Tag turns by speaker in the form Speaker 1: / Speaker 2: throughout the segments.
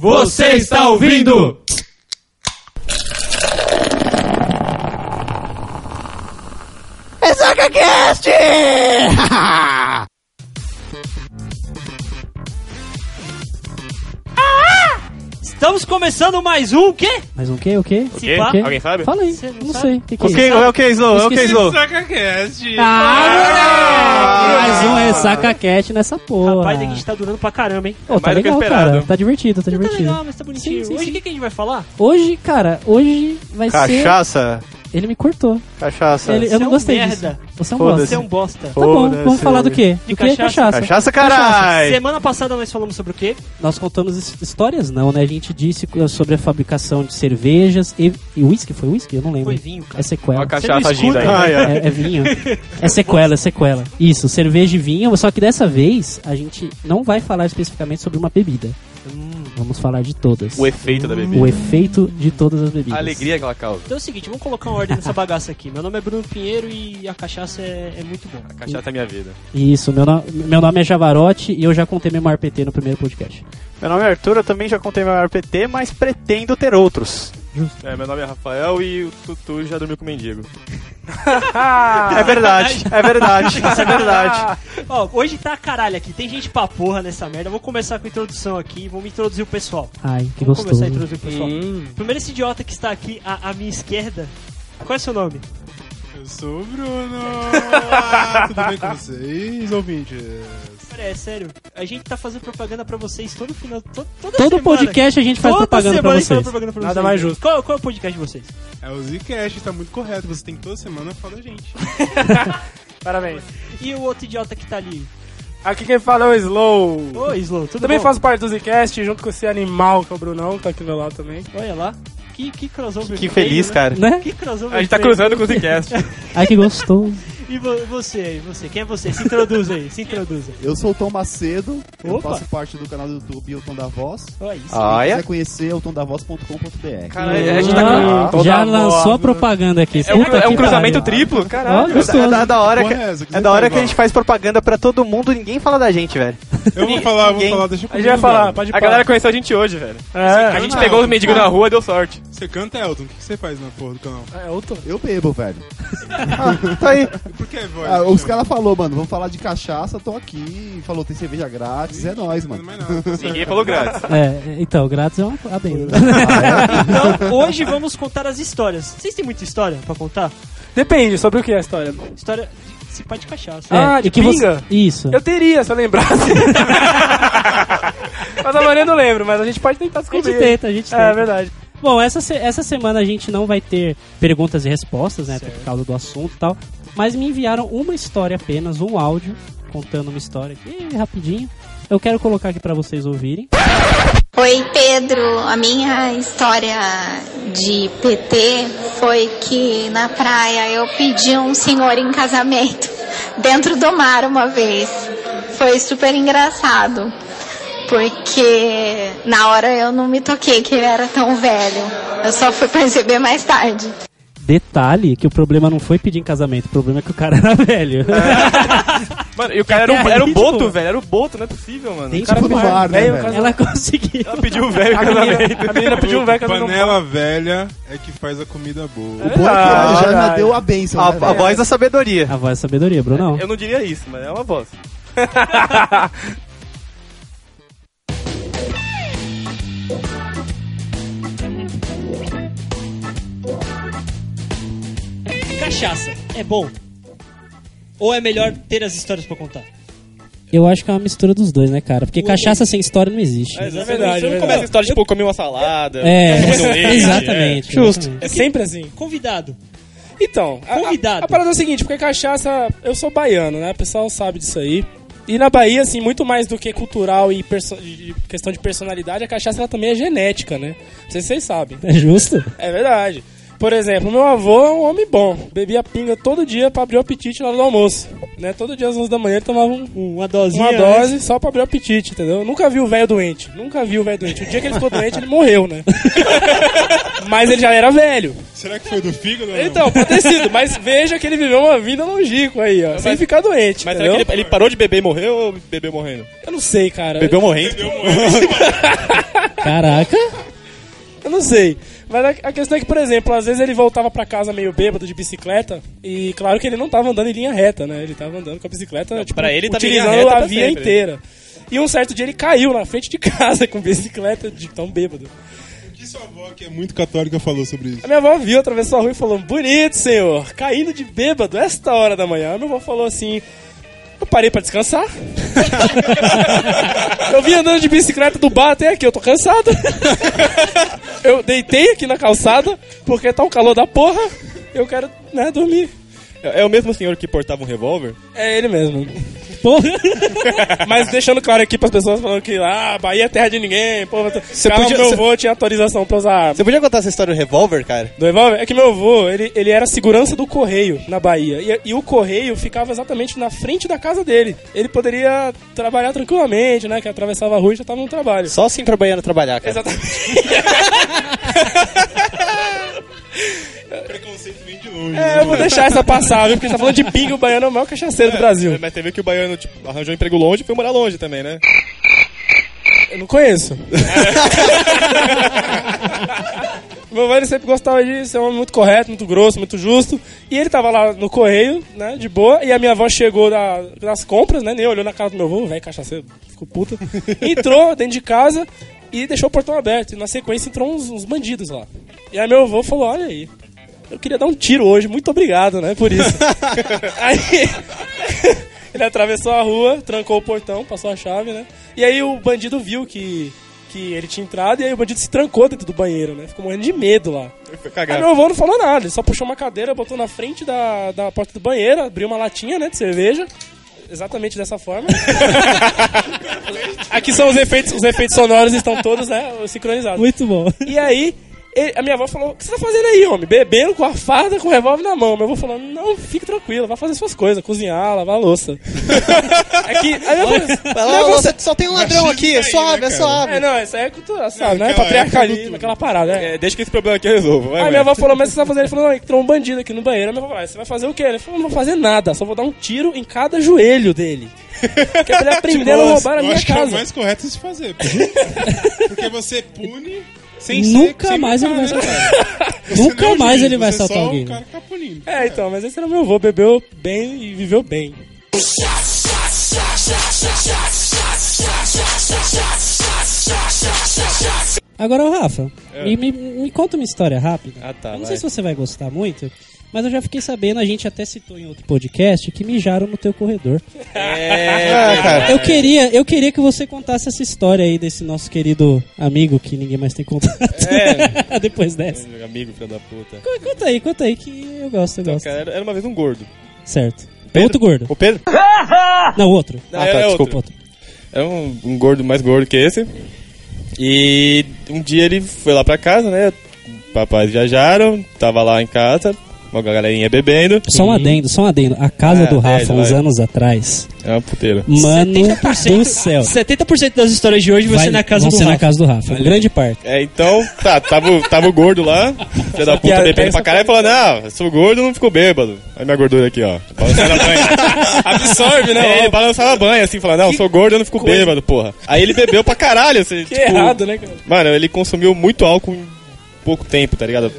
Speaker 1: Você está ouvindo?
Speaker 2: ExacaCast!
Speaker 3: Estamos começando mais um quê?
Speaker 4: Mas o quê? O quê?
Speaker 3: Se pá-
Speaker 4: quê?
Speaker 5: Ah, Alguém sabe?
Speaker 4: Fala aí.
Speaker 3: Você não
Speaker 4: não
Speaker 3: sabe?
Speaker 4: sei. O que, que
Speaker 5: O que
Speaker 4: é isso?
Speaker 5: é o que, Slow? É o que,
Speaker 4: Esqueci.
Speaker 5: Slow?
Speaker 1: SacaCast!
Speaker 4: Ah, mais um é saca cat nessa porra.
Speaker 3: Rapaz, a gente tá durando pra caramba, hein?
Speaker 4: Ô, tá
Speaker 5: mais do que
Speaker 4: legal,
Speaker 5: esperado.
Speaker 4: cara. Tá divertido, tá
Speaker 3: Tá
Speaker 4: divertido.
Speaker 3: legal, mas tá bonitinho.
Speaker 4: Sim, sim,
Speaker 3: Hoje
Speaker 4: sim.
Speaker 3: o que, que a gente vai falar?
Speaker 4: Hoje, cara, hoje vai ser...
Speaker 5: Cachaça?
Speaker 4: Ele me cortou.
Speaker 5: Cachaça.
Speaker 4: Ele-
Speaker 3: Você
Speaker 4: eu
Speaker 3: é
Speaker 4: não
Speaker 3: um
Speaker 4: gostei
Speaker 3: merda.
Speaker 4: disso. Você é um
Speaker 5: Foda-se.
Speaker 3: Você é
Speaker 4: bosta.
Speaker 3: um bosta.
Speaker 4: Tá bom,
Speaker 5: Foda-se.
Speaker 4: vamos falar do quê?
Speaker 3: De
Speaker 4: do que é
Speaker 3: cachaça?
Speaker 4: cachaça?
Speaker 5: Cachaça, é caralho!
Speaker 3: Semana passada nós falamos sobre o quê?
Speaker 4: Nós contamos his- histórias, não, né? A gente disse sobre a fabricação de cervejas e... E whisky? Foi whisky? Eu não lembro.
Speaker 3: Foi vinho,
Speaker 4: É
Speaker 3: cara.
Speaker 4: sequela.
Speaker 3: Você não escuta,
Speaker 5: Ah, é.
Speaker 4: É, é vinho. É sequela, é sequela. Isso, cerveja e vinho, só que dessa vez a gente não vai falar especificamente sobre uma bebida. Vamos falar de todas.
Speaker 5: O efeito da
Speaker 4: O
Speaker 5: bebida.
Speaker 4: efeito de todas as bebidas.
Speaker 5: A alegria que ela causa.
Speaker 3: Então é o seguinte, vamos colocar uma ordem nessa bagaça aqui. Meu nome é Bruno Pinheiro e a cachaça é, é muito bom.
Speaker 5: A cachaça é minha vida.
Speaker 4: Isso, meu, no- meu nome é Javarote e eu já contei meu maior PT no primeiro podcast.
Speaker 5: Meu nome é Arthur, eu também já contei meu RPT, mas pretendo ter outros. É, meu nome é Rafael e o Tutu já dormiu com o mendigo. é verdade, é verdade, isso é verdade.
Speaker 3: Ó, hoje tá a caralho aqui. Tem gente pra porra nessa merda. Eu Vou começar com a introdução aqui. Vamos introduzir o pessoal.
Speaker 4: Ai, que
Speaker 3: Vamos começar a
Speaker 4: gostoso.
Speaker 3: introduzir o pessoal. Primeiro esse idiota que está aqui à, à minha esquerda. Qual é seu nome?
Speaker 1: Eu sou o Bruno! Ah, Tudo bem com vocês, ouvintes?
Speaker 3: Cara, é sério. A gente tá fazendo propaganda pra vocês todo final. to- toda
Speaker 4: Todo
Speaker 3: semana.
Speaker 4: podcast a gente faz
Speaker 3: toda
Speaker 4: propaganda pra
Speaker 3: semana a gente faz
Speaker 4: vocês.
Speaker 3: propaganda pra
Speaker 4: Nada
Speaker 3: vocês.
Speaker 4: mais justo.
Speaker 3: Qual, qual é o podcast de vocês?
Speaker 1: É o Zcast, tá muito correto, você tem que toda semana falar da gente.
Speaker 6: Parabéns.
Speaker 3: E o outro idiota que tá ali?
Speaker 6: Aqui quem fala é o Slow.
Speaker 3: Oi, Slow, tudo
Speaker 6: Também
Speaker 3: bom?
Speaker 6: faço parte do Zcast, junto com esse animal que é o Brunão, que tá aqui do meu lado também.
Speaker 3: Olha lá. Que, que crossover.
Speaker 5: Que feliz,
Speaker 3: feio,
Speaker 5: cara.
Speaker 3: Né?
Speaker 4: Né?
Speaker 3: Que crossover.
Speaker 5: A gente tá
Speaker 3: feio.
Speaker 5: cruzando com o Zcast.
Speaker 4: Ai, que gostoso.
Speaker 3: E vo- você aí, você? Quem é você? Se introduza aí, se introduza.
Speaker 7: Eu sou o Tom Macedo, eu
Speaker 3: Opa.
Speaker 7: faço parte do canal do YouTube O Tom da Voz. Se
Speaker 3: Olha isso.
Speaker 6: Ah,
Speaker 5: Olha.
Speaker 7: quiser conhecer, é o tomdavoz.com.br.
Speaker 5: Caralho, a gente tá
Speaker 4: Ah,
Speaker 5: cruzando.
Speaker 4: já lançou a propaganda aqui.
Speaker 5: É um,
Speaker 4: Puta
Speaker 5: cru- é um
Speaker 4: que
Speaker 5: cruzamento
Speaker 4: pariu.
Speaker 5: triplo,
Speaker 4: Ó,
Speaker 5: caralho.
Speaker 4: gostoso.
Speaker 5: É da, da hora que,
Speaker 1: Porra, essa que
Speaker 5: é
Speaker 1: você
Speaker 5: da hora
Speaker 1: faz,
Speaker 5: que a gente faz propaganda pra todo mundo e ninguém fala da gente, velho.
Speaker 1: Eu vou falar, vou falar, deixa eu
Speaker 6: A gente vai falar, pode ir
Speaker 5: A galera conheceu a gente hoje, velho.
Speaker 6: É,
Speaker 5: A gente
Speaker 1: não.
Speaker 5: pegou os mendigos na rua e deu sorte.
Speaker 1: Você canta, Elton, o que você faz na porra do canal?
Speaker 4: Ah.
Speaker 6: é outro.
Speaker 7: Eu bebo, velho.
Speaker 5: Tá aí.
Speaker 1: Por que, voz?
Speaker 7: Ah, os
Speaker 1: Não,
Speaker 7: caras falaram, mano, vamos falar de cachaça, tô aqui. Falou, tem cerveja grátis, é nóis,
Speaker 1: não fazendo
Speaker 7: mano.
Speaker 1: mais nada, tá certo.
Speaker 5: Ninguém falou grátis.
Speaker 4: É, então, grátis é uma adendo.
Speaker 3: Então, hoje vamos contar as histórias. Vocês têm muita história pra contar?
Speaker 6: Depende, sobre o que é a história.
Speaker 3: História de se pá de cachaça.
Speaker 4: É,
Speaker 6: Ah, de
Speaker 4: e que você-
Speaker 6: pinga?
Speaker 4: Isso.
Speaker 6: Eu teria, se eu lembrasse. mas a maioria eu não lembro, mas a gente pode tentar
Speaker 4: A gente
Speaker 6: descobrir.
Speaker 4: tenta, a gente tenta.
Speaker 6: É verdade.
Speaker 4: Bom, essa, se- essa semana a gente não vai ter perguntas e respostas, né? Por causa do assunto e tal. Mas me enviaram uma história apenas, um áudio, contando uma história aqui rapidinho. Eu quero colocar aqui pra vocês ouvirem.
Speaker 8: Oi, Pedro. A minha história de PT foi que na praia eu pedi um senhor em casamento dentro do mar uma vez. Foi super engraçado, porque na hora eu não me toquei que ele era tão velho. Eu só fui perceber mais tarde.
Speaker 4: Detalhe que o problema não foi pedir em casamento, o problema é que o cara era velho.
Speaker 6: É,
Speaker 5: Mano, e o cara era, um, era o
Speaker 4: Que
Speaker 5: Boto,
Speaker 4: ridículo.
Speaker 5: velho. Era o Boto, não é possível, mano.
Speaker 4: Tem
Speaker 5: O cara
Speaker 7: Tipo no
Speaker 4: Mar-
Speaker 7: mar, né,
Speaker 6: velho,
Speaker 7: velho?
Speaker 4: Ela conseguiu.
Speaker 5: ela pediu o velho em
Speaker 6: A menina,
Speaker 5: casamento.
Speaker 6: a menina pediu um velho casando um
Speaker 1: Panela velha é que faz a comida boa.
Speaker 7: O bom é que ela já
Speaker 6: Caralho.
Speaker 7: me deu a benção,
Speaker 5: A,
Speaker 7: né,
Speaker 5: a
Speaker 7: velho?
Speaker 5: voz da sabedoria.
Speaker 4: A voz da sabedoria, Brunão.
Speaker 5: Eu não diria isso, mas é uma voz.
Speaker 3: Cachaça é bom? Ou é melhor ter as histórias pra contar?
Speaker 4: Eu acho que é uma mistura dos dois, né, cara? Porque cachaça sem história não existe.
Speaker 5: é
Speaker 6: verdade,
Speaker 5: Você não
Speaker 6: é
Speaker 5: começa a história, tipo, comi uma salada.
Speaker 4: É, exatamente.
Speaker 6: Justo.
Speaker 4: exatamente.
Speaker 6: um É sempre assim.
Speaker 3: Convidado.
Speaker 6: Então, a- a-
Speaker 3: Convidado.
Speaker 6: A, parada é o seguinte, porque cachaça, eu sou baiano, né? O pessoal sabe disso aí. E na Bahia, assim, muito mais do que cultural e perso- de- de questão de personalidade, a cachaça ela também é genética, né? Não sei se vocês sabem.
Speaker 4: É justo?
Speaker 6: É verdade. Por exemplo, meu avô é um homem bom. Bebia pinga todo dia pra abrir o apetite na hora do almoço. Né? Todo dia às 11 da manhã ele tomava um-
Speaker 3: Uma dosinha.
Speaker 6: uma dose só pra abrir o apetite, entendeu? Eu nunca vi o velho doente. Nunca vi o velho doente. O dia que ele ficou doente, ele morreu, né? Mas ele já era velho.
Speaker 1: Será que foi do fígado ou não?
Speaker 6: Então, pode ter sido, mas veja que ele viveu uma vida longínqua aí, ó. sem ficar doente.
Speaker 5: Mas será
Speaker 6: entendeu?
Speaker 5: que ele, ele parou de beber e morreu ou bebeu um- morrendo?
Speaker 6: Eu não sei, cara.
Speaker 5: Bebeu morrendo.
Speaker 9: Caraca.
Speaker 6: Eu não sei. Mas a- a questão é que, por exemplo, às vezes ele voltava pra casa meio bêbado de bicicleta e claro que ele não tava andando em linha reta, né? Ele tava andando com a bicicleta, tipo,
Speaker 5: pra ele tava em linha
Speaker 6: utilizando
Speaker 5: reta
Speaker 6: a
Speaker 5: pra
Speaker 6: via
Speaker 5: sempre.
Speaker 6: inteira. E um certo dia ele caiu na frente de casa com bicicleta de tão bêbado.
Speaker 1: O que sua avó, que é muito católica, falou sobre isso?
Speaker 6: A minha avó viu, atravessou a rua e falou: Bonito, senhor, caindo de bêbado, esta hora da manhã. A minha avó falou assim: Eu parei pra descansar. eu vim andando de bicicleta do bar até aqui, eu tô cansado. eu deitei aqui na calçada, porque tá um calor da porra. Eu quero, né, dormir.
Speaker 5: É é o mesmo senhor que portava um revólver?
Speaker 6: É ele mesmo.
Speaker 9: Porra.
Speaker 6: Mas deixando claro aqui pras pessoas falando que, ah, Bahia é terra de ninguém, porra. Calma,
Speaker 5: podia-
Speaker 6: meu
Speaker 5: cê-
Speaker 6: avô tinha autorização pra usar arma.
Speaker 5: Você podia contar essa história do revólver, cara?
Speaker 6: Do revólver? É que meu avô, ele, ele era segurança do correio na Bahia. E, e o correio ficava exatamente na frente da casa dele. Ele poderia trabalhar tranquilamente, né? Que atravessava a rua e já tava no trabalho.
Speaker 5: Só assim pra baiano trabalhar, cara.
Speaker 6: Exatamente.
Speaker 1: Preconceito vem de longe.
Speaker 5: né?
Speaker 6: É, eu vou deixar essa passar, viu? Porque você tá falando de pinga, o baiano é o maior cachaceiro do Brasil.
Speaker 5: é, Mas você viu que o baiano tipo, arranjou um emprego longe e foi morar longe também, né?
Speaker 6: Eu não conheço. Meu velho sempre gostava de ser um homem muito correto, muito grosso, muito justo. E ele tava lá no correio, né, de boa. E a minha avó chegou da, das compras, né, nem olhou na cara do meu avô, velho cachaceiro, ficou puta. Entrou dentro de casa e deixou o portão aberto. E na sequência entrou uns, uns bandidos lá. E aí meu avô falou: Olha aí, eu queria dar um tiro hoje, muito obrigado, né, por isso. aí. Ele atravessou a rua, trancou o portão, passou a chave, né? E aí o bandido viu que, que ele tinha entrado e aí o bandido se trancou dentro do banheiro, né? Ficou morrendo de medo lá.
Speaker 5: Foi
Speaker 1: É.
Speaker 6: Aí
Speaker 5: cagado.
Speaker 6: meu avô não falou nada, ele só puxou uma cadeira, botou na frente da, da porta do banheiro, abriu uma latinha, né, de cerveja. Exatamente dessa forma. Aqui são os efeitos, os efeitos sonoros estão todos, né, sincronizados.
Speaker 9: Muito bom.
Speaker 6: E aí, ele- a minha avó falou: O que você tá fazendo aí, homem? Bebendo com a farda, com o revólver na mão. Meu avô falou: Não, fique tranquilo, vai fazer suas coisas, cozinhar, lavar a louça. é que. Aí minha avó,
Speaker 5: Vai lá, você só tem um ladrão aqui, é suave, é suave.
Speaker 6: é, não, isso aí é cultura, sabe? Não, é
Speaker 1: aquela
Speaker 6: patriarcalismo, aquela parada, né?
Speaker 5: É, deixa que esse problema aqui eu resolvo. Vai,
Speaker 6: Aí
Speaker 5: vai.
Speaker 1: é.
Speaker 6: minha avó falou, mas o que você tá fazendo? Ele falou, não, entrou um bandido aqui no banheiro. Aí Minha avó falou, "Ah, você vai fazer o quê? Ele falou, não vou fazer nada, só vou dar um tiro em cada joelho dele. Que é
Speaker 5: Tipo,
Speaker 6: pra ele aprender a não roubar a
Speaker 1: Eu
Speaker 6: minha
Speaker 1: acho que é o
Speaker 6: casa.
Speaker 1: mais correto se fazer. Porque você pune sem
Speaker 9: Nunca
Speaker 1: ser, sem
Speaker 9: mais ele
Speaker 1: matar,
Speaker 9: vai
Speaker 1: né, cara? Você
Speaker 9: Nunca
Speaker 1: não é o
Speaker 9: mais
Speaker 1: juiz,
Speaker 9: ele vai
Speaker 1: você é
Speaker 9: assaltar
Speaker 1: só
Speaker 9: alguém,
Speaker 1: O
Speaker 9: né?
Speaker 1: cara que tá punindo.
Speaker 6: É, então, mas esse era meu avô, bebeu bem e viveu bem.
Speaker 9: Agora, ô, Rafa, me, me- me conta uma história rápida.
Speaker 5: É. Ah, tá,
Speaker 9: Eu não
Speaker 5: vai.
Speaker 9: sei se você vai gostar muito, mas eu já fiquei sabendo, a gente até citou em outro podcast, que mijaram no teu corredor.
Speaker 5: É, cara.
Speaker 9: Eu queria, eu queria que você contasse essa história aí desse nosso querido amigo que ninguém mais tem contato. Depois dessa.
Speaker 5: É. Amigo, filho da puta.
Speaker 9: Co- Conta aí, conta aí que eu gosto, eu
Speaker 5: Então,
Speaker 9: gosto.
Speaker 5: cara, era era uma vez um gordo.
Speaker 9: Certo. É outro gordo.
Speaker 5: O Pedro?
Speaker 9: Não, outro.
Speaker 5: Ah, tá, desculpa.
Speaker 9: Outro.
Speaker 5: É um, um gordo mais gordo que esse. E um dia ele foi lá pra casa, né? Papais viajaram, tava lá em casa, uma galerinha bebendo.
Speaker 9: Só um adendo, só um adendo. A casa
Speaker 5: Ah,
Speaker 9: do Rafa,
Speaker 5: é,
Speaker 9: uns
Speaker 5: vai.
Speaker 9: anos atrás.
Speaker 5: É uma puteira.
Speaker 9: Mano do céu.
Speaker 10: 70% das histórias de hoje vai, ser na casa
Speaker 9: vão
Speaker 10: do
Speaker 9: ser na
Speaker 10: Rafa.
Speaker 9: casa do Rafa. Grande parte.
Speaker 5: É, então, tá, tava, o- tava o gordo lá, filho da puta
Speaker 6: piada,
Speaker 5: bebendo
Speaker 6: essa
Speaker 5: pra caralho, e falou, não, eu sou gordo, não ficou bêbado. Aí minha gordura aqui, ó, balançando a banha. Absorve, né? ele balançava a banha, assim, falando, não, eu sou gordo, eu não fico bêbado, porra. Aí ele bebeu pra caralho, assim,
Speaker 6: Que
Speaker 5: tipo...
Speaker 6: errado, né, cara?
Speaker 5: Mano, ele consumiu muito álcool em pouco tempo, tá ligado?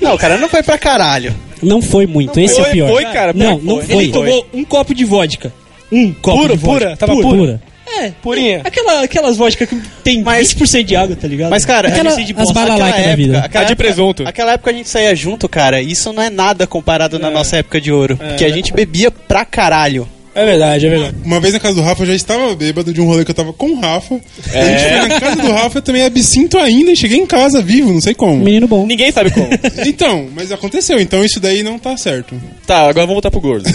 Speaker 11: Não, cara, não foi pra caralho.
Speaker 9: Não foi muito, esse é
Speaker 5: foi,
Speaker 9: o pior.
Speaker 5: foi, cara,
Speaker 9: não,
Speaker 5: pera,
Speaker 9: não
Speaker 5: foi.
Speaker 9: foi.
Speaker 10: Ele tomou um copo de vodka. Um copo
Speaker 6: Pura,
Speaker 10: de vodka.
Speaker 6: pura? Tava
Speaker 9: Pura,
Speaker 6: pura?
Speaker 9: pura.
Speaker 10: É.
Speaker 6: Purinha.
Speaker 10: Aquela, aquelas vodka que tem
Speaker 11: Mas-
Speaker 10: 20% de água, tá ligado?
Speaker 11: Mas, cara,
Speaker 9: Aquela-
Speaker 11: aquela-
Speaker 9: as balalaica da vida.
Speaker 11: aquela
Speaker 5: A de
Speaker 11: época-
Speaker 5: presunto.
Speaker 11: Aquela época a gente saía junto, cara. Isso não é nada comparado na nossa época de ouro.
Speaker 5: É.
Speaker 11: Porque a gente bebia pra caralho.
Speaker 6: É verdade, é verdade.
Speaker 1: Uma vez na casa do Rafa, eu já estava bêbado de um rolê que eu tava com o Rafa. A gente foi na casa do Rafa, eu tomei absinto ainda e cheguei em casa vivo, não sei como.
Speaker 9: Menino bom.
Speaker 5: Ninguém sabe como.
Speaker 1: Então, mas aconteceu, então isso daí não tá certo.
Speaker 5: tá, agora vamos voltar pro gordo.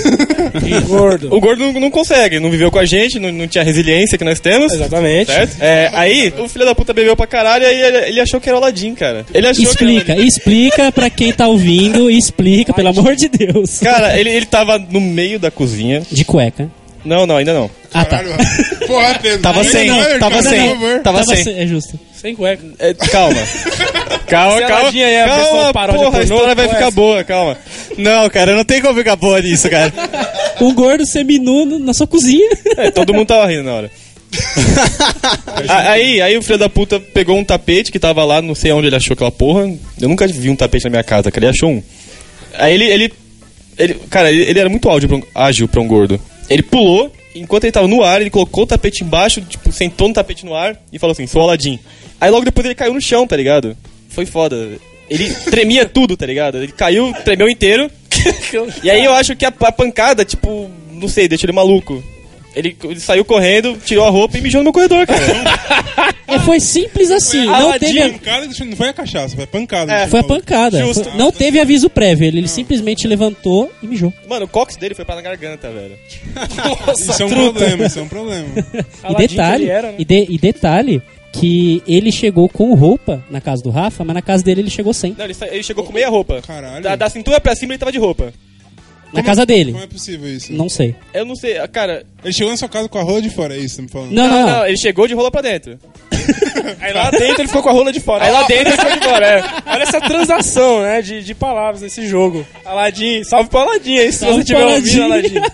Speaker 6: Gordo.
Speaker 5: O gordo não, não consegue, não viveu com a gente, não, não tinha a resiliência que nós temos.
Speaker 6: Exatamente.
Speaker 5: Certo? É, aí, o filho da puta bebeu pra caralho e aí ele, ele achou que era o Aladdin, cara. Ele achou que
Speaker 9: Explica,
Speaker 5: era o Aladdin.
Speaker 9: explica pra quem tá ouvindo, explica, pelo amor de Deus.
Speaker 5: Cara, ele, ele tava no meio da cozinha.
Speaker 9: De cueca.
Speaker 5: Não, não, ainda não.
Speaker 9: Ah, tá.
Speaker 1: Caralho, Rafa. Porra, Pedro.
Speaker 11: Tava
Speaker 1: Ainda
Speaker 11: sem,
Speaker 1: não, cara,
Speaker 11: tava
Speaker 1: por
Speaker 11: sem.
Speaker 1: favor.
Speaker 11: Tava sem.
Speaker 9: sem- É justo.
Speaker 6: Sem cueca.
Speaker 5: É, calma. calma,
Speaker 6: Se
Speaker 5: calma.
Speaker 6: Aladdin aí é a versão
Speaker 5: calma,
Speaker 6: paródia
Speaker 5: porra, a
Speaker 6: pornô,
Speaker 5: história vai
Speaker 6: qual é
Speaker 5: ficar
Speaker 6: essa?
Speaker 5: boa, calma.
Speaker 11: Não, cara, não tem como ficar boa nisso, cara.
Speaker 9: Um gordo seminu no- na sua cozinha.
Speaker 5: É, todo mundo tava rindo na hora. A- Aí, aí o filho da puta pegou um tapete que tava lá, não sei onde ele achou aquela porra. Eu nunca vi um tapete na minha casa, cara. Ele achou um. Aí ele. ele, ele- cara, ele, ele era muito ágil pra, um, ágil pra um gordo. Ele pulou, enquanto ele tava no ar, ele colocou o tapete embaixo, tipo, sentou no tapete no ar e falou assim: sou Aladim. Aí logo depois ele caiu no chão, tá ligado? Foi foda. Ele tremia tudo, tá ligado? Ele caiu, tremeu inteiro. E aí eu acho que a, a pancada, tipo, não sei, deixa ele maluco. Ele, ele saiu correndo, tirou a roupa e mijou no meu corredor, cara.
Speaker 4: É, foi simples assim. Não
Speaker 1: Aladim.
Speaker 4: teve, É,
Speaker 1: Pancada, deixa- não foi a cachaça, foi a pancada. deixa eu
Speaker 4: foi a
Speaker 1: falar.
Speaker 4: pancada.
Speaker 5: Justo.
Speaker 4: Foi- não teve aviso prévio. Ele, ele simplesmente levantou e mijou.
Speaker 5: Mano, o cox dele foi pra na garganta, velho.
Speaker 1: Isso é um problema, isso é um problema.
Speaker 4: E
Speaker 6: Aladim que
Speaker 4: detalhe,
Speaker 6: ele era, né?
Speaker 4: e, de- e detalhe que ele chegou com roupa na casa do Rafa, mas na casa dele ele chegou sem.
Speaker 5: Não, ele, sa- ele chegou com meia roupa.
Speaker 1: Caralho.
Speaker 5: Da, da cintura pra cima ele tava de roupa.
Speaker 4: na casa dele.
Speaker 1: Como é possível isso?
Speaker 4: Não sei.
Speaker 5: Eu não sei, cara.
Speaker 1: Ele chegou na sua casa com a rola de fora, é isso que você me falando?
Speaker 11: Ah.
Speaker 4: Não, não, não.
Speaker 5: ele chegou de rola pra dentro.
Speaker 6: Aí lá dentro ele ficou com a rola de fora.
Speaker 5: Aí lá dentro ele foi embora, é.
Speaker 6: Olha essa transação, né, de, de palavras nesse jogo. Aladim, salve pro Aladim aí, se
Speaker 4: Salve
Speaker 6: você tiver
Speaker 4: pro
Speaker 6: ouvindo,
Speaker 4: Aladim.
Speaker 6: Aladim.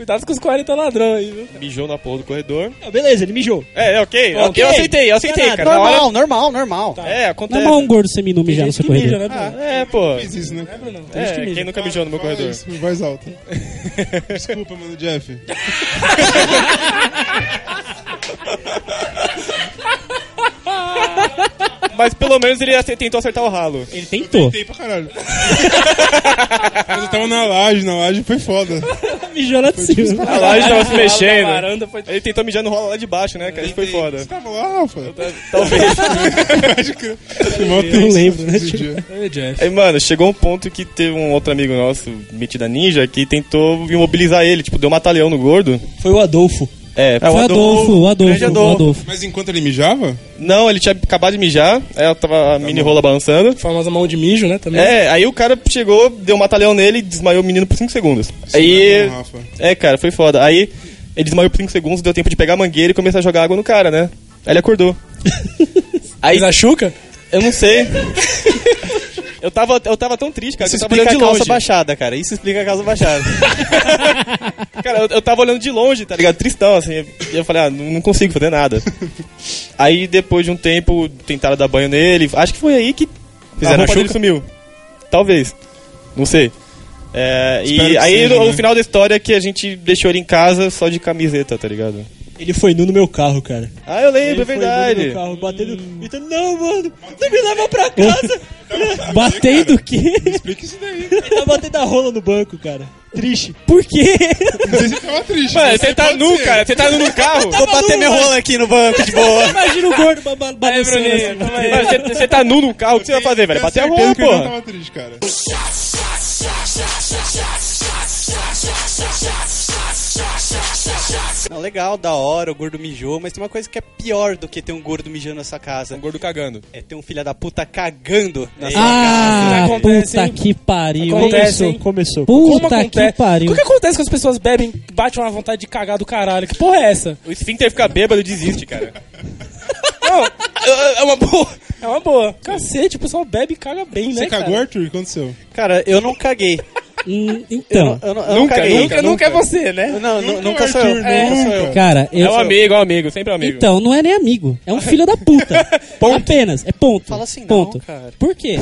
Speaker 6: Cuidado com os 40 ladrão aí, viu?
Speaker 5: Mijou na porra do corredor.
Speaker 10: Ah, beleza, ele mijou.
Speaker 5: É, é ok.
Speaker 6: Ok.
Speaker 5: ok, eu aceitei, eu aceitei,
Speaker 4: Não é
Speaker 5: cara. Na hora-
Speaker 11: Normal, normal, normal.
Speaker 5: É,
Speaker 4: Não
Speaker 5: acontece.
Speaker 4: é mal um gordo seminu mijar no seu
Speaker 6: Que mija,
Speaker 4: corredor.
Speaker 6: né, Bruno?
Speaker 5: É, pô.
Speaker 1: Fez isso, né?
Speaker 5: É, quem nunca mijou
Speaker 11: Ah,
Speaker 5: no meu
Speaker 1: Fala
Speaker 5: corredor?
Speaker 1: isso, em voz alta. Desculpa, mano, Jeff.
Speaker 5: Mas pelo menos ele ace- tentou acertar o ralo.
Speaker 4: Ele tentou.
Speaker 1: Tentei pra caralho. Mas eu tava na laje, na laje foi foda.
Speaker 4: Mijou lá de cima.
Speaker 5: A laje tava se
Speaker 6: A
Speaker 5: mexendo.
Speaker 6: varanda foi...
Speaker 5: Ele tentou mijar no rolo lá de baixo, né, cara? Isso foi foda.
Speaker 1: Você tava lá, Rafa?
Speaker 5: Talvez.
Speaker 1: Foi mó
Speaker 4: Não
Speaker 1: tenso
Speaker 4: lembro, né?
Speaker 1: esse dia.
Speaker 6: é
Speaker 5: Aí, mano, chegou um ponto que teve um outro amigo nosso, metida ninja, que tentou imobilizar ele, tipo, deu um matalhão no gordo.
Speaker 4: Foi o Adolfo.
Speaker 5: É,
Speaker 4: Foi o Adolfo, o Adolfo,
Speaker 5: grande
Speaker 4: o
Speaker 5: Adolfo.
Speaker 4: Adolfo.
Speaker 1: Mas enquanto ele mijava,
Speaker 5: Não, ele tinha acabado de mijar, aí ela tava
Speaker 1: Tá
Speaker 5: a mini rola balançando.
Speaker 6: Famosa mão de mijo, né, também.
Speaker 5: É, aí o cara chegou, deu um matalhão nele e desmaiou o menino por 5 segundos.
Speaker 1: é
Speaker 5: aí.
Speaker 1: bom, Rafa.
Speaker 5: É, cara, foi foda. Aí ele desmaiou por 5 segundos, deu tempo de pegar a mangueira e começar a jogar água no cara, né? Aí ele acordou. aí
Speaker 6: Fez a chuca?
Speaker 5: eu não sei. Eu tava, eu tava tão triste, cara,
Speaker 11: Isso
Speaker 5: que eu tava olhando
Speaker 11: explica
Speaker 5: de
Speaker 11: a calça
Speaker 5: longe.
Speaker 11: baixada, cara. Isso explica a calça baixada.
Speaker 5: Cara, eu, eu tava olhando de longe, tá ligado? Tristão, assim. E eu falei, ah, não, não consigo fazer nada. aí depois de um tempo, tentaram dar banho nele. Acho que foi aí que
Speaker 11: Fizeram
Speaker 5: a roupa
Speaker 11: a
Speaker 5: dele
Speaker 11: chuca?
Speaker 5: sumiu. Talvez. Não sei. É,
Speaker 1: Espero
Speaker 5: e
Speaker 1: que
Speaker 5: aí
Speaker 1: seja,
Speaker 5: no, no
Speaker 1: né?
Speaker 5: final da história é que a gente deixou ele em casa só de camiseta, tá ligado?
Speaker 4: Ele foi nu no meu carro, cara.
Speaker 5: Ah, eu lembro, é verdade.
Speaker 4: carro, batendo. Então, não, mano, você me leva pra casa. Batendo o quê?
Speaker 1: explica isso daí.
Speaker 4: Tá batendo a rola no banco, cara. Triste. Por quê?
Speaker 1: Não sei se ele tava triste.
Speaker 5: Mano,
Speaker 1: mas
Speaker 5: você tá
Speaker 1: pode
Speaker 5: nu,
Speaker 1: ser.
Speaker 5: cara. Você tá nu no carro.
Speaker 11: Vou bater minha rola aqui no banco de boa.
Speaker 4: Imagina o gordo ba- ba- balançando assim.
Speaker 6: Bruninho, toma aí.
Speaker 5: Mano, você, você tá nu no carro, o que você vai fazer, velho?
Speaker 1: Tenho
Speaker 5: Bater a
Speaker 1: certeza
Speaker 5: roupa,
Speaker 1: que ele não
Speaker 5: porra.
Speaker 1: tava triste, cara.
Speaker 11: Não, legal, da hora, o gordo mijou, mas tem uma coisa que é pior do que ter um gordo mijando na sua casa.
Speaker 5: gordo cagando.
Speaker 11: É ter um filho da puta cagando na sua
Speaker 4: Ah,
Speaker 6: Acontece,
Speaker 4: puta
Speaker 6: hein?
Speaker 4: que pariu.
Speaker 6: Acontece,
Speaker 4: hein?
Speaker 6: hein?
Speaker 10: Começou.
Speaker 6: Como
Speaker 4: Puta que
Speaker 6: acontece?
Speaker 4: pariu.
Speaker 6: O que acontece quando as pessoas bebem, batem uma vontade de cagar do caralho? Que porra é essa?
Speaker 5: O esfíncter fica bêbado e desiste, cara.
Speaker 6: Não,
Speaker 5: É uma porra.
Speaker 6: é uma boa. Cacete, o pessoal bebe e caga bem, né,
Speaker 1: Você
Speaker 6: cara?
Speaker 1: cagou, Arthur? O que aconteceu?
Speaker 11: casa. Cara, eu não caguei.
Speaker 4: Hum,
Speaker 11: Eu,
Speaker 4: Então,
Speaker 11: não- eu não- eu não
Speaker 5: Nunca,
Speaker 11: caguei.
Speaker 5: nunca, nunca é você, né?
Speaker 11: Não, nu- nunca sou
Speaker 1: Arthur,
Speaker 11: eu. Nunca sou eu.
Speaker 1: nunca.
Speaker 4: cara, eu.
Speaker 5: É um amigo, é um amigo, sempre um amigo.
Speaker 4: Então, não é nem amigo. É um filho da puta. Apenas. É ponto.
Speaker 11: Fala assim não,
Speaker 4: ponto.
Speaker 11: cara.
Speaker 4: Por quê?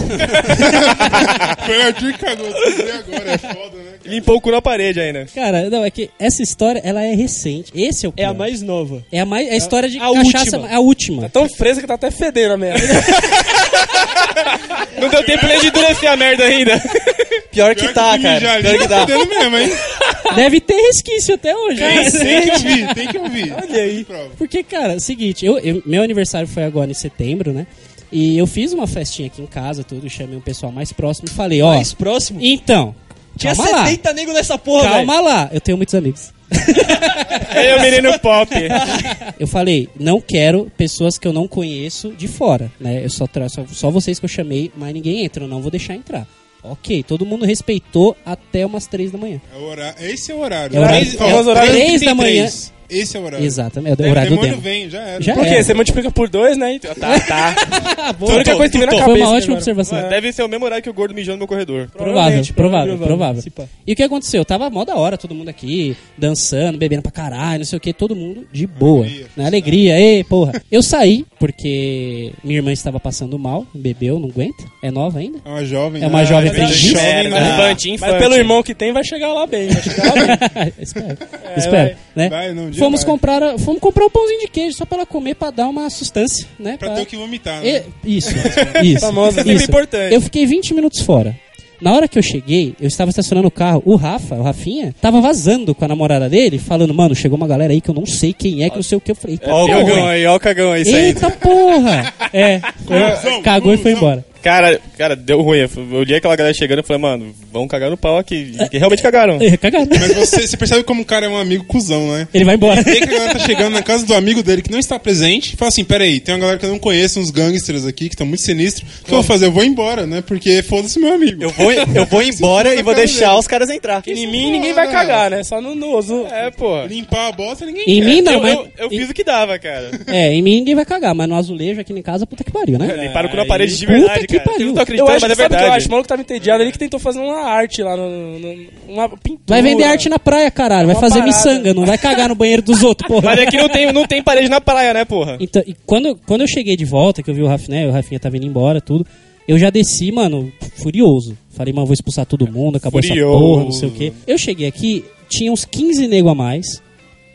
Speaker 1: Foi o Arthur que cagou. Você agora é foda, né?
Speaker 5: Limpou o cu na parede ainda.
Speaker 4: Cara, não, é que essa história, ela é recente. Esse é o
Speaker 10: É a
Speaker 4: pior.
Speaker 10: mais nova.
Speaker 4: É a mais. É a história de
Speaker 6: a
Speaker 4: cachaça.
Speaker 6: última.
Speaker 4: A última.
Speaker 6: Tão fresca que tá até fedendo a merda.
Speaker 5: Não deu tempo nem de endurecer a merda ainda.
Speaker 11: Pior que tá,
Speaker 1: se mijar
Speaker 11: cara.
Speaker 1: ali,
Speaker 11: Pior
Speaker 1: tá
Speaker 11: que tá.
Speaker 1: fudendo mesmo, hein?
Speaker 4: Deve ter resquício até hoje. né?
Speaker 1: Tem que ouvir, tem que ouvir. Olha aí. Prova.
Speaker 4: Porque, cara, é o seguinte, eu, eu- meu aniversário foi agora em setembro, né? E eu fiz uma festinha aqui em casa, tudo, chamei um pessoal mais próximo e falei, ó.
Speaker 10: Mais próximo.
Speaker 4: Então,
Speaker 10: Tinha
Speaker 4: calma lá.
Speaker 10: 70 nego nessa porra, velho.
Speaker 4: Calma lá, eu tenho muitos amigos.
Speaker 5: Aí o menino pop.
Speaker 4: Eu falei, não quero pessoas que eu não conheço de fora, né? Eu só tra- só, só vocês que eu chamei, mas ninguém entra, eu não vou deixar entrar. Ok, todo mundo respeitou até umas três da manhã.
Speaker 1: É o hora- Esse é o horário.
Speaker 4: É o horário-
Speaker 1: Três-
Speaker 4: é o-
Speaker 1: famoso horário
Speaker 4: três
Speaker 1: 33.
Speaker 4: da manhã.
Speaker 1: Esse é o horário.
Speaker 4: Exatamente, é o
Speaker 1: Daí
Speaker 4: horário do
Speaker 1: o demônio
Speaker 4: demo.
Speaker 1: vem, já era.
Speaker 4: Já
Speaker 6: Por quê?
Speaker 4: era.
Speaker 6: Você multiplica por dois, né? Então, tá, tá. Foi a única coisa
Speaker 1: É
Speaker 6: que veio na
Speaker 4: Foi
Speaker 6: cabeça.
Speaker 4: uma ótima
Speaker 6: agora.
Speaker 10: né?
Speaker 4: observação.
Speaker 6: É.
Speaker 5: Deve ser o mesmo horário que o gordo mijou no meu corredor.
Speaker 4: Provável, provável,
Speaker 6: provável,
Speaker 4: provável.
Speaker 6: se pá.
Speaker 4: E o que aconteceu? Tava mó da hora, todo mundo aqui, dançando, bebendo pra caralho, não sei o que, todo mundo de boa. Na alegria, ei, porra. Eu saí, porque minha irmã estava passando mal, bebeu, não aguenta, é nova ainda.
Speaker 1: É uma jovem.
Speaker 4: É uma jovem
Speaker 1: Ela é
Speaker 4: aprendiz.
Speaker 1: jovem,
Speaker 5: Merda.
Speaker 1: né?
Speaker 5: Infante,
Speaker 6: Mas
Speaker 5: infante.
Speaker 6: pelo irmão que tem, vai chegar lá bem. Vai chegar lá bem.
Speaker 4: espero,
Speaker 6: É,
Speaker 4: espero, né?
Speaker 1: Vai, não, um dia
Speaker 4: fomos,
Speaker 1: vai.
Speaker 4: comprar, a- fomos comprar um pãozinho de queijo só pra ela comer, pra dar uma sustância, né?
Speaker 1: Pra ter o que vomitar, né?
Speaker 4: E- Isso, isso.
Speaker 6: Famoso, sempre
Speaker 4: isso.
Speaker 6: importante.
Speaker 4: Eu fiquei 20 minutos fora. Na hora que eu cheguei, eu estava estacionando o carro. O Rafa, o Rafinha, tava vazando com a namorada dele, falando: Mano, chegou uma galera aí que eu não sei quem é, que não sei o que. Eu falei:
Speaker 11: Ó o
Speaker 4: "Porra,
Speaker 11: cagão aí, ó o cagão aí, isso aí.
Speaker 4: Eita porra! É,
Speaker 1: Conclusão,
Speaker 4: cagou e
Speaker 1: conclusão.
Speaker 4: foi embora.
Speaker 5: Cara, cara, deu ruim. Eu olhei aquela galera chegando e falei, mano, vão cagar no pau aqui. E realmente cagaram.
Speaker 4: É, Cagado.
Speaker 1: Mas você, você percebe como o cara é um amigo cuzão, né?
Speaker 4: Ele vai embora.
Speaker 1: Vê que a galera tá chegando na casa do amigo dele que não está presente e fala assim: peraí, tem uma galera que eu não conheço, uns gangsters aqui que estão muito sinistros. O que eu vou fazer? Eu vou embora, né? Porque foda-se meu amigo.
Speaker 11: Eu vou, eu vou embora e vou deixar os caras entrar.
Speaker 6: Em mim ninguém vai cagar, né? Só no, no uso. É, pô.
Speaker 1: Limpar a bota ninguém
Speaker 4: Em
Speaker 1: quer.
Speaker 4: mim não,
Speaker 5: Eu,
Speaker 4: mas.
Speaker 5: eu, eu fiz o que dava, cara.
Speaker 4: É, em mim ninguém vai cagar, mas no azulejo aqui em casa, puta que pariu, né?
Speaker 5: Limparam o cu na parede de
Speaker 4: Puta que pariu.
Speaker 5: verdade, cara. Vocês não estão
Speaker 6: Eu
Speaker 5: acreditando,
Speaker 6: acho,
Speaker 5: mas é
Speaker 6: sabe o que eu acho?
Speaker 5: verdade.
Speaker 6: O maluco tava entediado ali que tentou fazer uma arte lá no. no- uma pintura.
Speaker 4: Vai vender arte na praia, caralho. Vai
Speaker 6: Uma
Speaker 4: fazer
Speaker 6: parada.
Speaker 4: miçanga, não vai cagar no banheiro dos outros, porra.
Speaker 5: Mas é que não tem, não tem parede na praia, né, porra?
Speaker 4: Então, e quando, quando eu cheguei de volta, que eu vi o Rafinha, o Rafinha tava indo embora, tudo, eu já desci, mano, furioso. Falei, mano, vou expulsar todo mundo, acabou
Speaker 5: Furioso.
Speaker 4: essa porra, não sei o quê. Eu cheguei aqui, tinha uns 15 nego a mais,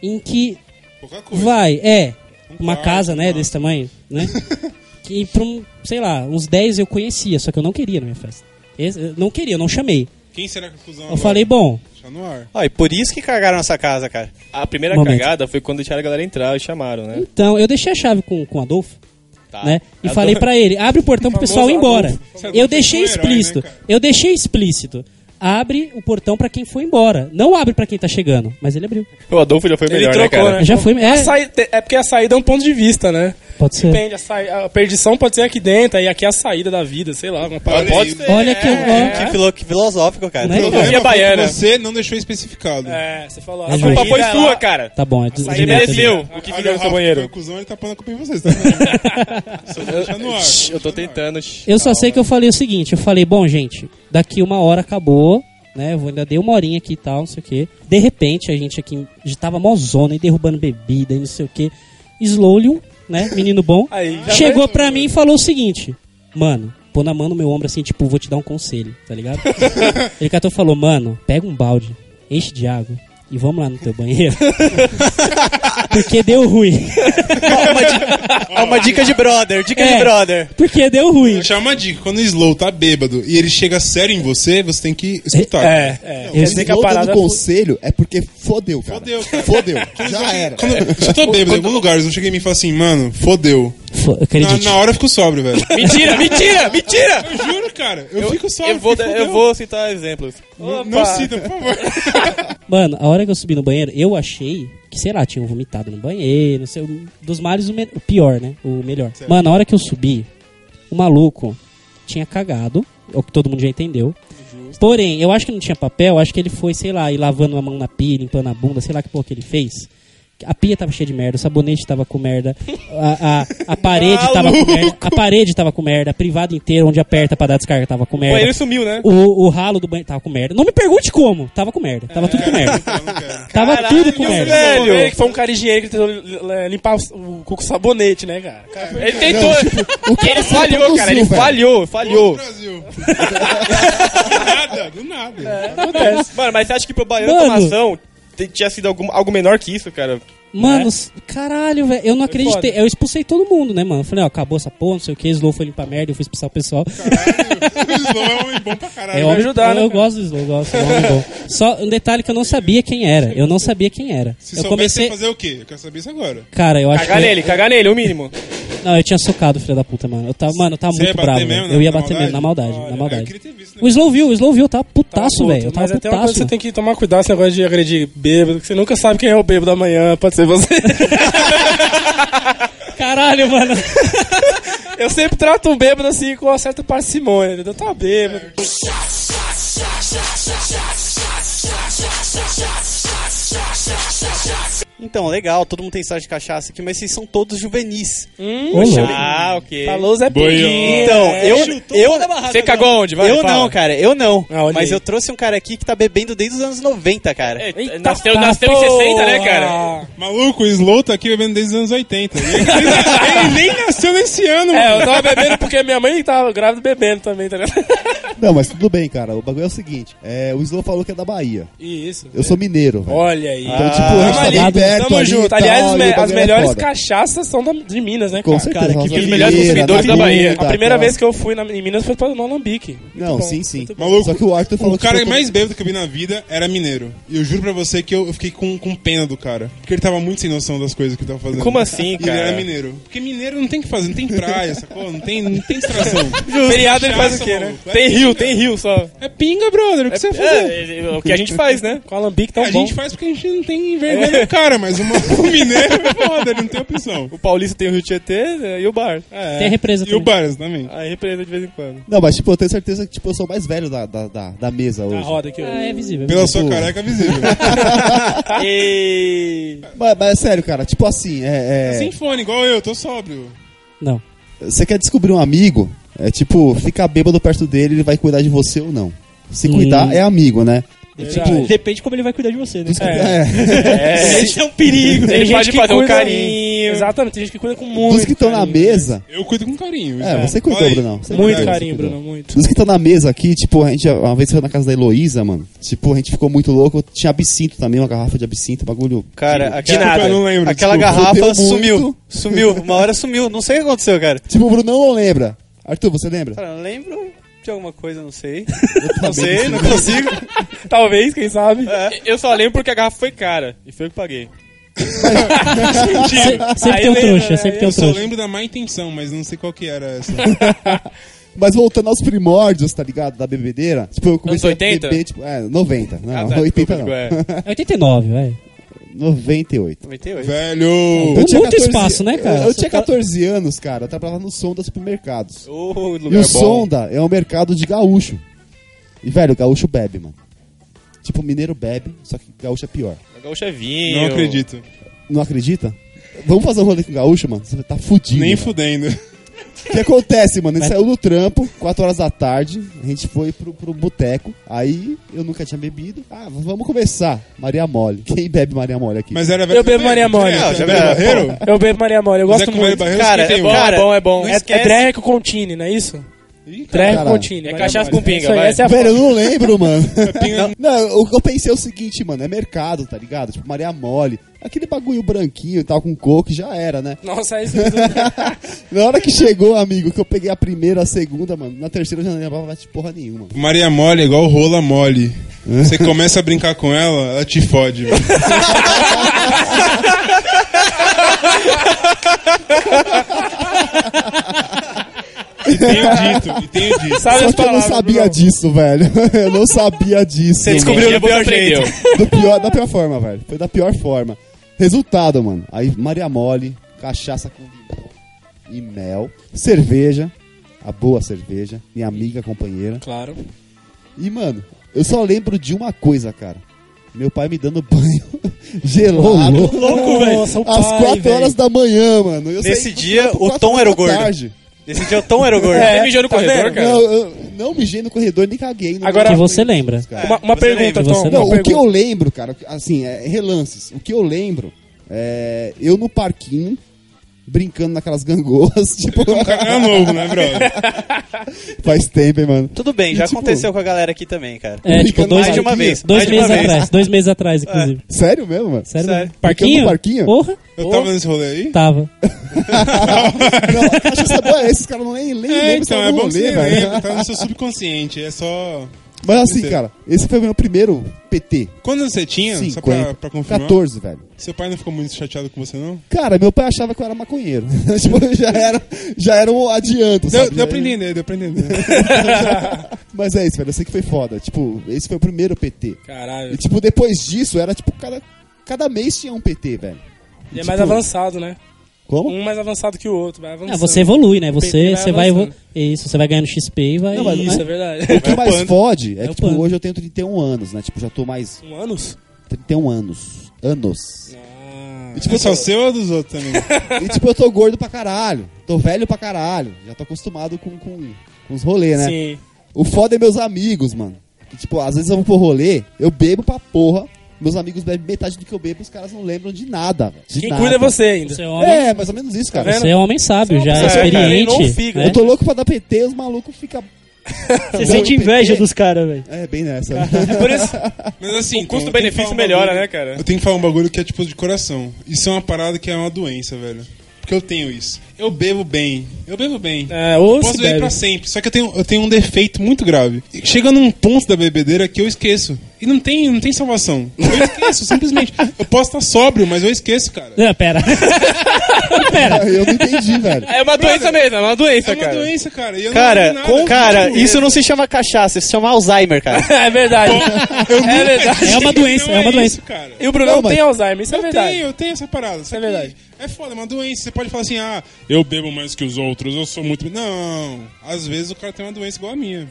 Speaker 4: em que
Speaker 1: Pouca coisa.
Speaker 4: vai, é, uma
Speaker 1: Um quarto,
Speaker 4: casa, né,
Speaker 1: mano.
Speaker 4: desse tamanho, né? que pra um, sei lá, uns 10 eu conhecia, só que eu não queria na minha festa. Esse- eu não queria, eu não chamei.
Speaker 1: Quem será que é cuzão?
Speaker 4: Eu falei, bom,
Speaker 1: Deixa no ar.
Speaker 11: Ó, e por isso que cagaram essa casa, cara.
Speaker 5: A primeira
Speaker 4: Momento.
Speaker 5: cagada foi quando deixaram a galera entrar e chamaram, né?
Speaker 4: então, eu deixei a chave com, com o Adolfo,
Speaker 5: Tá.
Speaker 4: né? E
Speaker 5: As
Speaker 4: falei
Speaker 5: duas-
Speaker 4: pra ele, abre o portão pro pessoal ir embora.
Speaker 1: Adolfo
Speaker 4: Eu deixei
Speaker 1: é um herói, né,
Speaker 4: explícito.
Speaker 1: cara?
Speaker 4: eu deixei explícito. Abre o portão pra quem foi embora. Não abre pra quem tá chegando, mas ele abriu.
Speaker 5: O Adolfo já foi
Speaker 6: Ele
Speaker 5: melhor,
Speaker 6: trocou,
Speaker 5: né, cara?
Speaker 6: né?
Speaker 4: Já foi,
Speaker 6: A
Speaker 4: é,
Speaker 6: saí- te- É porque a saída é um ponto de vista, né?
Speaker 4: pode ser.
Speaker 6: Depende, a, sai- a perdição pode ser aqui dentro, e aqui é a saída da vida, sei lá, uma parada.
Speaker 1: Olha aí.
Speaker 5: Pode ser.
Speaker 4: Olha que
Speaker 1: É,
Speaker 11: Que, filo- que filosófico, cara.
Speaker 4: Né?
Speaker 1: O
Speaker 4: Filosofia
Speaker 1: problema foi
Speaker 5: baiana.
Speaker 1: que você não deixou especificado.
Speaker 6: É, você falou.
Speaker 4: Mas
Speaker 5: A culpa
Speaker 4: Aí
Speaker 5: foi
Speaker 6: saída é
Speaker 5: sua,
Speaker 6: lá.
Speaker 5: cara.
Speaker 4: Tá bom, é do-
Speaker 5: Você
Speaker 4: de mim,
Speaker 5: mereceu
Speaker 4: tá
Speaker 5: o que
Speaker 1: Olha,
Speaker 5: fizeram no seu
Speaker 1: Rafa,
Speaker 5: banheiro.
Speaker 1: foi cuzão, ele tá pondo a culpa em vocês, tá vendo? Só vou deixar no ar.
Speaker 5: Shh, Eu
Speaker 1: Deixa no
Speaker 5: tô
Speaker 1: ar.
Speaker 5: tentando.
Speaker 4: bom. Eu só sei que eu falei o seguinte, eu falei, bom, gente, daqui uma hora acabou, né? Eu vou ainda dei uma horinha aqui e tal, não sei o quê. De repente, a gente aqui já tava mó zona e derrubando bebida e não sei o quê. Slowly, né? Menino bom.
Speaker 6: Aí, já
Speaker 4: chegou pra mim e falou o seguinte: Mano, pô na mão no meu ombro assim, tipo, vou te dar um conselho, tá ligado? Ele catou e falou: Mano, pega um balde, enche de água e vamos lá no teu banheiro. Porque deu ruim.
Speaker 11: É uma dica de brother, dica
Speaker 4: É.
Speaker 11: de brother.
Speaker 4: Porque deu ruim.
Speaker 1: Deixar uma dica, quando o Slow tá bêbado e ele chega sério em você, você tem que escutar.
Speaker 6: É, é.
Speaker 4: Eu
Speaker 6: Quer dizer que a
Speaker 12: Todo
Speaker 6: parada.
Speaker 12: conselho é porque fodeu, cara.
Speaker 1: Fodeu, cara.
Speaker 12: Fodeu. Já era.
Speaker 1: Quando, se eu tô bêbado em algum lugar, eles não chegam em mim e falam assim, mano, fodeu.
Speaker 4: Fo-
Speaker 1: Na,
Speaker 4: Acredite.
Speaker 1: na hora eu fico sóbrio, velho.
Speaker 5: Mentira, mentira, mentira!
Speaker 1: Eu juro, cara. Eu, fico sóbrio.
Speaker 5: Eu vou,
Speaker 1: porque
Speaker 5: eu
Speaker 1: fodeu.
Speaker 5: vou citar exemplos.
Speaker 1: Não- Não cita, por favor.
Speaker 4: Mano, a hora que eu subi no banheiro, eu achei que, sei lá, tinham vomitado no banheiro, não sei, o- dos males o, me- o pior, né? O melhor. Mano, a hora que eu subi, o maluco tinha cagado, é o que todo mundo já entendeu. Porém, eu acho que não tinha papel, eu acho que ele foi, sei lá, ir lavando a mão na pia, limpando a bunda, sei lá que porra que ele fez. A pia tava cheia de merda, o sabonete tava com merda, a, a, a parede tava com merda, a parede tava com merda, a privada inteira onde aperta pra dar descarga tava com
Speaker 5: O
Speaker 4: merda.
Speaker 5: banheiro sumiu, né?
Speaker 4: O, o ralo do banheiro tava com merda. Não me pergunte como, tava com merda, tava tudo com
Speaker 1: É,
Speaker 4: merda.
Speaker 1: então,
Speaker 4: Tava tudo com merda.
Speaker 6: Velho, que foi um cara engenheiro que tentou eh, limpar o o cu com sabonete, né, cara?
Speaker 5: Ele tentou.
Speaker 12: O cara
Speaker 5: Ele
Speaker 12: se
Speaker 5: falhou,
Speaker 12: reproduziu,
Speaker 5: cara. Ele
Speaker 12: velho.
Speaker 5: falhou,
Speaker 1: Do
Speaker 5: falhou.
Speaker 1: Brasil. do nada, do nada.
Speaker 5: É. Mano, mas você acha que pro baiano
Speaker 4: Mano.
Speaker 5: tomar ação t- tinha sido algum- algo menor que isso, cara?
Speaker 4: Mano, s- caralho, velho, eu não acreditei. Eu expulsei todo mundo, né, mano? Eu Falei, ó, acabou essa porra, não sei o que, Slow foi limpar merda, eu fui expulsar o pessoal.
Speaker 1: O Slow é um homem bom pra caralho.
Speaker 4: É homem,
Speaker 6: ajudar,
Speaker 4: eu,
Speaker 6: né,
Speaker 4: eu
Speaker 6: cara?
Speaker 4: gosto do Slow, eu gosto, é um homem bom. Só um detalhe que eu não sabia quem era. Eu não sabia quem era.
Speaker 1: Se
Speaker 4: eu
Speaker 1: soubesse
Speaker 4: comecei. Tá
Speaker 1: fazer o quê? Eu quero saber isso agora.
Speaker 4: Cara, eu acho
Speaker 5: Cagar
Speaker 4: que.
Speaker 5: nele, cagar nele, o mínimo.
Speaker 4: Não, eu tinha socado, filho da puta, mano. Eu tava, mano, eu tava
Speaker 1: Você ia
Speaker 4: muito
Speaker 1: bater
Speaker 4: bravo.
Speaker 1: mesmo
Speaker 4: velho.
Speaker 1: na-
Speaker 4: eu ia
Speaker 1: na
Speaker 4: bater mesmo, na maldade, na
Speaker 1: Eu
Speaker 4: maldade.
Speaker 1: queria ter visto,
Speaker 4: O
Speaker 1: né?
Speaker 4: Slow viu, o Slow viu, eu tava
Speaker 6: Tava
Speaker 4: putaço,
Speaker 6: Tá puto,
Speaker 4: velho. Eu tava
Speaker 6: Mas até uma coisa
Speaker 4: putaço.
Speaker 6: que você tem que tomar cuidado se negócio de agredir bêbado, que você nunca sabe quem é o bêbado amanhã, pode ser você.
Speaker 4: Caralho, mano.
Speaker 6: Eu sempre trato um bêbado assim com uma certa parcimônia, entendeu? Tá bêbado.
Speaker 11: Então, legal, todo mundo tem história de cachaça aqui, mas vocês são todos juvenis.
Speaker 6: Hum,
Speaker 11: Poxa,
Speaker 6: louco.
Speaker 11: ah, ok.
Speaker 6: Falou
Speaker 4: é
Speaker 6: Zé
Speaker 1: Boi,
Speaker 6: Pinguim.
Speaker 11: Então, eu. eu
Speaker 5: Você cagou onde? Vai,
Speaker 11: eu
Speaker 5: fala.
Speaker 11: não, cara, eu não.
Speaker 6: Aonde
Speaker 11: mas
Speaker 6: aí?
Speaker 11: eu trouxe um cara aqui que tá bebendo desde os anos 90, cara.
Speaker 5: É.
Speaker 4: tá
Speaker 6: Eita, tá
Speaker 5: nasceu- nasceu em 60, né, cara?
Speaker 6: porra.
Speaker 1: Maluco, o Slow tá aqui bebendo desde os anos 80. Ele, ele nem nasceu nesse ano,
Speaker 6: É, eu
Speaker 1: mano.
Speaker 6: tava bebendo porque minha mãe tava grávida bebendo também, tá ligado?
Speaker 7: Não, mas tudo bem, cara. O bagulho é o seguinte: é, o Slow falou que é da Bahia.
Speaker 6: Isso.
Speaker 7: Eu sou mineiro, velho.
Speaker 6: Olha aí. Ah,
Speaker 7: Então, tipo, a gente tá bem
Speaker 6: Tamo
Speaker 7: perto ali e
Speaker 6: junto.
Speaker 7: tal,
Speaker 6: Aliás,
Speaker 7: e
Speaker 6: as,
Speaker 7: o
Speaker 6: me- as
Speaker 7: bagulho é
Speaker 6: melhores
Speaker 7: foda.
Speaker 6: cachaças são da- de Minas, né,
Speaker 7: Com
Speaker 6: cara?
Speaker 7: certeza.
Speaker 5: que
Speaker 7: Rosa
Speaker 5: os melhores
Speaker 7: Mineira,
Speaker 5: consumidores da Bahia.
Speaker 7: Gunda,
Speaker 6: A primeira
Speaker 7: aquela-
Speaker 6: vez que eu fui na- em Minas foi pra- no Alambique.
Speaker 7: Não,
Speaker 6: Muito bom.
Speaker 7: sim, sim.
Speaker 1: Maluco,
Speaker 7: Só que o Arthur falou
Speaker 1: O cara
Speaker 7: que
Speaker 1: mais bêbado que eu vi na vida era mineiro. E eu juro pra você que eu, eu fiquei com, com pena do cara. Porque ele tava muito sem noção das coisas que ele tava fazendo.
Speaker 5: Como assim,
Speaker 1: E ele
Speaker 5: cara?
Speaker 1: era mineiro. Porque mineiro não tem o que fazer, não tem praia, sacou? Não tem, não tem distração.
Speaker 6: Feriado ele faz o quê, né?
Speaker 1: Cachaça, maluco.
Speaker 6: Tem rio, tem rio só.
Speaker 1: É pinga, brother. O que você vai fazer?
Speaker 5: É, o que a gente faz, né?
Speaker 6: Com Alambique tão
Speaker 1: a
Speaker 6: bom.
Speaker 1: gente faz porque a gente não tem vergonha do cara, mas uma, o mineiro é foda, ele não tem opção.
Speaker 5: O Paulista tem o Rio Tietê né, e o bar.
Speaker 4: Tem a represa
Speaker 1: E o
Speaker 4: também.
Speaker 1: bar, exatamente.
Speaker 5: Aí representa de vez em quando.
Speaker 7: Não, mas tipo, eu tenho certeza que tipo, eu sou o mais velho da, da, da, da mesa
Speaker 6: Na
Speaker 7: hoje.
Speaker 6: roda aqui, ó.
Speaker 4: Ah, é visível.
Speaker 1: Pela sua careca visível.
Speaker 7: Mas, mas é sério, cara, tipo assim, é. é-
Speaker 1: Sem fone, igual eu, tô sóbrio.
Speaker 4: Não.
Speaker 7: Você quer descobrir um amigo, é tipo, ficar bêbado perto dele, ele vai cuidar de você ou não. Se cuidar, é amigo, né? É, tipo,
Speaker 11: Depende como ele vai cuidar de você, né?
Speaker 7: é,
Speaker 11: Esse é um perigo.
Speaker 6: Tem
Speaker 5: Ele
Speaker 6: gente
Speaker 5: pode
Speaker 6: que
Speaker 5: fazer um
Speaker 6: cuida-
Speaker 5: carinho.
Speaker 6: Exatamente, tem gente que cuida com muito.
Speaker 7: dos que estão na
Speaker 6: carinho.
Speaker 7: mesa.
Speaker 1: Eu cuido com carinho.
Speaker 7: É,
Speaker 1: isso
Speaker 7: você cuidou,
Speaker 1: Fala aí.
Speaker 7: Brunão. Você
Speaker 6: Muito
Speaker 7: cuidou,
Speaker 6: carinho,
Speaker 7: você cuidou.
Speaker 6: Bruno, muito.
Speaker 7: Dos que estão na mesa aqui, tipo, a gente uma vez foi na casa da Heloísa, mano. Tipo, a gente ficou muito louco. Tinha absinto também, uma garrafa de absinto, bagulho.
Speaker 11: Cara,
Speaker 1: De
Speaker 11: aquela,
Speaker 1: nada. Eu não lembro,
Speaker 11: aquela
Speaker 1: desculpa.
Speaker 11: garrafa
Speaker 7: Fudeu
Speaker 11: sumiu.
Speaker 7: muito.
Speaker 11: Sumiu. Uma hora sumiu. Não sei o que aconteceu, cara.
Speaker 7: Tipo, o Brunão não lembra. Arthur, você lembra?
Speaker 11: Cara, eu lembro de alguma coisa, não sei.
Speaker 7: não
Speaker 11: sei, não consigo.
Speaker 6: Talvez, quem sabe.
Speaker 5: É. Eu só lembro porque a garrafa foi cara. E foi eu que paguei.
Speaker 4: Se- Sempre
Speaker 6: Aí
Speaker 4: tem um
Speaker 6: lembra,
Speaker 4: trouxa,
Speaker 6: aí
Speaker 4: sempre tem
Speaker 1: Eu
Speaker 4: um
Speaker 1: só
Speaker 4: trouxa.
Speaker 1: lembro da má intenção, mas não sei qual que era essa.
Speaker 7: Mas voltando aos primórdios, tá ligado? Da bebedeira. Tipo, eu comecei
Speaker 5: Anos 80?
Speaker 7: a beber, tipo, é, 90. Não,
Speaker 5: Ah, tá,
Speaker 7: 80
Speaker 5: desculpa,
Speaker 7: não.
Speaker 5: desculpa,
Speaker 4: É 89, velho.
Speaker 7: 98.
Speaker 11: 98.
Speaker 1: Velho!
Speaker 4: Muito espaço, né, cara?
Speaker 7: Eu, eu tinha
Speaker 4: Você tá-
Speaker 7: 14 anos, cara. Eu trabalhava no Sonda Supermercados.
Speaker 5: Ô,
Speaker 7: E
Speaker 5: lugar
Speaker 7: o
Speaker 5: bom.
Speaker 7: Sonda é um mercado de gaúcho. E, velho, o gaúcho bebe, mano. Tipo, mineiro bebe, só que gaúcho é pior.
Speaker 5: A gaúcha é vinho.
Speaker 1: Não acredito.
Speaker 7: Não acredita? Vamos fazer um rolê com o gaúcho, mano? Você tá fudido.
Speaker 1: Nem
Speaker 7: mano.
Speaker 1: fudendo.
Speaker 7: O que acontece, mano? Ele saiu do trampo, 4 horas da tarde, a gente foi pro, pro boteco. Aí eu nunca tinha bebido. Ah, v- vamos começar. Maria Mole. Quem bebe Maria Mole aqui?
Speaker 1: Mas era
Speaker 6: Eu bebo Maria Mole.
Speaker 1: É,
Speaker 11: já
Speaker 1: Zé Velho
Speaker 11: bebo.
Speaker 1: Barreiro?
Speaker 6: Eu bebo Maria Mole, eu
Speaker 1: Zé
Speaker 6: gosto
Speaker 1: com Velho
Speaker 6: muito.
Speaker 1: Barreiro
Speaker 11: Cara, é
Speaker 1: 51.
Speaker 11: bom.
Speaker 6: é bom, é bom.
Speaker 11: não
Speaker 6: É, é
Speaker 11: esquece.
Speaker 6: Dreco Contini, não é isso?
Speaker 1: Ih, cara,
Speaker 6: Dreco
Speaker 7: Caralho.
Speaker 6: Contini.
Speaker 5: É
Speaker 6: Maria
Speaker 5: cachaça
Speaker 6: Mole.
Speaker 5: com pinga,
Speaker 6: Isso aí,
Speaker 5: vai.
Speaker 6: Essa é a
Speaker 7: Velho, eu não lembro, mano. não, não, eu, eu pensei o seguinte, mano, é mercado, tá ligado? Tipo, Maria Mole. Aquele bagulho branquinho e tal, com coco, já era, né?
Speaker 6: Nossa, é isso mesmo.
Speaker 7: Na hora que chegou, amigo, que eu peguei a primeira, a segunda, mano, na terceira eu já não lembrava mais de porra nenhuma.
Speaker 1: Maria Mole é igual rola mole. Você começa a brincar com ela, ela te fode. velho. e tenho dito, e tenho dito.
Speaker 6: Sabe
Speaker 7: Só
Speaker 6: as
Speaker 7: que eu não
Speaker 6: palavras,
Speaker 7: sabia
Speaker 6: Bruno?
Speaker 7: disso, velho. Eu não sabia disso.
Speaker 11: Você descobriu
Speaker 5: Minha
Speaker 11: do
Speaker 5: boca
Speaker 11: pior jeito.
Speaker 5: aprendeu.
Speaker 7: Do pior, da pior forma, velho. Foi da pior forma. Resultado, mano. Aí, Maria Mole, cachaça com limão e mel, cerveja, a boa cerveja, minha amiga, companheira.
Speaker 6: Claro.
Speaker 7: E, mano, eu só lembro de uma coisa, cara. Meu pai me dando banho gelado
Speaker 6: Louco, velho. Nossa, o
Speaker 7: às
Speaker 6: pai,
Speaker 7: 4
Speaker 6: velho.
Speaker 7: horas da manhã, mano. Eu
Speaker 11: Nesse
Speaker 7: saí do
Speaker 11: dia,
Speaker 7: trampo
Speaker 11: o
Speaker 7: quatro
Speaker 11: Tom
Speaker 7: horas
Speaker 11: era o
Speaker 7: da
Speaker 11: gordo.
Speaker 7: tarde.
Speaker 11: Esse dia eu tão era gordo.
Speaker 6: É,
Speaker 5: Você mijou no
Speaker 6: tá
Speaker 5: corredor,
Speaker 6: vendo?
Speaker 5: cara?
Speaker 7: Não, eu não mijei no corredor nem caguei. Não
Speaker 6: Agora-
Speaker 4: Que você lembra.
Speaker 6: Uma, uma
Speaker 11: Você
Speaker 6: pergunta,
Speaker 4: lembra,
Speaker 6: Tom.
Speaker 4: você
Speaker 7: Não,
Speaker 6: uma
Speaker 7: o que
Speaker 6: pergunta.
Speaker 7: eu lembro, cara, assim, é relances. O que eu lembro é eu no parquinho, brincando naquelas gangorras, tipo,
Speaker 1: É novo, né, brother?
Speaker 7: faz tempo, hein, mano.
Speaker 11: Tudo bem,
Speaker 7: E,
Speaker 11: já
Speaker 7: tipo,
Speaker 11: aconteceu com a galera aqui também, cara.
Speaker 4: É, tipo,
Speaker 7: Brincando
Speaker 4: dois,
Speaker 11: mais de uma vez.
Speaker 4: dois
Speaker 11: mais de uma
Speaker 4: meses
Speaker 11: vez.
Speaker 4: atrás. Dois meses atrás, inclusive.
Speaker 7: Sério mesmo, mano?
Speaker 4: Sério?
Speaker 11: Sério.
Speaker 7: Brincando
Speaker 4: Parquinho?
Speaker 7: no parquinho?
Speaker 4: Porra.
Speaker 1: Eu tava nesse rolê aí?
Speaker 4: Tava.
Speaker 7: Não, a cachaça boa é essa, esses caras não nem, nem
Speaker 1: É,
Speaker 7: lembram se
Speaker 1: então,
Speaker 7: eu
Speaker 1: é
Speaker 7: não
Speaker 1: bom que você
Speaker 7: rolê,
Speaker 1: lembra,
Speaker 7: velho.
Speaker 1: tá no seu subconsciente, é só...
Speaker 7: Mas assim,
Speaker 1: Entendo.
Speaker 7: cara, esse foi o meu primeiro PT.
Speaker 1: Quando você tinha, só pra,
Speaker 7: 50,
Speaker 1: pra confirmar,
Speaker 7: 14, velho.
Speaker 1: seu pai não ficou muito chateado com você, não?
Speaker 7: Cara, meu pai achava que eu era maconheiro. tipo, já era, já era um adianto,
Speaker 1: Deu,
Speaker 7: sabe?
Speaker 1: deu
Speaker 7: Já-
Speaker 1: pra entender, deu pra entender.
Speaker 7: Mas é isso, velho, eu sei que foi foda. Tipo, esse foi o primeiro PT. E,
Speaker 6: Caralho.
Speaker 7: tipo, depois disso, era tipo, cada, cada mês tinha um PT, velho. Tipo,
Speaker 6: Ele é mais avançado, né?
Speaker 7: Como?
Speaker 6: Um mais avançado que o outro. Vai avançando.
Speaker 4: Ah, você evolui, né?
Speaker 6: Tem que
Speaker 4: Você,
Speaker 6: vai
Speaker 4: você vai evolu...
Speaker 6: avançando.
Speaker 4: Isso, você vai ganhando XP e vai.
Speaker 7: Não, mas-
Speaker 4: né?
Speaker 6: Isso, é verdade.
Speaker 7: O que mais fode é
Speaker 4: É
Speaker 7: que,
Speaker 4: o
Speaker 7: tipo,
Speaker 4: pano.
Speaker 7: hoje eu tenho 31 anos, né? Tipo, já tô mais
Speaker 6: Um anos?
Speaker 7: 31 anos. Anos.
Speaker 6: Ah,
Speaker 4: É, né?
Speaker 1: E, tipo, só seu ou dos outros também?
Speaker 7: E tipo, eu tô gordo pra caralho. Tô velho pra caralho. Já tô acostumado com, com, com os rolês, né?
Speaker 6: Sim.
Speaker 7: O foda é meus amigos, mano. Que, tipo, às vezes eu vou pro rolê, eu bebo pra porra. Meus amigos bebem metade do que eu bebo, os caras não lembram de nada. velho. De
Speaker 6: Quem
Speaker 7: nada.
Speaker 6: cuida é você ainda.
Speaker 7: É,
Speaker 6: Você é homem.
Speaker 7: mais ou menos isso, cara.
Speaker 6: Tá vendo? Você é
Speaker 4: homem sábio,
Speaker 6: já é experiente, né?
Speaker 7: Eu tô louco pra dar PT, os malucos ficam.
Speaker 4: Você sente inveja dos caras, velho.
Speaker 7: É, bem nessa.
Speaker 1: Mas assim,
Speaker 6: O custo-benefício melhora, né, cara?
Speaker 1: Eu tenho que falar um bagulho que é tipo de coração. Isso é uma parada que é uma doença, velho. Porque eu tenho isso. Eu bebo bem. Eu bebo bem.
Speaker 6: É, ou
Speaker 1: Eu
Speaker 6: se
Speaker 1: posso beber
Speaker 6: bebe.
Speaker 1: pra sempre. Só que eu tenho, eu tenho um defeito muito grave. Chega num ponto da bebedeira que eu esqueço. E não tem, não tem salvação. Eu esqueço, simplesmente. Eu posso estar sóbrio, mas eu esqueço, cara.
Speaker 4: Não, pera. pera.
Speaker 7: Ah, Eu não entendi, velho.
Speaker 6: É uma doença mesmo, é uma doença,
Speaker 1: É uma
Speaker 6: cara.
Speaker 1: doença, cara. E eu não
Speaker 11: Cara,
Speaker 1: lembro nada.
Speaker 11: com- cara,
Speaker 5: né?
Speaker 11: isso não se chama cachaça, isso se chama Alzheimer, cara.
Speaker 6: É verdade. é verdade.
Speaker 4: É uma doença,
Speaker 1: Não
Speaker 4: é uma doença.
Speaker 1: Isso, cara.
Speaker 6: E o Brunão tem Alzheimer, isso é
Speaker 1: eu
Speaker 6: verdade.
Speaker 1: tenho, eu tenho essa parada. Isso
Speaker 6: É verdade.
Speaker 1: É foda, é uma doença. Você pode falar assim, ah, eu bebo mais que os outros, eu sou muito. Não, às vezes o cara tem uma doença igual a minha.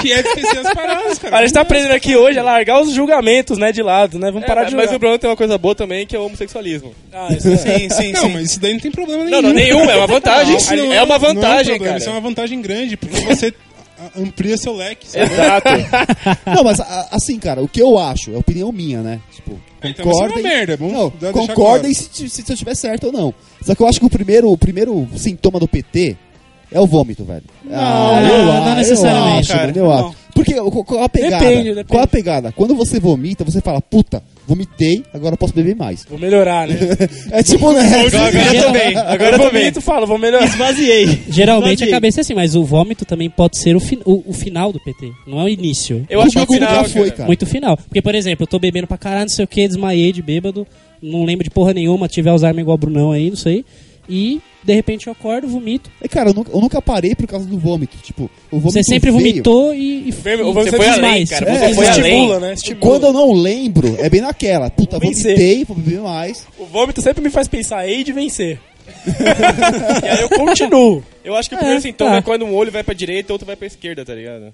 Speaker 1: que é de esquecer as paradas, cara. é
Speaker 6: A gente tá aprendendo aqui hoje a largar os julgamentos, né, de lado, né? Vamos parar de
Speaker 5: mas
Speaker 6: julgar.
Speaker 5: o Bruno tem uma coisa boa também, que é o homossexualismo.
Speaker 6: Ah, isso é-
Speaker 1: Sim, sim, não, mas isso daí não tem problema nenhum.
Speaker 5: Não, não, nenhum, é uma vantagem.
Speaker 1: Isso não
Speaker 5: é uma
Speaker 1: não
Speaker 5: vantagem,
Speaker 1: problema, Isso é
Speaker 5: cara.
Speaker 1: uma vantagem grande, porque você a- amplia seu leque. sabe?
Speaker 7: Não, mas a- assim, cara, o que eu acho, é opinião minha, né? Tipo,
Speaker 1: Então você é uma
Speaker 7: concordem.
Speaker 1: merda, vamos
Speaker 7: não,
Speaker 1: deixar
Speaker 7: concordem se, ti- se eu tiver certo ou não. Só que eu acho que o primeiro, o primeiro sintoma do PT é o vômito, velho. Ah, Não,
Speaker 4: não necessariamente, cara.
Speaker 7: eu acho. Ah, Porque o- qual qual a pegada?
Speaker 6: Depende, depende.
Speaker 7: Qual a pegada? Quando você vomita, você fala, puta, vomitei, agora eu posso beber mais.
Speaker 6: Vou melhorar, né?
Speaker 7: É tipo, né?
Speaker 5: Agora eu tô bem, agora
Speaker 6: eu
Speaker 5: eu tô bem.
Speaker 6: vomito, falo, vou melhorar.
Speaker 10: Esvaziei.
Speaker 4: Geralmente a
Speaker 10: Exatamente.
Speaker 4: cabeça é assim, mas o vômito também pode ser o, fin- o- o final do PT, não é o início.
Speaker 5: Eu acho que é o
Speaker 7: bagulho
Speaker 5: final,
Speaker 7: já foi,
Speaker 5: cara.
Speaker 7: cara.
Speaker 4: Muito final. Porque, por exemplo, eu tô bebendo pra caralho, não sei o que, desmaiei de bêbado, não lembro de porra nenhuma, tive Alzheimer igual o Brunão aí, não sei. E, de repente, eu acordo, vomito.
Speaker 7: É, cara, eu nunca, eu nunca parei por causa do vômito. Tipo, o vômito
Speaker 4: Você sempre
Speaker 7: veio-
Speaker 4: vomitou e, e
Speaker 6: Vem,
Speaker 4: e-
Speaker 6: você
Speaker 4: e
Speaker 5: foi
Speaker 4: fez
Speaker 5: além,
Speaker 4: mais.
Speaker 5: cara,
Speaker 4: É,
Speaker 5: você
Speaker 4: é,
Speaker 5: foi
Speaker 4: é.
Speaker 5: além.
Speaker 6: Estimula, né? Estimula.
Speaker 7: Quando eu não lembro, é bem naquela. Puta,
Speaker 6: Vou vencer.
Speaker 7: vomitei, vou beber mais.
Speaker 6: O vômito sempre me faz pensar, hei de vencer. e aí eu continuo.
Speaker 5: Eu acho que o
Speaker 4: É,
Speaker 5: primeiro sintoma
Speaker 4: tá.
Speaker 5: é quando um olho vai pra direita e outro vai pra esquerda, tá ligado?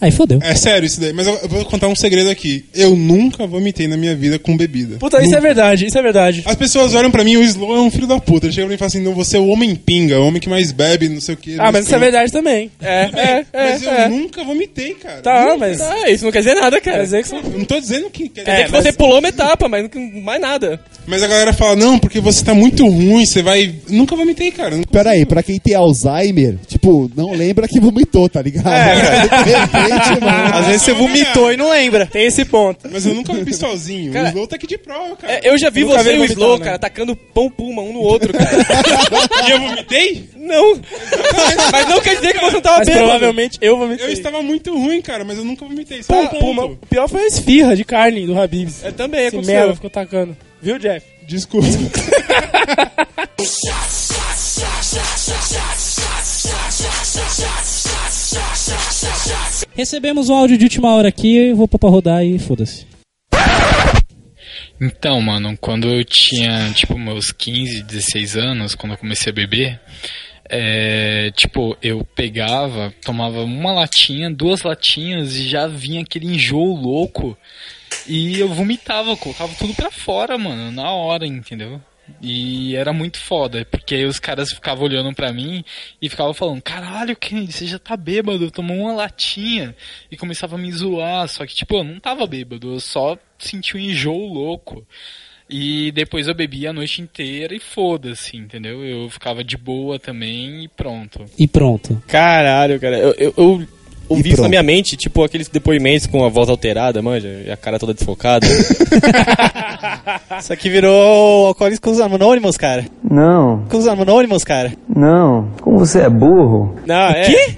Speaker 4: Aí fodeu.
Speaker 1: É sério isso daí, mas eu, eu vou contar um segredo aqui. Eu nunca vomitei na minha vida com bebida.
Speaker 6: Puta, isso é verdade, isso é verdade.
Speaker 1: As pessoas olham pra mim, o Slow é um filho da puta. Ele chega pra mim e fala assim: não, você é o homem pinga, o homem que mais bebe, não sei o que.
Speaker 6: Ah, mas isso é verdade também. É, é, é.
Speaker 1: Mas eu
Speaker 6: é.
Speaker 1: nunca vomitei, cara.
Speaker 6: Tá, mas...
Speaker 5: Ah, isso não quer dizer nada, cara.
Speaker 6: Quer dizer que você...
Speaker 1: Eu não tô dizendo que. quer
Speaker 6: É,
Speaker 5: Quer dizer
Speaker 1: dizer
Speaker 5: que você pulou uma etapa, mas não- mais nada.
Speaker 1: Mas a galera fala: não, porque você tá muito ruim, você vai. Nunca vomitei, cara. Nunca
Speaker 7: Pera aí, pra quem tem Alzheimer, tipo, não lembra que vomitou, tá ligado?
Speaker 5: É.
Speaker 7: De repente, mano.
Speaker 11: Às vezes você vomitou e não lembra.
Speaker 6: Tem esse ponto.
Speaker 1: Mas eu nunca bebi sozinho. o
Speaker 5: Cara,
Speaker 1: Slow tá aqui de prova, cara.
Speaker 5: É, eu já vi
Speaker 6: nunca
Speaker 5: você
Speaker 6: vi
Speaker 5: e o
Speaker 6: vomitar,
Speaker 5: Slow,
Speaker 6: né?
Speaker 5: cara, atacando pão puma um no outro, cara.
Speaker 1: E eu vomitei?
Speaker 5: não. mas não quer dizer que você não tava
Speaker 6: Mas
Speaker 5: bêbado.
Speaker 6: provavelmente eu vou me...
Speaker 1: Eu estava muito ruim, cara, mas eu nunca vomitei. Só
Speaker 6: Pum,
Speaker 1: um
Speaker 6: pum,
Speaker 1: ponto.
Speaker 6: O pior foi a esfirra de carne do Habibs.
Speaker 5: É, também
Speaker 6: Esse
Speaker 5: aconteceu.
Speaker 6: merda ficou tacando. Viu, Jeff?
Speaker 1: Desculpa.
Speaker 4: Recebemos um áudio de última hora aqui, eu vou pôr pra rodar e foda-se.
Speaker 13: Então, mano, quando eu tinha, tipo, meus 15, 16 anos, quando eu comecei a beber, é, tipo, eu pegava, tomava uma latinha, duas latinhas e já vinha aquele enjoo louco e eu vomitava, colocava tudo pra fora, mano, na hora, entendeu? E era muito foda, porque aí os caras ficavam olhando pra mim e ficavam falando: Caralho, Kennedy, você já tá bêbado, tomou uma latinha. E começava a me zoar, só que, tipo, eu não tava bêbado, eu só senti um enjoo louco. E depois eu bebia a noite inteira e foda-se, entendeu? Eu ficava de boa também e pronto.
Speaker 4: E pronto.
Speaker 5: Caralho, cara. Eu, eu, eu ouvi
Speaker 7: E
Speaker 5: isso na
Speaker 7: pronto.
Speaker 5: minha mente, tipo aqueles depoimentos com a voz alterada, manja, e a cara toda desfocada.
Speaker 11: Isso aqui virou Alcoólicos Anônimos, cara.
Speaker 14: Não,
Speaker 11: Alcoólicos Anônimos, cara.
Speaker 14: não. Como você é burro.
Speaker 5: não, é. Tá Quê?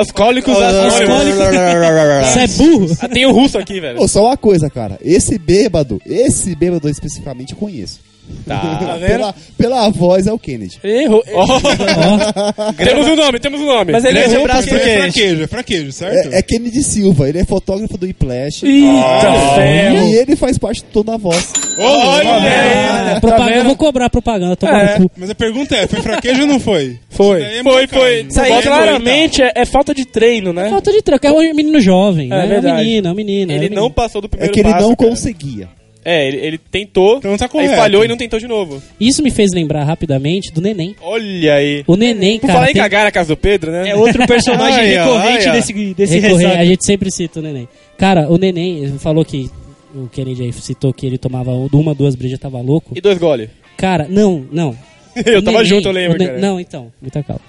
Speaker 5: Os cólicos anônimos.
Speaker 4: Você
Speaker 11: Alcoólicos.
Speaker 4: é burro?
Speaker 5: Ah, tem o russo aqui, velho.
Speaker 7: Ô, só uma coisa, cara. Esse bêbado, esse bêbado especificamente eu conheço.
Speaker 5: Tá.
Speaker 6: vendo?
Speaker 7: pela, pela voz é o Kennedy.
Speaker 6: Ele errou.
Speaker 5: temos um nome, temos um nome.
Speaker 6: Mas ele
Speaker 11: Grande
Speaker 6: errou
Speaker 11: abraço pro
Speaker 6: porque...
Speaker 1: É
Speaker 11: Kennedy.
Speaker 1: fraquejo, é fraquejo, certo?
Speaker 7: É, é Kennedy Silva, ele é fotógrafo do Iplash. E
Speaker 6: Eita,
Speaker 5: é
Speaker 6: ferro.
Speaker 4: é,
Speaker 7: ele faz parte de toda a voz.
Speaker 4: Ah, propaganda, eu vou cobrar propaganda, tomar
Speaker 6: É.
Speaker 4: no cu.
Speaker 1: Mas a pergunta é: foi fraquejo ou não foi?
Speaker 6: Foi.
Speaker 1: Isso daí é
Speaker 5: Foi,
Speaker 1: muito
Speaker 5: foi.
Speaker 1: caro.
Speaker 6: Isso aí
Speaker 5: Bota
Speaker 6: claramente
Speaker 5: então.
Speaker 6: é, é falta de treino, né?
Speaker 4: Falta É de troca, é um menino jovem,
Speaker 6: É
Speaker 4: né? é um
Speaker 6: verdade.
Speaker 4: menino, é um menino. é um
Speaker 5: Ele
Speaker 4: menino.
Speaker 5: não passou do
Speaker 7: É
Speaker 5: primeiro
Speaker 7: que ele
Speaker 5: passo,
Speaker 7: não
Speaker 5: cara.
Speaker 7: conseguia.
Speaker 5: É, ele, ele tentou, então tá aí
Speaker 1: é,
Speaker 4: correto.
Speaker 5: falhou e não tentou de novo.
Speaker 4: Isso me fez lembrar rapidamente do Neném.
Speaker 5: Olha aí.
Speaker 4: O Neném,
Speaker 5: Por
Speaker 4: cara,
Speaker 5: falar em
Speaker 4: tem-
Speaker 5: cagar na casa do Pedro, né?
Speaker 4: É outro
Speaker 10: personagem
Speaker 5: Olha,
Speaker 10: recorrente
Speaker 5: olha.
Speaker 10: desse- desse
Speaker 4: Recorrer-
Speaker 10: ressaca.
Speaker 4: A gente sempre cita o Neném. Cara, o Neném falou que... O Kennedy aí citou que ele tomava uma, duas brigas, tava louco.
Speaker 5: E dois gole.
Speaker 4: Cara, não, não.
Speaker 5: Eu
Speaker 4: O
Speaker 5: tava junto, eu lembro,
Speaker 4: o ne-
Speaker 5: cara.
Speaker 4: Não, então, muita calma.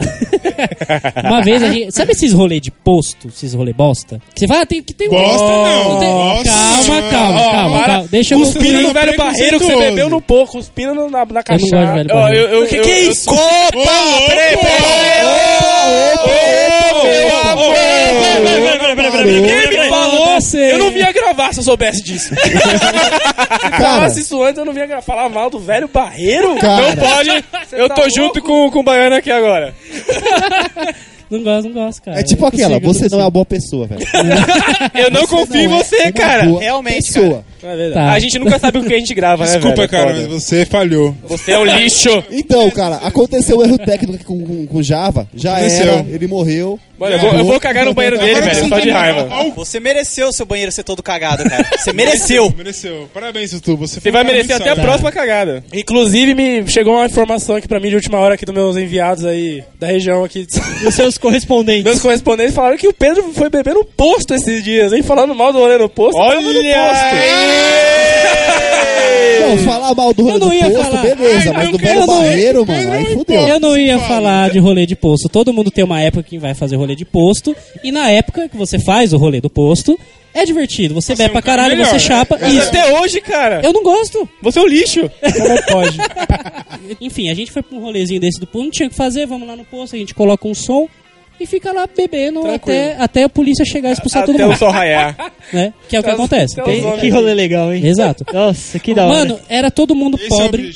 Speaker 4: Uma vez a gente. Sabe esses rolê de posto, esses rolê bosta? Que você fala, ah, tem que tem um.
Speaker 5: Bosta não.
Speaker 4: tem-
Speaker 5: Nossa.
Speaker 4: Calma, calma,
Speaker 6: Ó,
Speaker 4: calma,
Speaker 6: para.
Speaker 4: calma. Deixa eu
Speaker 6: Cuspira no velho barreiro que você bebeu no pô, cuspira no- na, na cachaça.
Speaker 4: gosto de velho barreiro.
Speaker 6: Ó, eu- eu-
Speaker 4: Que
Speaker 6: eu-
Speaker 4: que é
Speaker 6: eu-
Speaker 4: isso?
Speaker 6: Opa! Peraí, Ninguém me falou. Eu não vinha gravar se eu soubesse disso.
Speaker 5: Ah,
Speaker 6: Se falasse isso antes, eu não vinha gravar. Falar mal do velho barreiro?
Speaker 5: Não pode, eu tô junto com, com o Baiano aqui agora.
Speaker 4: Não gosto, não gosto, cara.
Speaker 7: É tipo
Speaker 4: Eu
Speaker 7: aquela,
Speaker 4: consigo, eu
Speaker 7: você não é uma boa pessoa, velho.
Speaker 5: Eu
Speaker 6: tá
Speaker 5: não confio em você, cara.
Speaker 7: Realmente, pessoa.
Speaker 6: É
Speaker 5: A gente nunca sabe o que a gente grava, né,
Speaker 1: Desculpa,
Speaker 5: velho? É
Speaker 1: cara,
Speaker 5: foda.
Speaker 1: mas você falhou.
Speaker 5: Você é um lixo.
Speaker 7: Então, cara, aconteceu o erro técnico aqui com, com, com Java. Já
Speaker 1: Aconteceu.
Speaker 7: era, ele morreu.
Speaker 5: Mano, eu vou, eu vou cagar no banheiro dele,
Speaker 7: Agora
Speaker 5: velho,
Speaker 7: sim,
Speaker 5: só de
Speaker 7: cara.
Speaker 5: raiva.
Speaker 11: Você mereceu seu banheiro ser todo cagado, cara. Você mereceu.
Speaker 1: Mereceu. Parabéns, Tutu. Você,
Speaker 6: Você vai merecer até a próxima
Speaker 5: cagada.
Speaker 6: Inclusive, me chegou uma informação aqui pra mim de última hora aqui dos meus enviados aí da região aqui.
Speaker 10: Dos seus correspondentes.
Speaker 6: Meus correspondentes falaram que o Pedro foi beber no posto esses dias, hein? Falando mal do rolê no posto. Olha! No
Speaker 7: Não, falar mal do rolê
Speaker 4: não
Speaker 7: do
Speaker 4: ia
Speaker 7: posto,
Speaker 4: falar.
Speaker 7: beleza, mas do velho barreiro, mano, aí fudeu.
Speaker 4: Eu não ia falar de rolê de posto. Todo mundo tem uma época que vai fazer rolê de posto. E na época que você faz o rolê do posto, é divertido. Você bebe pra caralho,
Speaker 6: melhor.
Speaker 4: você chapa.
Speaker 6: Mas até hoje, cara.
Speaker 4: Eu não gosto.
Speaker 5: Você é um lixo.
Speaker 4: Como pode? Enfim, a gente foi pra um rolezinho desse do posto. Não tinha o que fazer, vamos lá no posto, a gente coloca um som. E fica lá bebendo até, até a polícia chegar e expulsar todo
Speaker 5: Até
Speaker 4: mundo.
Speaker 5: o sol raiar.
Speaker 4: Né? Que é o que
Speaker 5: Até os-
Speaker 4: acontece.
Speaker 5: até os
Speaker 4: entende?
Speaker 5: homens. Que rolê
Speaker 10: legal, hein?
Speaker 4: Exato.
Speaker 10: Nossa, que da hora.
Speaker 4: Mano, era todo mundo
Speaker 10: Esse é o
Speaker 4: pobre.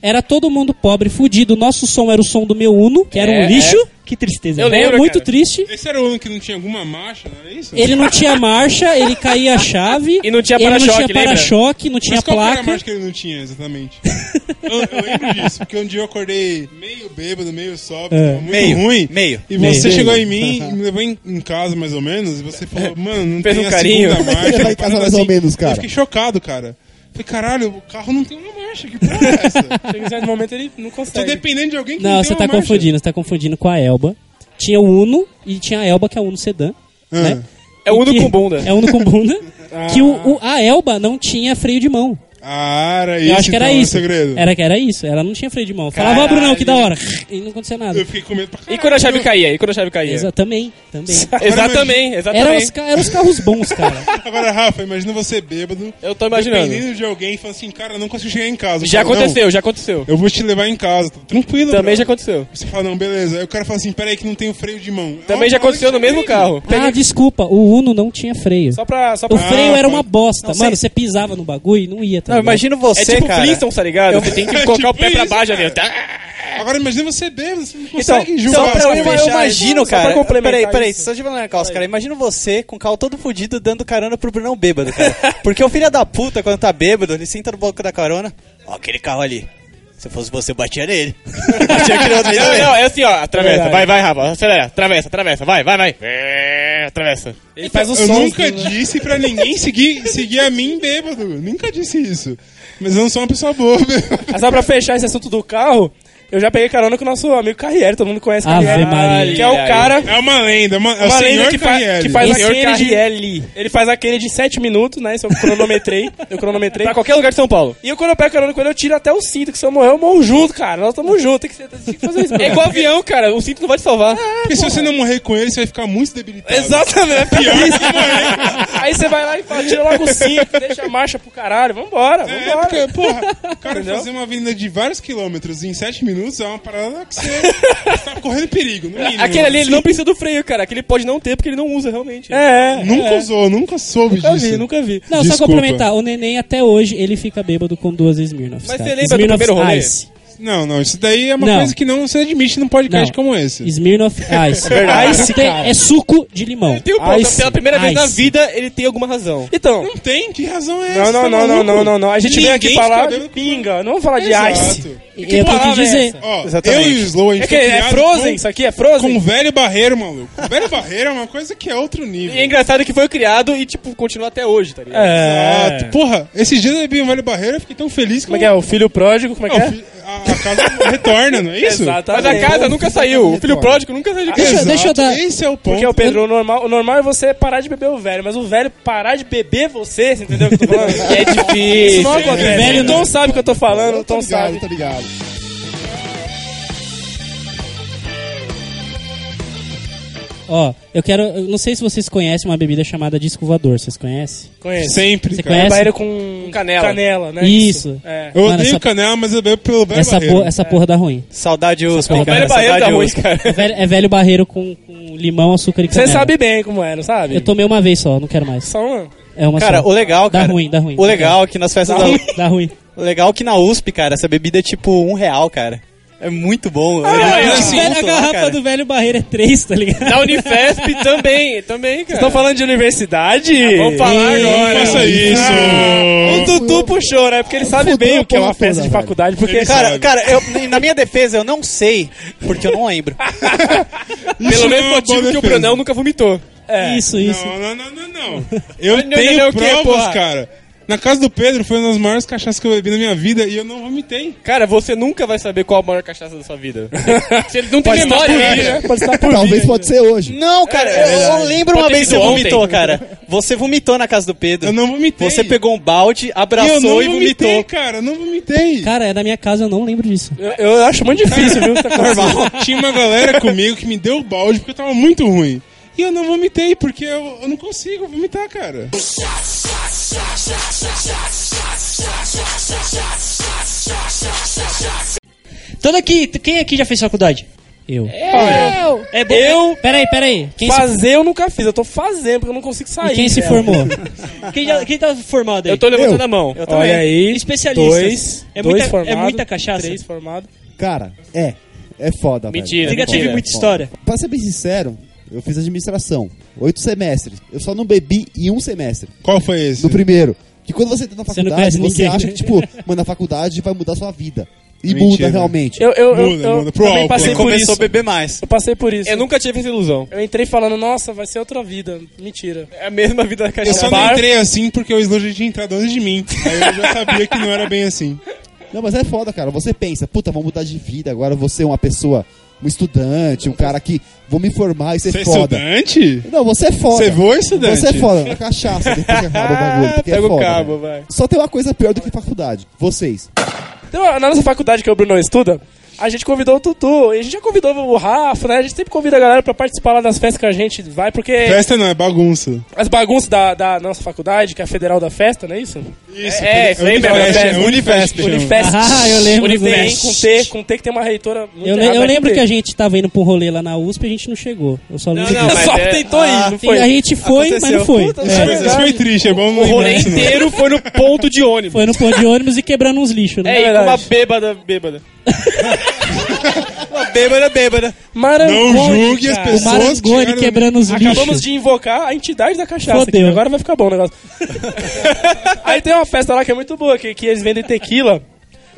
Speaker 4: era todo mundo pobre, fudido. Nosso som era o som do meu Uno, que era
Speaker 10: É,
Speaker 4: um lixo.
Speaker 10: é. Que tristeza.
Speaker 4: Eu lembro, muito
Speaker 10: cara.
Speaker 4: triste.
Speaker 1: Esse era o ano que não tinha alguma marcha, não era isso?
Speaker 4: Ele não tinha marcha, ele caía a chave.
Speaker 1: E não tinha
Speaker 4: ele
Speaker 1: para-choque,
Speaker 4: não tinha
Speaker 1: lembra?
Speaker 4: para-choque, não tinha
Speaker 1: Mas qual que era a
Speaker 4: placa.
Speaker 1: marcha que ele não tinha, exatamente? eu, eu lembro disso, porque um dia eu acordei meio bêbado, meio sóbrio,
Speaker 4: É.
Speaker 1: tava muito
Speaker 11: Meio,
Speaker 1: ruim.
Speaker 11: meio.
Speaker 1: E
Speaker 11: Meio.
Speaker 1: você
Speaker 11: Meio.
Speaker 1: chegou em mim, e me levou em, em casa mais ou menos, e
Speaker 4: É.
Speaker 1: você falou, mano, não
Speaker 5: Fez
Speaker 1: tem
Speaker 5: um
Speaker 1: a
Speaker 5: carinho.
Speaker 1: segunda
Speaker 5: Vai
Speaker 1: marcha.
Speaker 5: levar em
Speaker 1: parada
Speaker 4: um
Speaker 5: casa mais ou menos, cara.
Speaker 1: Eu fiquei chocado, cara. Falei, caralho, o carro não tem uma marcha, que porra é essa?
Speaker 6: Chega em certo momento ele não consegue.
Speaker 1: Tô dependendo de alguém que não,
Speaker 4: Não,
Speaker 1: tem
Speaker 4: você
Speaker 1: uma
Speaker 4: tá
Speaker 1: marcha.
Speaker 4: confundindo, você tá confundindo com a Elba. Tinha o Uno e tinha a Elba, que é o Uno Sedã.
Speaker 1: Ah,
Speaker 4: Né?
Speaker 5: É o Uno
Speaker 4: E que-
Speaker 5: com bunda. Ah.
Speaker 4: É o Uno com bunda. Que o, o- a Elba não tinha freio de mão.
Speaker 1: Ah, era
Speaker 4: Eu
Speaker 1: isso,
Speaker 4: acho que era
Speaker 1: então,
Speaker 4: isso.
Speaker 1: o segredo.
Speaker 4: Era que era isso. Ela não tinha freio de mão. Eu Falava, ó,
Speaker 5: é um Caralho.
Speaker 4: Brunão, que da hora. E não aconteceu nada.
Speaker 1: Eu fiquei com medo pra
Speaker 6: um-
Speaker 5: E quando a chave caía? E quando a chave caía?
Speaker 4: Exa- também, também.
Speaker 5: Exatamente, exatamente.
Speaker 4: Eram os, ca- eram os carros bons, cara. Ah,
Speaker 1: Agora, Rafa, imagina você bêbado.
Speaker 5: Eu tô imaginando.
Speaker 1: Dependendo de alguém e fala assim, cara, não consigo chegar em casa. Eu
Speaker 5: Já
Speaker 1: falo,
Speaker 5: aconteceu,
Speaker 1: não,
Speaker 5: já aconteceu.
Speaker 1: Eu vou te levar em casa, tá tranquilo.
Speaker 5: Também
Speaker 1: bro.
Speaker 5: já aconteceu.
Speaker 1: Você fala, não, beleza. Aí o cara fala assim, peraí que não tem o freio de mão.
Speaker 5: Também já aconteceu no mesmo carro.
Speaker 4: Ah, desculpa, o Uno não tinha freio.
Speaker 5: Só pra- só
Speaker 4: o
Speaker 5: pra-
Speaker 4: freio
Speaker 5: Ah,
Speaker 4: era
Speaker 5: pode-
Speaker 4: uma bosta.
Speaker 5: Não,
Speaker 4: Mano,
Speaker 5: sei.
Speaker 4: você pisava no bagulho e não ia, tá
Speaker 5: Não,
Speaker 4: ligado?
Speaker 5: imagino você,
Speaker 4: É tipo
Speaker 5: cara.
Speaker 4: Flintstones,
Speaker 5: tá ligado? Você tem que colocar o pé pra baixo
Speaker 6: né?
Speaker 5: ali.
Speaker 1: É. Agora imagina você bêbado, você não
Speaker 11: Então,
Speaker 1: consegue
Speaker 11: só
Speaker 1: julgar.
Speaker 11: pra eu, eu imagino, cara. Peraí, peraí,
Speaker 1: isso.
Speaker 11: só de falar na calça, cara. Imagino você com o carro todo fudido dando carona pro Brunão bêbado, cara. Porque o filho da puta, quando tá bêbado, ele senta no banco da carona. Ó, aquele carro ali. Se eu fosse você, eu batia nele. batia aquele outro ali
Speaker 5: Não,
Speaker 11: também.
Speaker 5: não, é assim, ó, atravessa.
Speaker 11: Verdade.
Speaker 5: Vai, vai, Rafa, acelera, atravessa, atravessa, vai, vai, vai. É, Atravessa.
Speaker 6: Ele
Speaker 1: eu nunca disse pra ninguém seguir, seguir a mim bêbado. Nunca disse isso. Mas eu não sou uma pessoa boa, bêbado.
Speaker 6: Mas Ah, só pra fechar esse assunto do carro, eu já peguei carona com o nosso amigo Carriere, todo mundo conhece
Speaker 4: Ave
Speaker 6: Carriere.
Speaker 4: Maria.
Speaker 6: Que é o cara.
Speaker 1: É uma lenda, uma, é o
Speaker 6: uma
Speaker 1: senhor
Speaker 6: lenda que, fa
Speaker 1: Carriere.
Speaker 6: que faz
Speaker 1: Senhor
Speaker 6: aquele
Speaker 1: Carriere.
Speaker 6: de. Ele faz aquele de 7 minutos, né? Isso eu cronometrei. Eu cronometrei.
Speaker 5: Pra qualquer lugar de São Paulo.
Speaker 6: E eu, quando eu pego carona com ele, eu tiro até o cinto, que se eu morrer, eu morro junto, cara. Nós estamos juntos, tem que, ser- tem que fazer isso.
Speaker 5: É
Speaker 6: É.
Speaker 5: igual avião, cara, o cinto não vai te salvar.
Speaker 1: Porque se você não morrer com ele, você vai ficar muito debilitado.
Speaker 6: Exatamente. é
Speaker 1: Pior que morrer.
Speaker 6: Aí você vai lá e fala, tira logo o cinto, deixa a marcha pro caralho, vambora, vambora.
Speaker 1: É, porque, porra, cara,
Speaker 6: Entendeu?
Speaker 1: fazer uma avenida de vários quilômetros em 7 minutos é uma parada que você você tá correndo perigo,
Speaker 6: um
Speaker 1: no mínimo.
Speaker 5: Aquele ali, ele não precisa do freio, cara. Aquele pode não ter porque ele não usa realmente.
Speaker 6: É,
Speaker 1: Nunca usou, nunca soube
Speaker 5: Nunca
Speaker 1: disso.
Speaker 5: vi, nunca vi.
Speaker 4: Não, só
Speaker 1: Desculpa.
Speaker 4: complementar. O neném até hoje ele fica bêbado com duas Smirnoffs.
Speaker 5: Mas
Speaker 4: cara.
Speaker 5: você lembra do primeiro rolê?
Speaker 4: Ice.
Speaker 1: Não, não, isso daí é uma
Speaker 4: Não.
Speaker 1: coisa que não se admite num podcast
Speaker 4: Não.
Speaker 1: como esse.
Speaker 4: Smirnoff Ice.
Speaker 1: É Verdade.
Speaker 4: Ice tem-
Speaker 1: Cara.
Speaker 4: é suco de limão.
Speaker 5: Tem um ponto,
Speaker 4: Ice,
Speaker 5: pela primeira vez
Speaker 4: Ice.
Speaker 5: na vida ele tem alguma razão.
Speaker 6: Então.
Speaker 1: Não tem? Que razão é
Speaker 6: Não,
Speaker 1: essa?
Speaker 6: não,
Speaker 1: Tá
Speaker 6: não, não,
Speaker 1: maluco?
Speaker 6: não, não, não. A gente veio aqui
Speaker 1: Ninguém
Speaker 6: falar
Speaker 1: fica
Speaker 6: de
Speaker 1: bebendo-
Speaker 6: pinga, não vamos falar de
Speaker 1: Exato.
Speaker 6: ice.
Speaker 1: Eu tenho que
Speaker 6: palavra é
Speaker 1: dizer.
Speaker 6: essa?
Speaker 1: Ó,
Speaker 6: Exatamente.
Speaker 1: eu e o Slow, a gente
Speaker 6: é que
Speaker 1: foi
Speaker 6: é
Speaker 1: criado
Speaker 6: Frozen,
Speaker 1: com-
Speaker 6: isso aqui é Frozen?
Speaker 1: Com o velho barreiro, maluco. O velho barreiro é uma coisa que é outro nível.
Speaker 5: E é engraçado que foi criado e, tipo, continua até hoje, tá ligado?
Speaker 6: É.
Speaker 1: Exato. Ah, Porra, esses dias eu bebi um velho barreiro, eu fiquei tão feliz
Speaker 6: Como é que é? O filho pródigo, como é que é?
Speaker 1: retorna, não é isso?
Speaker 6: Exatamente.
Speaker 5: Mas a casa nunca saiu. O filho
Speaker 6: Retorna.
Speaker 5: pródigo nunca saiu de casa.
Speaker 4: Deixa, deixa eu dar.
Speaker 1: Esse é o ponto.
Speaker 6: Porque, o Pedro, o normal, o normal é você parar de beber o velho, mas o velho parar de beber você, você entendeu o que eu tô falando?
Speaker 5: É difícil,
Speaker 6: Isso não
Speaker 5: é
Speaker 6: acontece.
Speaker 5: velho
Speaker 6: o Tom sabe o que eu tô falando, o
Speaker 7: Tô
Speaker 6: Tom
Speaker 7: ligado,
Speaker 6: sabe.
Speaker 7: tô ligado.
Speaker 4: Ó, eu quero. Eu não sei se vocês conhecem uma bebida chamada disco voador. Vocês conhecem?
Speaker 6: Conhece.
Speaker 1: Sempre,
Speaker 4: Você
Speaker 1: cara.
Speaker 4: conhece?
Speaker 6: Barreiro com
Speaker 5: canela.
Speaker 6: canela, né?
Speaker 4: Isso.
Speaker 6: É.
Speaker 1: Eu
Speaker 4: Mano,
Speaker 1: odeio
Speaker 4: essa-
Speaker 1: canela, mas eu bebo pelo velho
Speaker 4: Essa,
Speaker 1: barreiro. É.
Speaker 4: porra, essa porra dá ruim.
Speaker 11: Saudade USP,
Speaker 4: Porra,
Speaker 11: cara.
Speaker 5: Velho barreiro tá
Speaker 11: Saudade
Speaker 5: ruim,
Speaker 11: USP.
Speaker 5: cara.
Speaker 4: É velho, é velho barreiro com, com limão, açúcar e canela.
Speaker 6: Você sabe bem como é, não sabe?
Speaker 4: Eu tomei uma vez só, não quero mais.
Speaker 6: Só um.
Speaker 4: É uma
Speaker 11: Cara,
Speaker 4: só.
Speaker 11: o legal,
Speaker 4: Dá
Speaker 11: cara.
Speaker 4: ruim, dá ruim.
Speaker 11: O legal é que nas festas da...
Speaker 4: Dá ruim.
Speaker 11: O legal é que na USP, cara, essa bebida é tipo um real, cara. É muito bom.
Speaker 4: Velho,
Speaker 11: é,
Speaker 4: Ah, assim, a garrafa do velho barreiro é 3, tá ligado?
Speaker 5: Na Unifesp também, também, cara.
Speaker 6: Estão falando de universidade?
Speaker 1: É,
Speaker 5: Vamos falar agora.
Speaker 1: Faça
Speaker 6: O
Speaker 1: isso.
Speaker 6: Dudu puxou, né? Porque ele sabe
Speaker 7: Fudeu
Speaker 6: bem o que é
Speaker 7: a
Speaker 6: uma
Speaker 7: porra
Speaker 6: festa de
Speaker 7: toda, velho.
Speaker 6: faculdade. Porque,
Speaker 1: Ele
Speaker 11: Cara,
Speaker 1: sabe.
Speaker 11: cara, eu- na minha defesa eu não sei, porque eu não lembro.
Speaker 1: Isso
Speaker 5: Pelo
Speaker 1: é
Speaker 5: mesmo
Speaker 1: uma boa
Speaker 5: motivo que o
Speaker 1: defesa.
Speaker 5: Brunão nunca vomitou.
Speaker 4: Isso, isso.
Speaker 1: Não, não, não, não, não. Eu
Speaker 5: Não, não,
Speaker 1: tenho
Speaker 5: não, o quê,
Speaker 1: provas,
Speaker 5: porra?
Speaker 1: cara. Na casa do Pedro foi uma das maiores cachaças que eu bebi na minha vida e eu não vomitei.
Speaker 5: Cara, você nunca vai saber qual a maior cachaça da sua vida. Se ele não tem memória, né?
Speaker 6: Pode estar por
Speaker 7: Talvez
Speaker 6: vir,
Speaker 7: pode ser hoje.
Speaker 11: Não, cara, eu- eu, lembro uma
Speaker 5: Pode ter
Speaker 11: vez que
Speaker 5: sido
Speaker 11: você
Speaker 5: ontem.
Speaker 11: vomitou, cara. Você vomitou na casa do Pedro.
Speaker 1: Eu não vomitei.
Speaker 11: Você pegou um balde,
Speaker 1: e eu não
Speaker 11: abraçou e,
Speaker 1: vomitei,
Speaker 11: vomitou.
Speaker 1: cara. Eu não vomitei.
Speaker 4: Cara, é da minha casa, eu não lembro disso.
Speaker 6: Eu, eu acho muito difícil, viu? Tá normal.
Speaker 1: Tinha uma galera comigo que me deu o balde porque eu tava muito ruim. E eu não vomitei, porque eu, eu não consigo vomitar, cara.
Speaker 2: Todo aqui, quem aqui já fez faculdade?
Speaker 4: Eu.
Speaker 2: É bom.
Speaker 6: Eu
Speaker 4: né? Peraí, peraí. Quem, se,
Speaker 6: fazer eu nunca fiz, eu tô fazendo, porque eu não consigo sair.
Speaker 4: e quem se
Speaker 6: cara.
Speaker 4: formou?
Speaker 2: Quem, já, quem tá formado aí?
Speaker 5: Eu tô levantando a mão.
Speaker 6: Olha aí.
Speaker 2: Especialista.
Speaker 6: Dois,
Speaker 2: É
Speaker 6: dois
Speaker 2: muita- é
Speaker 6: formados,
Speaker 2: muita cachaça?
Speaker 6: Três formados.
Speaker 7: Cara, é. É foda, velho.
Speaker 5: Mentira.
Speaker 2: Você já teve
Speaker 5: Mentira.
Speaker 2: muita história.
Speaker 7: Pra ser bem sincero, eu fiz administração. Oito semestres. Eu só não bebi em um semestre.
Speaker 1: Qual foi esse?
Speaker 7: No primeiro. Que quando você entra na
Speaker 4: Você não
Speaker 7: faculdade,
Speaker 4: conhece
Speaker 7: você,
Speaker 4: ninguém.
Speaker 7: acha que, tipo, mano, a faculdade vai mudar a sua vida. E
Speaker 1: Mentira.
Speaker 7: muda realmente.
Speaker 6: Eu, eu, eu,
Speaker 1: Muda,
Speaker 6: eu
Speaker 1: muda. Pro
Speaker 6: também
Speaker 1: álcool.
Speaker 6: passei
Speaker 1: Você
Speaker 6: por
Speaker 11: Começou
Speaker 6: isso.
Speaker 11: a beber mais.
Speaker 6: Eu passei por isso.
Speaker 5: Eu nunca tive essa ilusão.
Speaker 6: Eu entrei falando, nossa, vai ser outra vida. Mentira.
Speaker 5: É a mesma vida da
Speaker 1: Eu
Speaker 5: cachaça.
Speaker 1: só não entrei assim porque o Slow já tinha entrado antes de mim. Aí eu já sabia que não era bem assim.
Speaker 7: Não, mas é foda, cara. Você pensa, puta, vou mudar de vida. Agora eu vou ser uma pessoa, um estudante, um cara que vou me formar e ser
Speaker 1: Você é
Speaker 7: foda.
Speaker 1: estudante?
Speaker 7: Não, você é foda.
Speaker 1: Você voa estudante?
Speaker 7: Você é foda. A cachaça, depois que acaba o bagulho. Porque
Speaker 5: Pega
Speaker 7: é
Speaker 5: o
Speaker 7: foda,
Speaker 5: cabo,
Speaker 7: velho.
Speaker 5: vai.
Speaker 7: Só tem uma coisa pior do que faculdade. Vocês.
Speaker 6: Então, na nossa faculdade que o Bruno estuda, a gente convidou o Tutu, e a gente já convidou o Rafa, né? A gente sempre convida a galera pra participar lá das festas que a gente vai, porque
Speaker 1: Festa não, é bagunça.
Speaker 6: as bagunças da, da nossa faculdade, que é a Federal da Festa, não é isso?
Speaker 1: Isso,
Speaker 5: é,
Speaker 1: foi-
Speaker 5: lembra?
Speaker 1: Unifest,
Speaker 5: Festa,
Speaker 1: é Unifest. que chama.
Speaker 6: Unifest.
Speaker 4: Ah, eu lembro do
Speaker 6: Unifest.
Speaker 4: Unifest.
Speaker 6: Com T, com T que tem uma reitora muito
Speaker 4: Eu, le-
Speaker 6: errada,
Speaker 4: eu
Speaker 6: né,
Speaker 4: lembro que
Speaker 6: com T.
Speaker 4: a gente tava indo pra um rolê lá na USP e a gente não chegou. Eu só lembro
Speaker 5: não,
Speaker 4: disso.
Speaker 5: mas
Speaker 6: Só
Speaker 5: é-
Speaker 6: tentou
Speaker 1: Ah.
Speaker 6: ir, não foi?
Speaker 4: A gente foi, mas não foi.
Speaker 6: Puta,
Speaker 4: É.
Speaker 1: Mas isso foi triste, é bom não
Speaker 5: O
Speaker 1: lembrar
Speaker 5: rolê
Speaker 1: isso, não.
Speaker 5: inteiro foi no ponto de ônibus.
Speaker 4: Foi no pão de ônibus e quebrando uns lixos, né?
Speaker 5: É, e com uma
Speaker 6: verdade.
Speaker 5: bêbada, bêbada.
Speaker 11: Uma bêbada, bêbada.
Speaker 6: Marangoni,
Speaker 1: Não julgue as
Speaker 6: cara.
Speaker 4: o
Speaker 1: pessoas que
Speaker 4: Marangoni
Speaker 1: eram-
Speaker 4: quebrando os lixos.
Speaker 6: Acabamos de invocar a entidade da cachaça.
Speaker 4: Fodeu.
Speaker 6: aqui, Agora vai ficar bom o negócio. Aí tem uma festa lá que é muito boa, que, que eles vendem tequila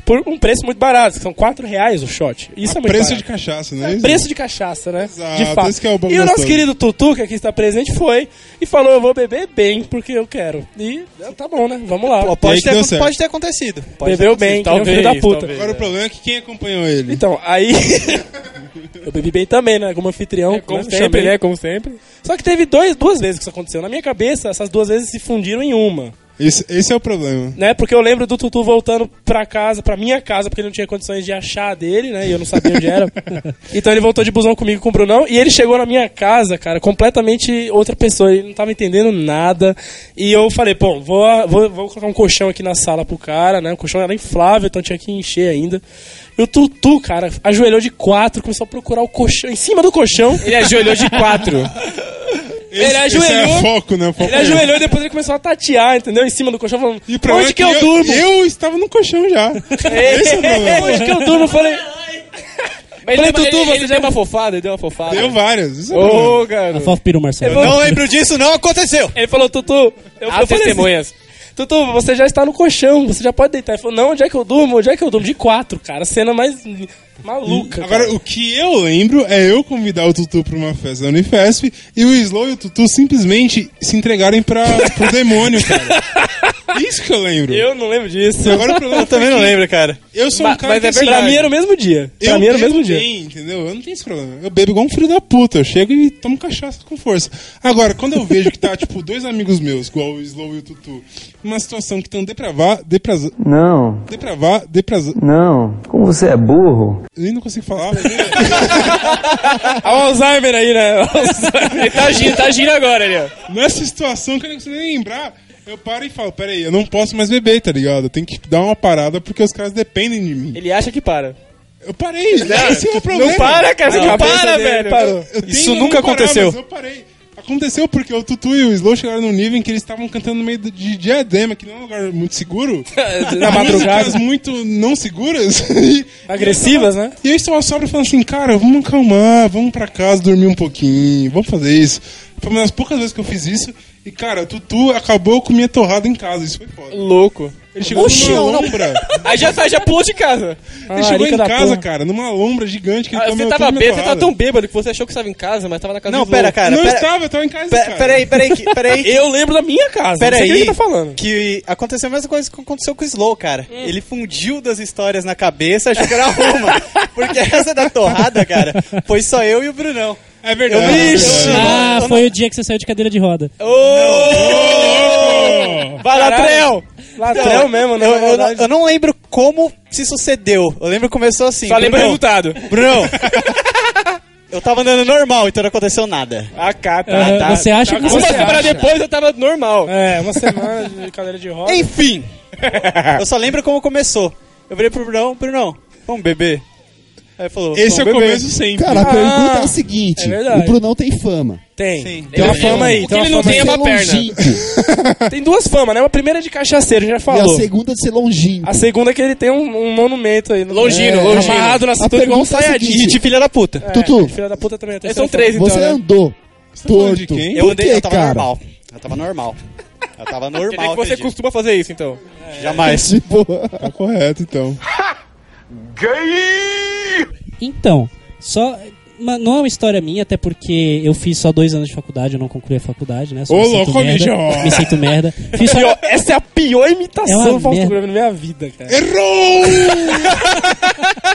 Speaker 6: por um preço muito barato, que são 4 reais o shot. Isso é
Speaker 1: A
Speaker 6: muito
Speaker 1: Ah, preço
Speaker 6: barato.
Speaker 1: de cachaça, não é isso?
Speaker 6: Preço de cachaça, né?
Speaker 1: Exato,
Speaker 6: de fato.
Speaker 1: esse que é o bom
Speaker 6: e o nosso
Speaker 1: gostoso.
Speaker 6: querido Tutu, que aqui está presente, foi e falou: Eu vou beber bem porque eu quero. E ah, tá bom, né? Vamos lá.
Speaker 1: E aí
Speaker 11: Pode
Speaker 1: que deu
Speaker 11: ter,
Speaker 1: certo.
Speaker 11: pode ter acontecido. Pode
Speaker 6: Bebeu
Speaker 11: ter acontecido.
Speaker 6: bem, que nem um filho da puta.
Speaker 1: Agora o problema é que quem acompanhou ele?
Speaker 6: Então, aí. eu bebi bem também, né? Como anfitrião.
Speaker 1: É,
Speaker 5: Como
Speaker 6: né?
Speaker 5: sempre, né? Como sempre.
Speaker 6: Só que teve dois, duas vezes que isso aconteceu. Na minha cabeça, essas duas vezes se fundiram em uma.
Speaker 1: Esse, esse é o problema.
Speaker 6: Né? Porque eu lembro do Tutu voltando pra casa, pra minha casa, porque ele não tinha condições de achar a dele, né? E eu não sabia onde era. então ele voltou de busão comigo e com o Brunão. E ele chegou na minha casa, cara, completamente outra pessoa. Ele não tava entendendo nada. E eu falei, pô, vou, vou, vou colocar um colchão aqui na sala pro cara, né? O colchão era inflável, então tinha que encher ainda. E o Tutu, cara, ajoelhou de quatro, começou a procurar o colchão, em cima do colchão.
Speaker 5: Ele ajoelhou de quatro.
Speaker 6: Ele
Speaker 1: Esse- esse
Speaker 6: ajoelhou.
Speaker 1: é foco, né? O foco
Speaker 6: ele
Speaker 1: é
Speaker 6: ajoelhou e depois ele começou a tatear, entendeu? Em cima do colchão, falando:
Speaker 1: problema
Speaker 6: Onde
Speaker 1: é
Speaker 6: que,
Speaker 1: que
Speaker 6: eu,
Speaker 1: eu-
Speaker 6: durmo?
Speaker 1: eu estava no colchão já. Esse é o problema.
Speaker 6: Onde que eu durmo? Eu Falei.
Speaker 5: Mas
Speaker 6: falei,
Speaker 5: ele-
Speaker 6: Tutu,
Speaker 5: ele-
Speaker 6: você
Speaker 5: ele
Speaker 6: já
Speaker 5: deu uma fofada, ele Ah, deu uma fofada.
Speaker 1: Deu várias. Isso é
Speaker 5: Ô,
Speaker 1: problema.
Speaker 5: cara.
Speaker 4: Afofa o peru, Marcelo.
Speaker 6: não
Speaker 11: lembro disso, não aconteceu.
Speaker 6: Ele falou, Tutu, eu,
Speaker 5: Há
Speaker 6: eu falei
Speaker 5: testemunhas.
Speaker 6: assim, Tutu, você já está no colchão, você já pode deitar. Ele falou, não, onde é que eu durmo? Onde é que eu durmo? De quatro, cara. Cena mais maluca.
Speaker 1: Agora, o que eu lembro é eu convidar o Tutu pra uma festa da Unifesp e o Slow e o Tutu simplesmente se entregarem pra, pro demônio, cara. Isso que eu lembro.
Speaker 6: Eu não lembro disso.
Speaker 1: Agora o problema foi que
Speaker 11: cara.
Speaker 1: Eu sou um
Speaker 6: Ma-
Speaker 1: cara
Speaker 6: mas
Speaker 1: que,
Speaker 6: é
Speaker 1: assim,
Speaker 6: verdade. Pra mim era o mesmo dia. Pra
Speaker 1: eu
Speaker 6: mim era o
Speaker 1: bebo
Speaker 6: mesmo dia.
Speaker 1: bem, entendeu? Eu não tenho esse problema. Eu bebo igual um filho da puta. Eu chego e tomo cachaça com força. Agora, quando eu vejo que tá, tipo, dois amigos meus, igual o Slow e o Tutu, numa situação que estão depravados, depraza...
Speaker 15: Não,
Speaker 1: Depravar, depraza...
Speaker 15: não. Como você é burro.
Speaker 1: Eu nem não consigo falar. mas-
Speaker 6: Olha o Alzheimer aí, né? Ele tá agindo, tá agindo agora ali, ó.
Speaker 1: Nessa situação que eu não consigo nem lembrar, eu paro e falo, peraí, eu não posso mais beber, tá ligado? Eu tenho que dar uma parada porque os caras dependem de mim.
Speaker 6: Ele acha que para.
Speaker 1: Eu parei,
Speaker 6: Não,
Speaker 1: esse é o
Speaker 6: não
Speaker 1: meu problema.
Speaker 6: para, cara,
Speaker 1: Não,
Speaker 6: você
Speaker 1: eu
Speaker 6: para,
Speaker 1: parei,
Speaker 6: velho.
Speaker 1: parou. Eu
Speaker 6: Isso
Speaker 1: tenho
Speaker 6: nunca
Speaker 1: como parar,
Speaker 6: aconteceu.
Speaker 1: mas eu parei. Aconteceu porque o Tutu e o Slow chegaram num nível em que eles estavam cantando no meio do- de diadema, que não é um lugar muito seguro.
Speaker 6: Na madrugada.
Speaker 1: Músicas muito não seguras. e-
Speaker 6: Agressivas, né?
Speaker 1: E eu estava sóbrio falando assim, cara, vamos acalmar, vamos pra casa dormir um pouquinho, vamos fazer isso. Foi uma das poucas vezes que eu fiz isso. E, cara, o Tutu acabou com minha torrada em casa. Isso foi foda.
Speaker 6: Louco.
Speaker 1: Ele chegou
Speaker 6: Oxi,
Speaker 1: numa
Speaker 6: eu não-
Speaker 1: lombra.
Speaker 5: Aí já, já pulou de casa.
Speaker 6: Ah,
Speaker 1: Ele chegou em casa, cara, numa lombra gigante que ele
Speaker 5: Ah,
Speaker 1: comeu
Speaker 5: você tava
Speaker 1: tudo na
Speaker 5: bêbado, você tava
Speaker 1: torrada.
Speaker 5: tão bêbado que você achou que estava em casa, mas tava na casa
Speaker 11: Não,
Speaker 5: do
Speaker 11: pera,
Speaker 5: louco.
Speaker 11: cara,
Speaker 1: é Não
Speaker 11: pera-
Speaker 1: estava, eu tava em casa,
Speaker 11: Pe-
Speaker 1: cara.
Speaker 11: Peraí, peraí, que- peraí. que-
Speaker 6: Eu lembro da minha casa. não sei o
Speaker 11: Peraí,
Speaker 6: que ele tá falando.
Speaker 11: que aconteceu a mesma coisa que aconteceu com o Slow, cara. Ele fundiu das histórias na cabeça, achou que era uma. Porque essa da torrada, cara, foi só eu e o Brunão.
Speaker 1: É
Speaker 11: verdade.
Speaker 4: Ah, foi o dia que você saiu de cadeira de roda.
Speaker 11: Vai, Latrel!
Speaker 6: Latrel mesmo, né?
Speaker 11: Eu,
Speaker 6: Na
Speaker 11: eu, não-
Speaker 6: verdade.
Speaker 11: eu não lembro como se sucedeu. Eu lembro que começou assim.
Speaker 6: Só lembra o
Speaker 11: Brunão,
Speaker 6: resultado.
Speaker 11: Brunão! eu tava andando normal, então não aconteceu nada.
Speaker 6: Ah, cá,
Speaker 11: Ah, tá.
Speaker 4: você acha
Speaker 11: Tá,
Speaker 4: que
Speaker 11: como
Speaker 4: você
Speaker 11: você
Speaker 4: acha?
Speaker 11: acha?
Speaker 6: Pra depois
Speaker 5: eu tava normal.
Speaker 6: É, uma semana de cadeira de roda.
Speaker 11: Enfim! eu só lembro como começou. Eu virei pro Brunão, Brunão, vamos beber? Aí ele falou,
Speaker 1: Esse é o
Speaker 11: "Vamos beber."
Speaker 1: começo sempre.
Speaker 7: Cara, a
Speaker 11: Ah,
Speaker 7: pergunta é a seguinte:
Speaker 11: é verdade.
Speaker 7: o Brunão tem fama.
Speaker 6: Tem.
Speaker 7: Tem uma fama aí,
Speaker 6: O que
Speaker 7: tem uma
Speaker 6: ele não
Speaker 7: fama
Speaker 6: tem é
Speaker 7: aí.
Speaker 6: uma perna. tem duas famas, né? Uma primeira é de cachaceiro, a gente já
Speaker 7: E a
Speaker 6: falou.
Speaker 7: segunda de ser longínquo.
Speaker 6: A segunda é que ele tem um, um monumento aí. no- É,
Speaker 7: Longino, longino.
Speaker 6: Amarrado na
Speaker 7: A
Speaker 6: cintura igual um
Speaker 7: pergunta é a
Speaker 6: saiadinho.
Speaker 7: seguinte-
Speaker 11: De filha da puta.
Speaker 6: É, então, né?
Speaker 7: Tutu.
Speaker 6: Filha da puta também. a terceira
Speaker 7: São
Speaker 6: fama.
Speaker 7: três, Você
Speaker 4: então, né?
Speaker 7: andou torto.
Speaker 11: Eu
Speaker 7: Por
Speaker 11: andei,
Speaker 7: quê,
Speaker 11: eu tava
Speaker 7: cara?
Speaker 11: normal. Eu tava normal. Eu tava normal.
Speaker 5: Quer dizer que você
Speaker 11: acredito. É.
Speaker 5: costuma fazer isso, então.
Speaker 11: Jamais.
Speaker 7: Tipo, tá
Speaker 1: correto, então.
Speaker 4: Então, só. Mas não é uma história minha, até porque eu fiz só dois anos de faculdade, eu não concluí a faculdade, né? Sou
Speaker 6: Ô,
Speaker 4: me sinto
Speaker 6: louco,
Speaker 4: merda,
Speaker 6: bicho!
Speaker 4: Me sinto merda. Fiz só-
Speaker 6: Pior- Essa é a pior
Speaker 4: É
Speaker 6: imitação
Speaker 4: uma
Speaker 6: do Fausto
Speaker 4: merda.
Speaker 6: Grêmio na minha vida, cara.
Speaker 1: Errou!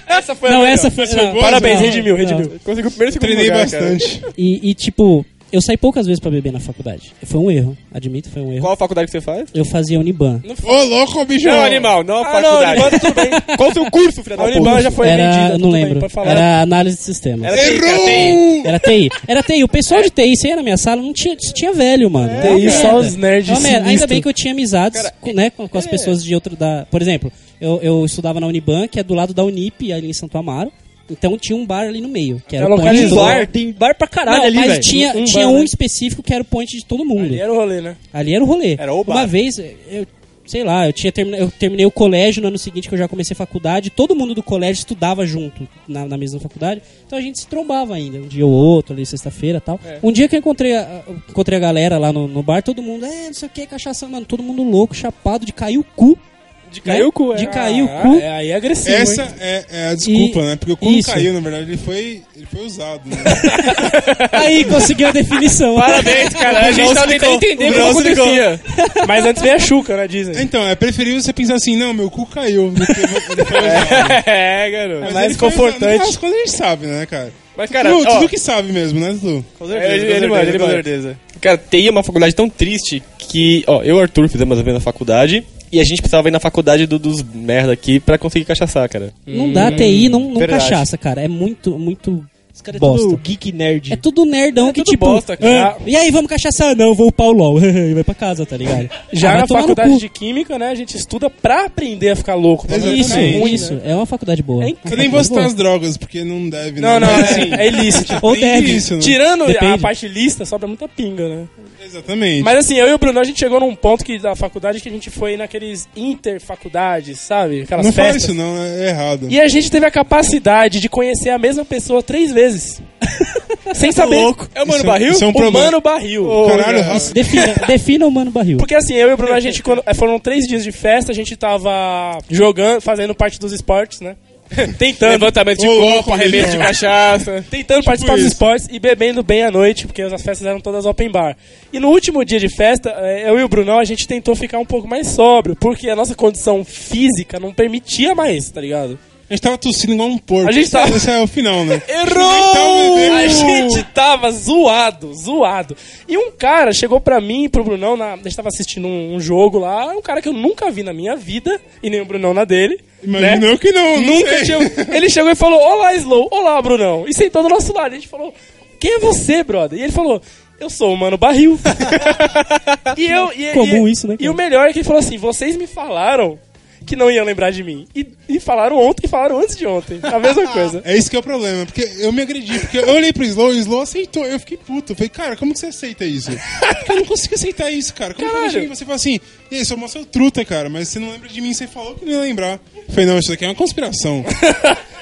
Speaker 6: essa foi a
Speaker 4: Não,
Speaker 6: melhor.
Speaker 4: essa foi-
Speaker 6: Essa
Speaker 4: não,
Speaker 6: boa, Parabéns,
Speaker 4: não,
Speaker 6: Redmil,
Speaker 4: não.
Speaker 6: Redmil. Conseguiu o primeiro e segundo
Speaker 1: Treinei
Speaker 6: lugar,
Speaker 1: bastante.
Speaker 6: cara.
Speaker 4: E, e, tipo, eu saí poucas vezes pra beber na faculdade. Foi um erro, admito, foi um erro.
Speaker 5: Qual faculdade que você faz?
Speaker 4: Eu fazia Uniban.
Speaker 1: Ô, louco, bicho!
Speaker 5: Não, animal, não a
Speaker 6: Ah, não,
Speaker 5: faculdade.
Speaker 11: tá
Speaker 6: Unibano tudo bem.
Speaker 5: Qual o seu curso, filha da
Speaker 6: A
Speaker 5: puta?
Speaker 6: Unibano já foi
Speaker 4: era,
Speaker 6: vendida.
Speaker 4: não
Speaker 6: tudo bem,
Speaker 4: lembro.
Speaker 6: pode falar.
Speaker 4: era análise de sistemas.
Speaker 5: Era TI, era
Speaker 1: TI.
Speaker 4: Era TI. Era TI. O pessoal de TI, você ia na minha sala, não tinha, só tinha velho, mano.
Speaker 6: É,
Speaker 4: Era uma
Speaker 6: TI, só
Speaker 4: merda.
Speaker 6: os nerds
Speaker 4: Era uma merda. Ainda
Speaker 6: sinistro.
Speaker 4: bem que eu tinha amizades com, né, com, com as pessoas de outro da... Por exemplo, eu, eu estudava na Uniban, que é do lado da Unip, ali em Santo Amaro. Então tinha um bar ali no meio, que era
Speaker 6: Era
Speaker 4: o ponte de todo
Speaker 6: localizar.
Speaker 4: mundo.
Speaker 6: É Tem bar pra Tá caralho
Speaker 4: Não,
Speaker 6: ali,
Speaker 4: mas
Speaker 6: velho.
Speaker 4: tinha,
Speaker 6: Um
Speaker 4: tinha
Speaker 6: bar,
Speaker 4: um
Speaker 6: né?
Speaker 4: específico que era o ponte de todo mundo.
Speaker 6: Ali era o rolê, né?
Speaker 4: Ali era o rolê.
Speaker 11: Era o bar.
Speaker 4: Uma vez, eu sei lá, eu, tinha termina- eu terminei o colégio no ano seguinte, que eu já comecei faculdade, todo mundo do colégio estudava junto na, na mesma faculdade, então a gente se trombava ainda, um dia ou outro, ali sexta-feira e tal.
Speaker 11: É.
Speaker 4: Um dia que eu encontrei a, eu encontrei a galera lá no, no bar, todo mundo, é, não sei o que, cachaça, mano, todo mundo louco, chapado, de cair o cu. De
Speaker 6: cair o cu, é.
Speaker 4: De cair o
Speaker 6: Ah,
Speaker 4: cu.
Speaker 6: é, aí é agressivo,
Speaker 1: Essa
Speaker 6: hein?
Speaker 1: é, é a desculpa,
Speaker 4: E-
Speaker 1: né? Porque quando
Speaker 4: isso.
Speaker 1: caiu, na verdade, ele foi, ele foi usado, né?
Speaker 4: Aí conseguiu a definição.
Speaker 6: Parabéns, cara. A gente
Speaker 4: Não
Speaker 6: tava
Speaker 4: se
Speaker 6: tentando
Speaker 4: ligou.
Speaker 6: entender o que
Speaker 4: Não se ligou.
Speaker 6: acontecia. Mas antes veio a Xuca, né? Dizem.
Speaker 1: Então, é preferível você pensar assim, não, meu cu caiu. do que ele foi usado.
Speaker 6: É, garoto. É
Speaker 1: Mas
Speaker 6: mais
Speaker 1: ele foi usado. No
Speaker 6: confortante.
Speaker 1: final das contas, a gente sabe, né, cara?
Speaker 5: Mas, cara,
Speaker 1: Tutu,
Speaker 5: ó.
Speaker 1: Tutu que sabe mesmo, né, Tutu?
Speaker 11: Com
Speaker 5: É, ele- ele manda, ele manda. Cara, TI é uma faculdade tão triste que, ó, eu e o Arthur fizemos a mesma faculdade e a gente precisava ir na faculdade do- dos merda aqui pra conseguir cachaçar, cara.
Speaker 4: Não dá, TI não, não
Speaker 5: Verdade.
Speaker 4: cachaça, cara. É muito, muito
Speaker 2: Os caras é
Speaker 4: Bosta.
Speaker 2: tudo geek nerd.
Speaker 4: É tudo nerdão que
Speaker 2: tudo
Speaker 4: tipo.
Speaker 2: bosta, cara.
Speaker 4: "Ah, e aí, vamos cachaçar? Não, vou upar o LOL. e vai pra casa, tá ligado?
Speaker 6: Já
Speaker 4: Ah, vai
Speaker 6: na
Speaker 4: tomar no
Speaker 6: faculdade
Speaker 4: cu.
Speaker 6: de química, né? A gente estuda pra aprender a ficar louco. Pra aprender a
Speaker 4: Isso,
Speaker 6: ficar ruim,
Speaker 4: isso.
Speaker 6: né?
Speaker 4: É uma faculdade boa.
Speaker 1: Eu nem vou citar as drogas, porque não deve. né?
Speaker 6: Não, não,
Speaker 1: Mas,
Speaker 6: assim, é ilícito.
Speaker 1: Ou
Speaker 6: É
Speaker 1: deve.
Speaker 6: ilícito, né? Tirando a parte lista, sobra muita pinga, né?
Speaker 1: Exatamente.
Speaker 6: Mas assim, eu e o Bruno, a gente chegou num ponto que, da faculdade que a gente foi naqueles interfaculdades, sabe? Aquelas
Speaker 1: não fala
Speaker 6: festas.
Speaker 1: isso, não, é errado.
Speaker 6: E a gente teve a capacidade de conhecer a mesma pessoa três vezes. Sem saber.
Speaker 1: louco.
Speaker 6: É o Mano
Speaker 1: Isso é-
Speaker 6: Barril?
Speaker 1: isso é um
Speaker 6: o
Speaker 1: problema.
Speaker 6: Mano Barril.
Speaker 1: Caralho, Rafa.
Speaker 4: Defina, defina o Mano Barril.
Speaker 6: Porque assim, eu e o Bruno, a gente, quando, eh, foram três dias de festa, a gente tava jogando, fazendo parte dos esportes, né? Tentando.
Speaker 14: Levantamento de
Speaker 6: Ô,
Speaker 14: copo,
Speaker 6: louco,
Speaker 14: arremesso
Speaker 6: Bruno.
Speaker 14: de cachaça.
Speaker 6: Tentando participar dos esportes e bebendo bem à noite, porque as festas eram todas open bar. E no último dia de festa, eh, eu e o Brunão, a gente tentou ficar um pouco mais sóbrio, porque a nossa condição física não permitia mais, tá ligado?
Speaker 1: A gente tava tossindo igual um porco.
Speaker 6: A gente tava-
Speaker 1: Esse é o final, né?
Speaker 6: Errou! A gente tava zoado, zoado. E um cara chegou pra mim e pro Brunão, na, a gente tava assistindo um, um jogo lá, um cara que eu nunca vi na minha vida, e nem o Brunão na dele.
Speaker 1: Imagina
Speaker 6: né?
Speaker 1: eu que não, não sei.
Speaker 6: Nunca tinha. Ele chegou e falou: Olá, Slow, olá, Brunão. E sentou do nosso lado. A gente falou: Quem é você, brother? E ele falou. Eu sou o Mano Barril. e eu. E,
Speaker 4: Comum
Speaker 6: e-
Speaker 4: isso, né,
Speaker 6: E o melhor é que ele falou assim: vocês me falaram que não iam lembrar de mim. E, e falaram ontem e falaram antes de ontem. A mesma coisa.
Speaker 1: É isso que é o problema, porque eu me agredi, porque eu olhei pro Slow e o Slow aceitou. Eu fiquei puto. Eu falei, cara, como que você aceita isso? Porque eu não consigo aceitar isso, cara. Como que eu chego em você fala assim, e aí, sou mó seu truta, cara, mas você não lembra de mim, você falou que não ia lembrar. Eu falei, não, isso daqui é uma conspiração.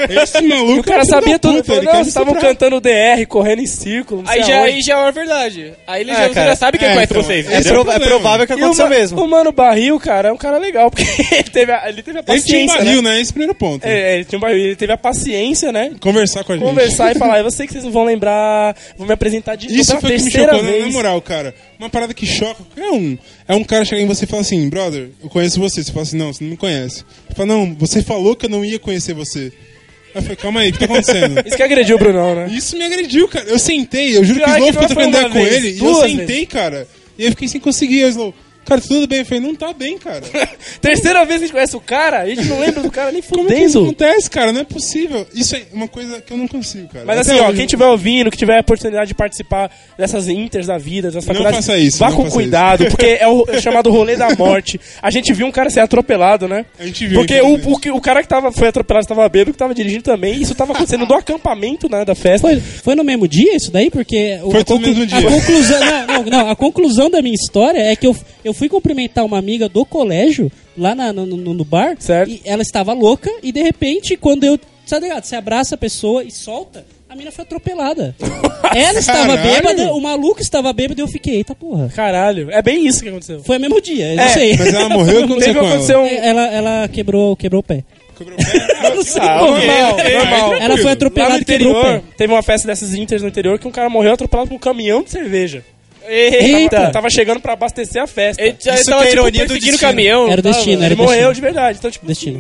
Speaker 1: Esse maluco.
Speaker 6: E o cara
Speaker 1: é um filho
Speaker 6: sabia
Speaker 1: da
Speaker 6: tudo.
Speaker 1: puta,
Speaker 6: Falou,
Speaker 1: ele
Speaker 6: não,
Speaker 1: quer me
Speaker 6: vocês estavam
Speaker 1: estuprar."
Speaker 6: cantando DR, correndo em círculo. não
Speaker 14: Aí
Speaker 6: sei
Speaker 14: já,
Speaker 6: aonde.
Speaker 14: aí já é uma verdade. Aí ele
Speaker 6: É,
Speaker 14: já, você
Speaker 6: cara.
Speaker 14: já sabe quem
Speaker 6: É,
Speaker 14: conhece
Speaker 6: então,
Speaker 14: vocês.
Speaker 6: esse
Speaker 14: entendeu?
Speaker 6: o problema. E o Ma- O Mano Barril, cara, é um cara legal, porque ele teve a, ele teve a
Speaker 1: Ele
Speaker 6: paciência.
Speaker 1: tinha um barril, né? Esse é o primeiro ponto.
Speaker 6: É, é, ele tinha um barril. Ele teve a paciência, né?
Speaker 1: Conversar com a gente.
Speaker 6: Conversar e falar, eu sei que vocês não vão lembrar, vou me apresentar de novo
Speaker 1: Isso
Speaker 6: pela
Speaker 1: foi o que me
Speaker 6: Então, terceira
Speaker 1: chocou, né?
Speaker 6: vez.
Speaker 1: na moral, cara. Uma parada que choca qualquer um. É um cara chegar em você e falar assim, brother, eu conheço você. Você fala assim, não, você não me conhece. Você fala, não, você falou que eu não ia conhecer você. Aí eu falei, calma aí, o que tá acontecendo?
Speaker 6: Isso que agrediu o Brunão, né?
Speaker 1: Isso me agrediu, cara. Eu sentei, eu juro que o
Speaker 6: Pior
Speaker 1: Slow
Speaker 6: que não
Speaker 1: foi trocando
Speaker 6: foi
Speaker 1: ideia
Speaker 6: uma
Speaker 1: com
Speaker 6: vez,
Speaker 1: ele, e eu
Speaker 6: duas
Speaker 1: sentei,
Speaker 6: vezes.
Speaker 1: cara. E eu fiquei sem conseguir, aí o Slow. Cara, tudo bem? Eu falei, não tá bem, cara.
Speaker 6: Terceira vez que a gente conhece o cara, a gente não lembra do cara nem é
Speaker 1: Como que isso
Speaker 6: fudendo.
Speaker 1: acontece, cara? Não é possível. Isso é uma coisa que eu não consigo, cara. é
Speaker 6: Mas
Speaker 1: Até
Speaker 6: assim, ó,
Speaker 1: hoje.
Speaker 6: quem tiver ouvindo, que tiver a oportunidade de participar dessas inters da vida, das
Speaker 1: Não
Speaker 6: faculdades,
Speaker 1: faça isso,
Speaker 6: vá
Speaker 1: não
Speaker 6: com
Speaker 1: faça
Speaker 6: cuidado,
Speaker 1: isso.
Speaker 6: porque é o é o chamado rolê da morte. A gente viu um cara ser atropelado, né?
Speaker 1: A gente viu,
Speaker 6: Porque o,
Speaker 1: infelizmente.
Speaker 6: o, que- o cara que tava, foi atropelado estava bêbado, que tava dirigindo também, e isso tava acontecendo do acampamento, né, da festa.
Speaker 4: Foi, foi no mesmo dia isso daí? Porque o-
Speaker 6: Foi
Speaker 4: a,
Speaker 6: tudo no mesmo
Speaker 4: a
Speaker 6: dia.
Speaker 4: conclusão, não, não, não, a conclusão da minha história é que eu, eu fui cumprimentar uma amiga do colégio lá na- no, no- no bar e ela estava louca e de repente quando eu sabe ligado? Você abraça a pessoa e solta, a mina foi atropelada. ela estava
Speaker 6: Caralho.
Speaker 4: bêbada, o maluco estava bêbado e eu fiquei, eita porra.
Speaker 6: Caralho, é bem isso que aconteceu.
Speaker 4: Foi o mesmo dia, eu
Speaker 6: É,
Speaker 4: não sei.
Speaker 6: mas ela morreu, o que aconteceu com ela?
Speaker 4: aconteceu um- ela, ela quebrou, quebrou o pé.
Speaker 6: É, Eu não sei.
Speaker 4: Ah,
Speaker 6: normal,
Speaker 1: É,
Speaker 4: ok.
Speaker 6: normal.
Speaker 4: Ela foi atropelada
Speaker 6: Lá no
Speaker 4: e quebrou o
Speaker 6: interior,
Speaker 4: pé.
Speaker 6: Teve uma festa dessas inters no interior que um cara morreu atropelado por um caminhão de cerveja.
Speaker 14: Eita.
Speaker 6: Tava, tava chegando pra abastecer a festa. é Ele
Speaker 14: já tava, tipo, perseguindo o caminhão,
Speaker 4: Era o tava? destino, era
Speaker 6: Ele
Speaker 4: o
Speaker 6: morreu
Speaker 4: destino.
Speaker 6: de verdade. Então, tipo,
Speaker 4: Destino.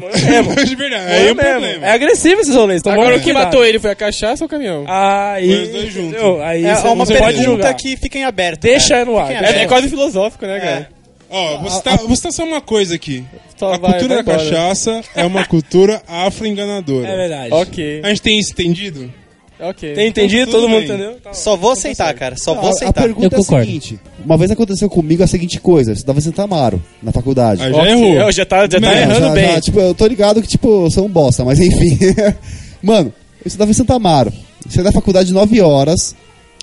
Speaker 6: morreu
Speaker 1: de verdade. um
Speaker 6: Aí é mesmo. É agressivo esses rolês. Então
Speaker 14: Agora
Speaker 6: vamos
Speaker 14: o que
Speaker 6: cuidar.
Speaker 14: matou ele foi a cachaça ou o caminhão?
Speaker 6: Aí. Entendeu? Aí
Speaker 14: É
Speaker 6: você
Speaker 14: uma
Speaker 6: você pode
Speaker 14: pergunta
Speaker 6: julgar.
Speaker 14: que
Speaker 11: fica em aberto.
Speaker 6: Deixa no ar.
Speaker 14: É,
Speaker 6: deixa
Speaker 14: é
Speaker 6: no
Speaker 14: quase filosófico, né,
Speaker 6: É.
Speaker 14: cara?
Speaker 1: Ó, vou
Speaker 14: tá-
Speaker 1: citar, vou citar ah, tá só uma coisa aqui.
Speaker 14: Só
Speaker 1: a
Speaker 14: vai,
Speaker 1: cultura
Speaker 14: vai
Speaker 1: da
Speaker 14: embora.
Speaker 1: cachaça é uma cultura afro-enganadora.
Speaker 6: É verdade.
Speaker 1: Ok. A gente tem isso entendido?
Speaker 14: Ok.
Speaker 6: Tem entendido?
Speaker 1: Então, tudo
Speaker 6: Todo mundo
Speaker 1: bem.
Speaker 6: entendeu?
Speaker 11: Só vou aceitar, cara. Só
Speaker 7: Não,
Speaker 11: vou
Speaker 7: a- a
Speaker 11: aceitar.
Speaker 7: pergunta Eu é a concordo. seguinte. Uma vez aconteceu comigo a seguinte coisa. Eu estudava em Santa Amaro, na faculdade.
Speaker 14: Ah, já Ok, errou. eu já tá- já tá
Speaker 1: Né?
Speaker 7: Não,
Speaker 14: errando
Speaker 7: já-
Speaker 14: bem.
Speaker 7: já, tipo, eu tô ligado que, tipo, eu sou um bosta, mas enfim. Mano, eu estudava em Santa Amaro. Saí da faculdade 9 horas,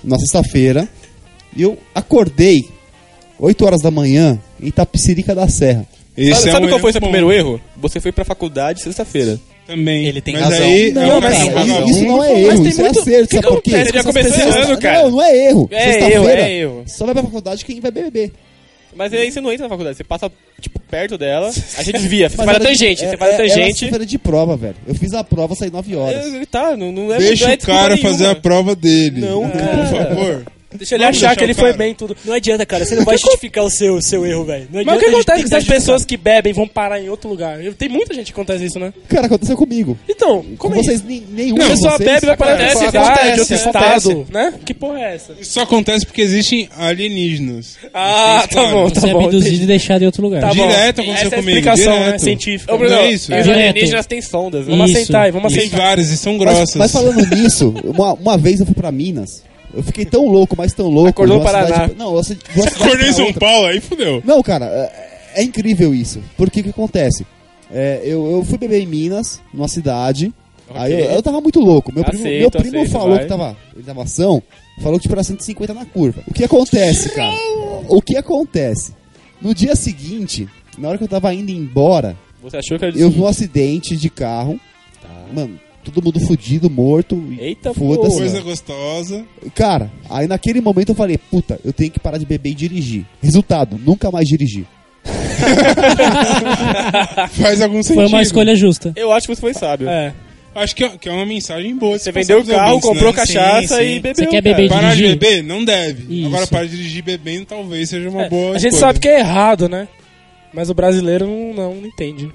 Speaker 7: na sexta-feira. E eu acordei 8 horas da manhã em Itapicirica da Serra.
Speaker 1: é
Speaker 14: sabe
Speaker 1: um
Speaker 14: sabe qual foi o seu primeiro erro? Você foi pra faculdade sexta-feira.
Speaker 1: Também.
Speaker 14: Ele tem
Speaker 1: Mas aí- é
Speaker 7: Não,
Speaker 1: Não,
Speaker 7: mas
Speaker 1: mas
Speaker 7: isso-
Speaker 1: vagabundo
Speaker 7: isso não é
Speaker 1: foi-
Speaker 7: erro,
Speaker 1: mas tem
Speaker 7: isso
Speaker 1: muito-
Speaker 7: é acerto, sabe por quê?
Speaker 1: Você já
Speaker 7: Essas
Speaker 1: começou
Speaker 7: pessoas-
Speaker 1: errando, cara.
Speaker 7: Não, não é erro.
Speaker 14: É
Speaker 7: Sexta-feira,
Speaker 14: erro, é erro.
Speaker 7: só vai pra faculdade quem vai beber.
Speaker 14: Mas aí você não entra na faculdade, você passa, tipo, perto dela, aí você desvia, você
Speaker 7: Mas
Speaker 14: faz a
Speaker 7: era de-
Speaker 14: tangente,
Speaker 7: é-
Speaker 14: você faz a
Speaker 7: é- era
Speaker 14: tangente.
Speaker 7: sexta-feira de prova, velho. Eu fiz a prova, saí 9 horas.
Speaker 14: Ele tá, não, não é
Speaker 1: Deixa
Speaker 14: não é
Speaker 1: o cara
Speaker 14: desculpa
Speaker 1: fazer a
Speaker 14: nenhuma.
Speaker 1: prova dele.
Speaker 14: Não,
Speaker 1: Por favor.
Speaker 6: Deixa ele achar que ele foi bem tudo.
Speaker 2: Não adianta, cara. Você não vai justificar o seu, seu erro, velho. Não
Speaker 6: Mas o
Speaker 2: adianta
Speaker 6: que
Speaker 2: a gente
Speaker 6: acontece com
Speaker 2: tentar
Speaker 6: essas
Speaker 2: justificar.
Speaker 6: pessoas que bebem vão parar em outro lugar? Eu- Tem muita gente que acontece isso, né?
Speaker 7: Cara, aconteceu comigo.
Speaker 6: Então, como é
Speaker 7: vocês,
Speaker 6: isso?
Speaker 7: nem- nenhum
Speaker 6: Não,
Speaker 7: de
Speaker 6: a pessoa
Speaker 7: vocês-
Speaker 6: bebe e vai parar em outra
Speaker 7: Acontece,
Speaker 6: cidade, em outro
Speaker 7: acontece,
Speaker 6: estado,
Speaker 7: acontece.
Speaker 6: né? Que porra é essa?
Speaker 1: Isso acontece porque existem alienígenas.
Speaker 6: Ah,
Speaker 1: Vocês
Speaker 6: tá
Speaker 1: sabem.
Speaker 6: bom, tá
Speaker 4: Você é
Speaker 6: bom.
Speaker 4: abduzido e deixado em outro lugar.
Speaker 6: Tá bom.
Speaker 1: Direto aconteceu
Speaker 6: Essa é a
Speaker 1: comigo,
Speaker 6: explicação,
Speaker 1: direto.
Speaker 6: né, científica.
Speaker 1: Ô, Bruno,
Speaker 6: Não é isso?
Speaker 1: é.
Speaker 6: Os
Speaker 1: Direto.
Speaker 6: alienígenas têm sondas. Vamos
Speaker 7: Isso.
Speaker 6: aceitar, vamos
Speaker 7: Isso.
Speaker 6: aceitar.
Speaker 1: Tem várias e são
Speaker 7: Mas-
Speaker 1: grossas.
Speaker 7: Mas, falando nisso, uma, uma vez eu fui pra Minas. Eu fiquei tão louco, mas tão louco.
Speaker 1: Acordou
Speaker 7: de uma
Speaker 1: no Paraná.
Speaker 7: cidade- não, eu,
Speaker 1: Acordei em São Paulo, aí fudeu.
Speaker 7: Não, cara, é, é incrível isso. Porque o que acontece? É, eu, eu fui beber em Minas, numa cidade. Aí eu, eu tava muito louco. Meu primo,
Speaker 14: Aceito,
Speaker 7: meu primo
Speaker 14: aceito,
Speaker 7: falou
Speaker 14: vai.
Speaker 7: que tava. Ele tava ação, falou que tipo era 150 na curva. O que acontece, cara? O que acontece? No dia seguinte, na hora que eu tava indo embora,
Speaker 5: Você achou que era de
Speaker 7: eu
Speaker 5: seguinte?
Speaker 7: vi um acidente de carro.
Speaker 14: Tá.
Speaker 7: Mano, todo mundo fudido, morto. e
Speaker 1: Eita,
Speaker 7: foda-se,
Speaker 1: Coisa
Speaker 7: mano.
Speaker 1: gostosa.
Speaker 7: Cara, aí naquele momento eu falei, puta, eu tenho que parar de beber e dirigir. Resultado, nunca mais dirigi.
Speaker 1: Faz algum sentido.
Speaker 4: justa.
Speaker 5: Eu acho que você foi sábio.
Speaker 6: É.
Speaker 1: Acho que é, que é uma mensagem boa. Você
Speaker 6: vendeu o carro,
Speaker 1: né?
Speaker 6: comprou cachaça e bebeu, Você quer beber e
Speaker 1: Parar de
Speaker 6: dirigir?
Speaker 1: beber? Não deve.
Speaker 6: Isso.
Speaker 1: Agora, parar de dirigir bebendo talvez seja uma
Speaker 6: É,
Speaker 1: boa
Speaker 6: a gente
Speaker 1: escolha.
Speaker 6: sabe que é errado, né? Mas o brasileiro não, não, não entende.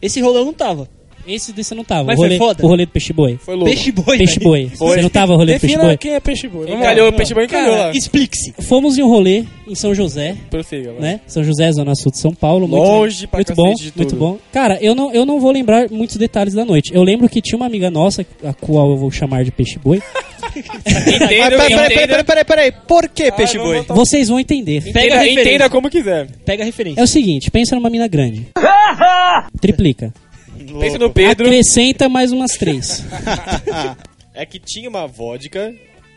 Speaker 2: Esse rolê eu não tava.
Speaker 4: Esse desse eu não tava.
Speaker 2: Mas
Speaker 4: o, rolê,
Speaker 2: foi foda.
Speaker 4: o rolê do peixe boi.
Speaker 2: Foi louco. Peixe boi,
Speaker 4: Peixe
Speaker 2: velho.
Speaker 4: boi.
Speaker 2: Foi.
Speaker 4: Você não tava no rolê do peixe
Speaker 2: Defina
Speaker 4: boi?
Speaker 2: quem é peixe boi. Vamos
Speaker 6: Encalhou,
Speaker 2: lá.
Speaker 6: o peixe boi encalhou
Speaker 2: Cara,
Speaker 6: lá.
Speaker 2: Explique-se.
Speaker 4: Fomos em um rolê em São José.
Speaker 6: Prossiga, vai.
Speaker 4: né? São José, Zona Sul de São Paulo.
Speaker 6: Longe
Speaker 4: muito,
Speaker 6: pra
Speaker 4: Muito
Speaker 6: cacete
Speaker 4: bom,
Speaker 6: de
Speaker 4: muito
Speaker 6: tudo.
Speaker 4: bom. Cara, eu não, eu não vou lembrar muitos detalhes da noite. Eu lembro que tinha uma amiga nossa, a qual eu vou chamar de peixe boi.
Speaker 11: Mas peraí, peraí, peraí, peraí, peraí, peraí. Por
Speaker 14: Ah,
Speaker 11: que
Speaker 6: Ah,
Speaker 11: peixe boi?
Speaker 6: Tá.
Speaker 4: Vocês vão entender.
Speaker 11: Pega a referência.
Speaker 6: entenda como quiser.
Speaker 2: Pega a referência.
Speaker 4: É o seguinte, pensa numa mina grande. Triplica.
Speaker 5: Pensa no Pedro.
Speaker 4: Acrescenta mais umas três.
Speaker 5: é que tinha uma vodka.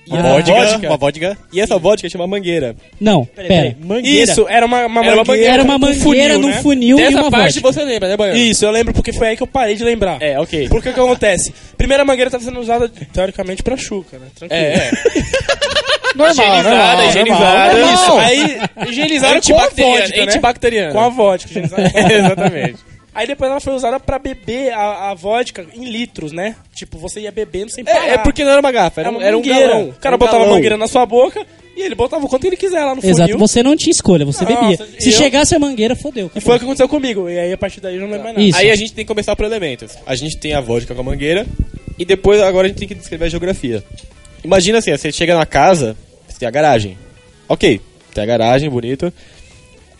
Speaker 4: Ah.
Speaker 5: essa
Speaker 4: Vodka, uma
Speaker 5: vodka. E essa vodka chama mangueira.
Speaker 4: Não, pera.
Speaker 5: Mangueira.
Speaker 6: Isso, era uma, uma
Speaker 5: Era uma
Speaker 6: mangueira.
Speaker 5: mangueira,
Speaker 6: com
Speaker 5: uma mangueira
Speaker 4: num
Speaker 6: um né?
Speaker 4: funil e
Speaker 6: Dessa
Speaker 4: uma
Speaker 6: parte
Speaker 4: vodka.
Speaker 6: você lembra, né, Baiano? Isso, eu lembro porque foi aí que eu parei de lembrar.
Speaker 5: É, ok.
Speaker 6: Porque o que acontece? Primeiro a mangueira estava sendo usada, teoricamente, pra chuca, né? Tranquilo.
Speaker 5: É, é.
Speaker 6: Normal,
Speaker 11: Ah,
Speaker 6: normal,
Speaker 5: higienizada.
Speaker 6: normal.
Speaker 5: Isso.
Speaker 6: Aí, higienizaram com a
Speaker 5: Antibacteriana,
Speaker 6: vodka, né?
Speaker 5: antibacteriana.
Speaker 6: Com a vodka, higienizaram com a vodka.
Speaker 5: Exatamente.
Speaker 6: Aí depois ela foi usada pra beber a, a vodka em litros, né? Tipo, você ia bebendo sem parar.
Speaker 5: É, é porque não era uma garrafa, era, um-
Speaker 6: uma
Speaker 5: era um
Speaker 6: mangueira.
Speaker 5: galão.
Speaker 6: O cara botava a mangueira na sua boca e ele botava o quanto ele quiser lá no funil.
Speaker 4: Exato, você não tinha escolha, você bebia.
Speaker 6: Nossa,
Speaker 4: Se
Speaker 6: eu-
Speaker 4: chegasse a mangueira, fodeu.
Speaker 6: E foi o que aconteceu comigo. E aí, a partir daí, eu não lembro mais nada.
Speaker 4: Isso.
Speaker 5: Aí a gente tem que começar por elementos. A gente tem a vodka com a mangueira e depois agora a gente tem que descrever a geografia. Imagina assim, ó, você chega na casa, você tem a garagem. Ok, tem a garagem, bonito.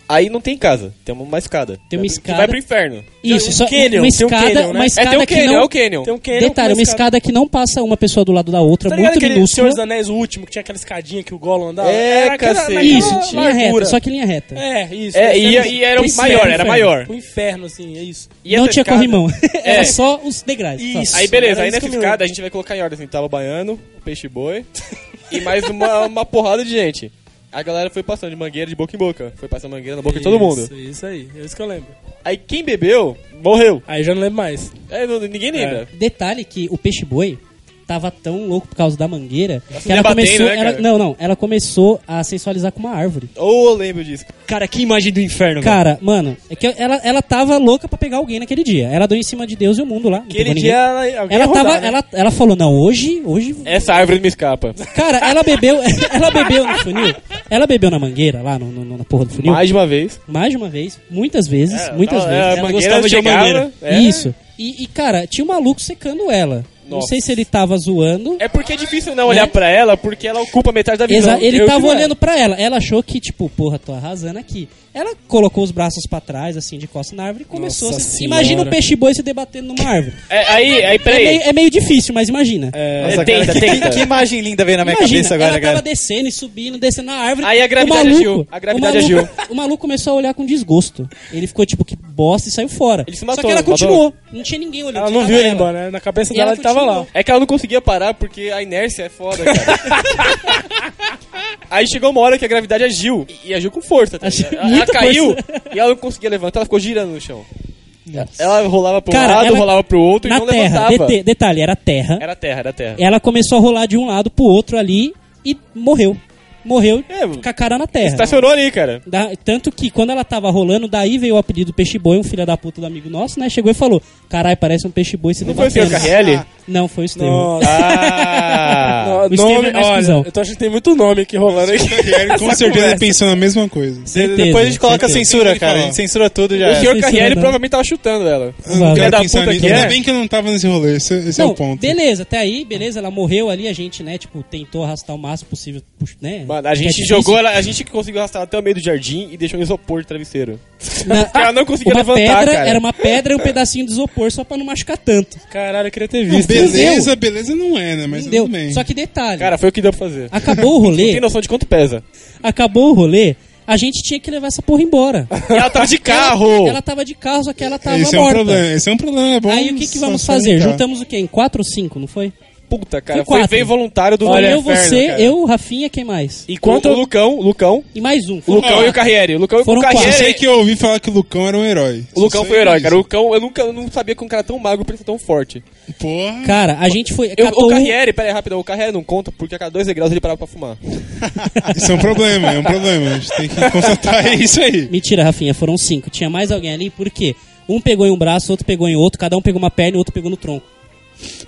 Speaker 5: Aí não tem casa, tem uma escada.
Speaker 4: Tem uma
Speaker 5: Que
Speaker 4: escada.
Speaker 5: vai pro inferno.
Speaker 4: Isso,
Speaker 5: Um
Speaker 4: só
Speaker 5: canyon,
Speaker 4: uma
Speaker 5: tem um
Speaker 4: escada,
Speaker 5: canyon, né?
Speaker 4: uma escada
Speaker 5: é, tem um
Speaker 4: que
Speaker 5: canyon,
Speaker 4: não-
Speaker 5: é o canyon.
Speaker 6: Tem um canyon com
Speaker 4: Detalhe, uma escada que não passa uma pessoa do lado da outra,
Speaker 6: Tá ligado
Speaker 4: muito
Speaker 6: aquele Senhor
Speaker 4: minúscula.
Speaker 6: dos Anéis, o último, que tinha aquela escadinha que o Gollum andava?
Speaker 5: É,
Speaker 6: aquela-
Speaker 5: cacete.
Speaker 6: naquela
Speaker 4: Isso, linha
Speaker 6: largura.
Speaker 4: reta, só que linha reta.
Speaker 6: É, isso.
Speaker 5: É, e-
Speaker 6: Essa-
Speaker 5: e era
Speaker 6: o
Speaker 5: maior, era maior.
Speaker 6: O inferno, assim, é isso.
Speaker 5: E
Speaker 4: não
Speaker 5: essa
Speaker 4: tinha
Speaker 5: escada-
Speaker 4: corrimão.
Speaker 5: É.
Speaker 4: Era só os degraus. só.
Speaker 5: Aí beleza,
Speaker 6: era
Speaker 5: aí
Speaker 6: isso
Speaker 5: nessa
Speaker 6: que eu me
Speaker 5: escada a gente vai colocar em ordem assim, tava baiano, peixe boi e mais uma, uma porrada de gente. A galera foi passando de mangueira de boca em boca. Foi passando mangueira na boca de todo mundo.
Speaker 6: Isso, isso aí. É isso que eu lembro.
Speaker 5: Aí quem bebeu, morreu.
Speaker 6: Aí já não lembro mais.
Speaker 5: É, não- ninguém lembra.
Speaker 4: Detalhe que o peixe boi tava tão louco por causa da mangueira que ela
Speaker 5: debatendo,
Speaker 4: começou.
Speaker 5: né,
Speaker 4: ela-
Speaker 5: cara?
Speaker 4: não, não, ela começou a sensualizar com uma árvore.
Speaker 5: Ou eu lembro disso.
Speaker 2: Cara, que imagem do inferno, velho.
Speaker 4: Cara, mano, é que ela, ela tava louca pra pegar alguém naquele dia. Ela deu em cima de Deus e o mundo lá. não pegou
Speaker 6: Aquele
Speaker 4: ninguém.
Speaker 6: dia, ela, alguém
Speaker 4: ela
Speaker 6: ia rodar,
Speaker 4: tava.
Speaker 6: né?
Speaker 4: Ela, ela falou, não, hoje, hoje.
Speaker 5: Essa árvore me escapa.
Speaker 4: Cara, ela bebeu. Ela bebeu no funil. Ela bebeu na mangueira lá, no, no- na porra do funil.
Speaker 5: Mais de uma vez.
Speaker 4: Mais de uma vez, muitas vezes,
Speaker 5: É,
Speaker 4: muitas
Speaker 5: ela-
Speaker 4: vezes.
Speaker 5: a
Speaker 4: Ela
Speaker 5: mangueira
Speaker 4: gostava de
Speaker 5: chegava,
Speaker 4: mangueira.
Speaker 5: é.
Speaker 4: Isso. E, e, cara, tinha um maluco secando ela. Não
Speaker 5: Nossa.
Speaker 4: sei se ele tava zoando.
Speaker 5: É porque é difícil não olhar pra ela, porque ela ocupa metade da visão.
Speaker 4: Exa- ele
Speaker 5: Eu
Speaker 4: tava
Speaker 5: que não. é.
Speaker 4: olhando pra ela. Ela achou que, tipo, porra, tô arrasando aqui. Ela colocou os braços pra trás, assim, de costas na árvore e começou
Speaker 6: Nossa
Speaker 4: a se...
Speaker 6: Senhora.
Speaker 4: Imagina um peixe-boi se debatendo numa árvore.
Speaker 5: É, aí, aí,
Speaker 4: é,
Speaker 5: peraí.
Speaker 4: meio, é meio difícil, mas imagina.
Speaker 11: Nossa,
Speaker 5: tenta,
Speaker 11: cara, que-
Speaker 5: tenta.
Speaker 11: Que imagem linda veio na minha
Speaker 4: Imagina,
Speaker 11: cabeça
Speaker 4: ela
Speaker 11: agora,
Speaker 4: tava
Speaker 11: cara.
Speaker 4: descendo e subindo, descendo na árvore.
Speaker 5: Aí a gravidade
Speaker 4: o maluco,
Speaker 5: agiu, a gravidade
Speaker 4: o maluco,
Speaker 5: agiu.
Speaker 4: O maluco começou a olhar com desgosto. Ele ficou tipo, que bosta, e saiu fora.
Speaker 5: Ele se matou,
Speaker 4: Só que ela
Speaker 5: matou.
Speaker 4: continuou. Não tinha ninguém olhando.
Speaker 6: Ela
Speaker 4: só
Speaker 6: não
Speaker 4: tava
Speaker 6: viu ele
Speaker 4: ela.
Speaker 6: embora, né? Na cabeça
Speaker 4: E
Speaker 6: dela,
Speaker 4: ela
Speaker 6: ele tava lá.
Speaker 4: continuou.
Speaker 5: É que ela não conseguia parar porque a inércia é foda, cara. Aí chegou uma hora que a gravidade agiu. E- E agiu com força. Tá?
Speaker 4: Agiu
Speaker 5: ligado? Ela, ela
Speaker 4: muita
Speaker 5: caiu
Speaker 4: força.
Speaker 5: e ela não conseguia levantar, ela ficou girando no chão. Ela rolava pra um
Speaker 4: Cara,
Speaker 5: lado,
Speaker 4: ela-
Speaker 5: rolava pro outro e
Speaker 4: Na
Speaker 5: não
Speaker 4: terra,
Speaker 5: levantava.
Speaker 4: dete- detalhe, era terra.
Speaker 5: Era terra, era terra.
Speaker 4: Ela começou a rolar de um lado pro outro ali e morreu. morreu com a cara na terra.
Speaker 5: É, Estacionou ali, cara.
Speaker 4: Da- tanto que quando ela tava rolando, daí veio o apelido Peixe Boi, um filho da puta do amigo nosso, né? Chegou e falou: Carai, parece um peixe boi se
Speaker 5: Não foi o seu
Speaker 4: carrelli
Speaker 5: Carrelli?
Speaker 4: Não, foi o Estevam.
Speaker 6: Nossa.
Speaker 5: Ah.
Speaker 6: No-
Speaker 4: o Estevam
Speaker 6: nome,
Speaker 4: é mais
Speaker 6: olha,
Speaker 4: cuzão.
Speaker 6: eu tô achando que tem muito nome aqui rolando aí.
Speaker 1: Com certeza pensando a mesma coisa.
Speaker 5: Depois a gente coloca a censura, cara. A gente censura tudo já.
Speaker 1: O senhor Censura Carrelli não. provavelmente
Speaker 5: tava chutando ela.
Speaker 1: Eu não quero pensar nisso. Ainda bem que eu não tava nesse rolê, esse, esse é
Speaker 4: é. Não,
Speaker 1: o ponto.
Speaker 4: Beleza, até aí, beleza, ela morreu ali, a gente, né, tipo, tentou arrastar o máximo possível, pux- né?
Speaker 5: Mano, a
Speaker 4: Que é
Speaker 5: gente
Speaker 4: difícil.
Speaker 5: jogou ela, a gente conseguiu arrastar até o meio do jardim e deixou um isopor de travesseiro.
Speaker 4: Na-
Speaker 5: ela não conseguiu
Speaker 4: uma
Speaker 5: levantar,
Speaker 4: pedra,
Speaker 5: cara.
Speaker 4: Era uma pedra e um pedacinho de isopor só pra não machucar tanto.
Speaker 6: Caralho, eu queria ter
Speaker 4: visto.
Speaker 1: beleza, beleza não é, né? Mas
Speaker 4: Entendeu?
Speaker 1: tudo bem.
Speaker 4: Só que detalhe.
Speaker 5: Cara, foi o que deu pra fazer.
Speaker 4: Acabou o rolê.
Speaker 5: Não tem noção de quanto pesa.
Speaker 4: Acabou o rolê, a gente tinha que levar essa porra embora.
Speaker 5: ela tava de carro.
Speaker 4: Ela, tava de carro, só que ela tava
Speaker 1: Esse é um
Speaker 4: morta.
Speaker 1: problema, esse é um problema, é bom
Speaker 4: Aí o que, que vamos
Speaker 1: só
Speaker 4: fazer?
Speaker 1: salientar.
Speaker 4: Juntamos o quê? Em quatro ou cinco, não foi?
Speaker 5: Puta, cara,
Speaker 4: quatro.
Speaker 5: foi, veio voluntário do
Speaker 4: Olha,
Speaker 5: Olha, é
Speaker 4: eu,
Speaker 5: Inferno,
Speaker 4: você,
Speaker 5: cara.
Speaker 4: eu, o Rafinha, quem mais?
Speaker 5: Enquanto o Lucão, o Lucão.
Speaker 4: E mais um.
Speaker 5: O Lucão e o Carriere. O Lucão
Speaker 4: Foram
Speaker 5: o
Speaker 4: quatro.
Speaker 5: Carriere.
Speaker 1: Eu sei que eu ouvi falar que o Lucão era um herói.
Speaker 5: O Lucão foi o herói, cara. O Lucão, eu nunca eu não sabia que um cara tão magro podia ser tão forte.
Speaker 1: Porra.
Speaker 4: Cara, a gente foi.
Speaker 5: Eu,
Speaker 4: catou
Speaker 5: o
Speaker 4: um-
Speaker 5: Carriere, peraí, rapidão, o Carriere não conta porque a cada dois degraus ele parava pra fumar.
Speaker 1: Isso é um problema, é um problema. A gente tem que constatar isso aí.
Speaker 4: Mentira, Rafinha, foram cinco. Tinha mais alguém ali, por quê? Um pegou em um braço, outro pegou em outro, cada um pegou uma perna e outro pegou no tronco.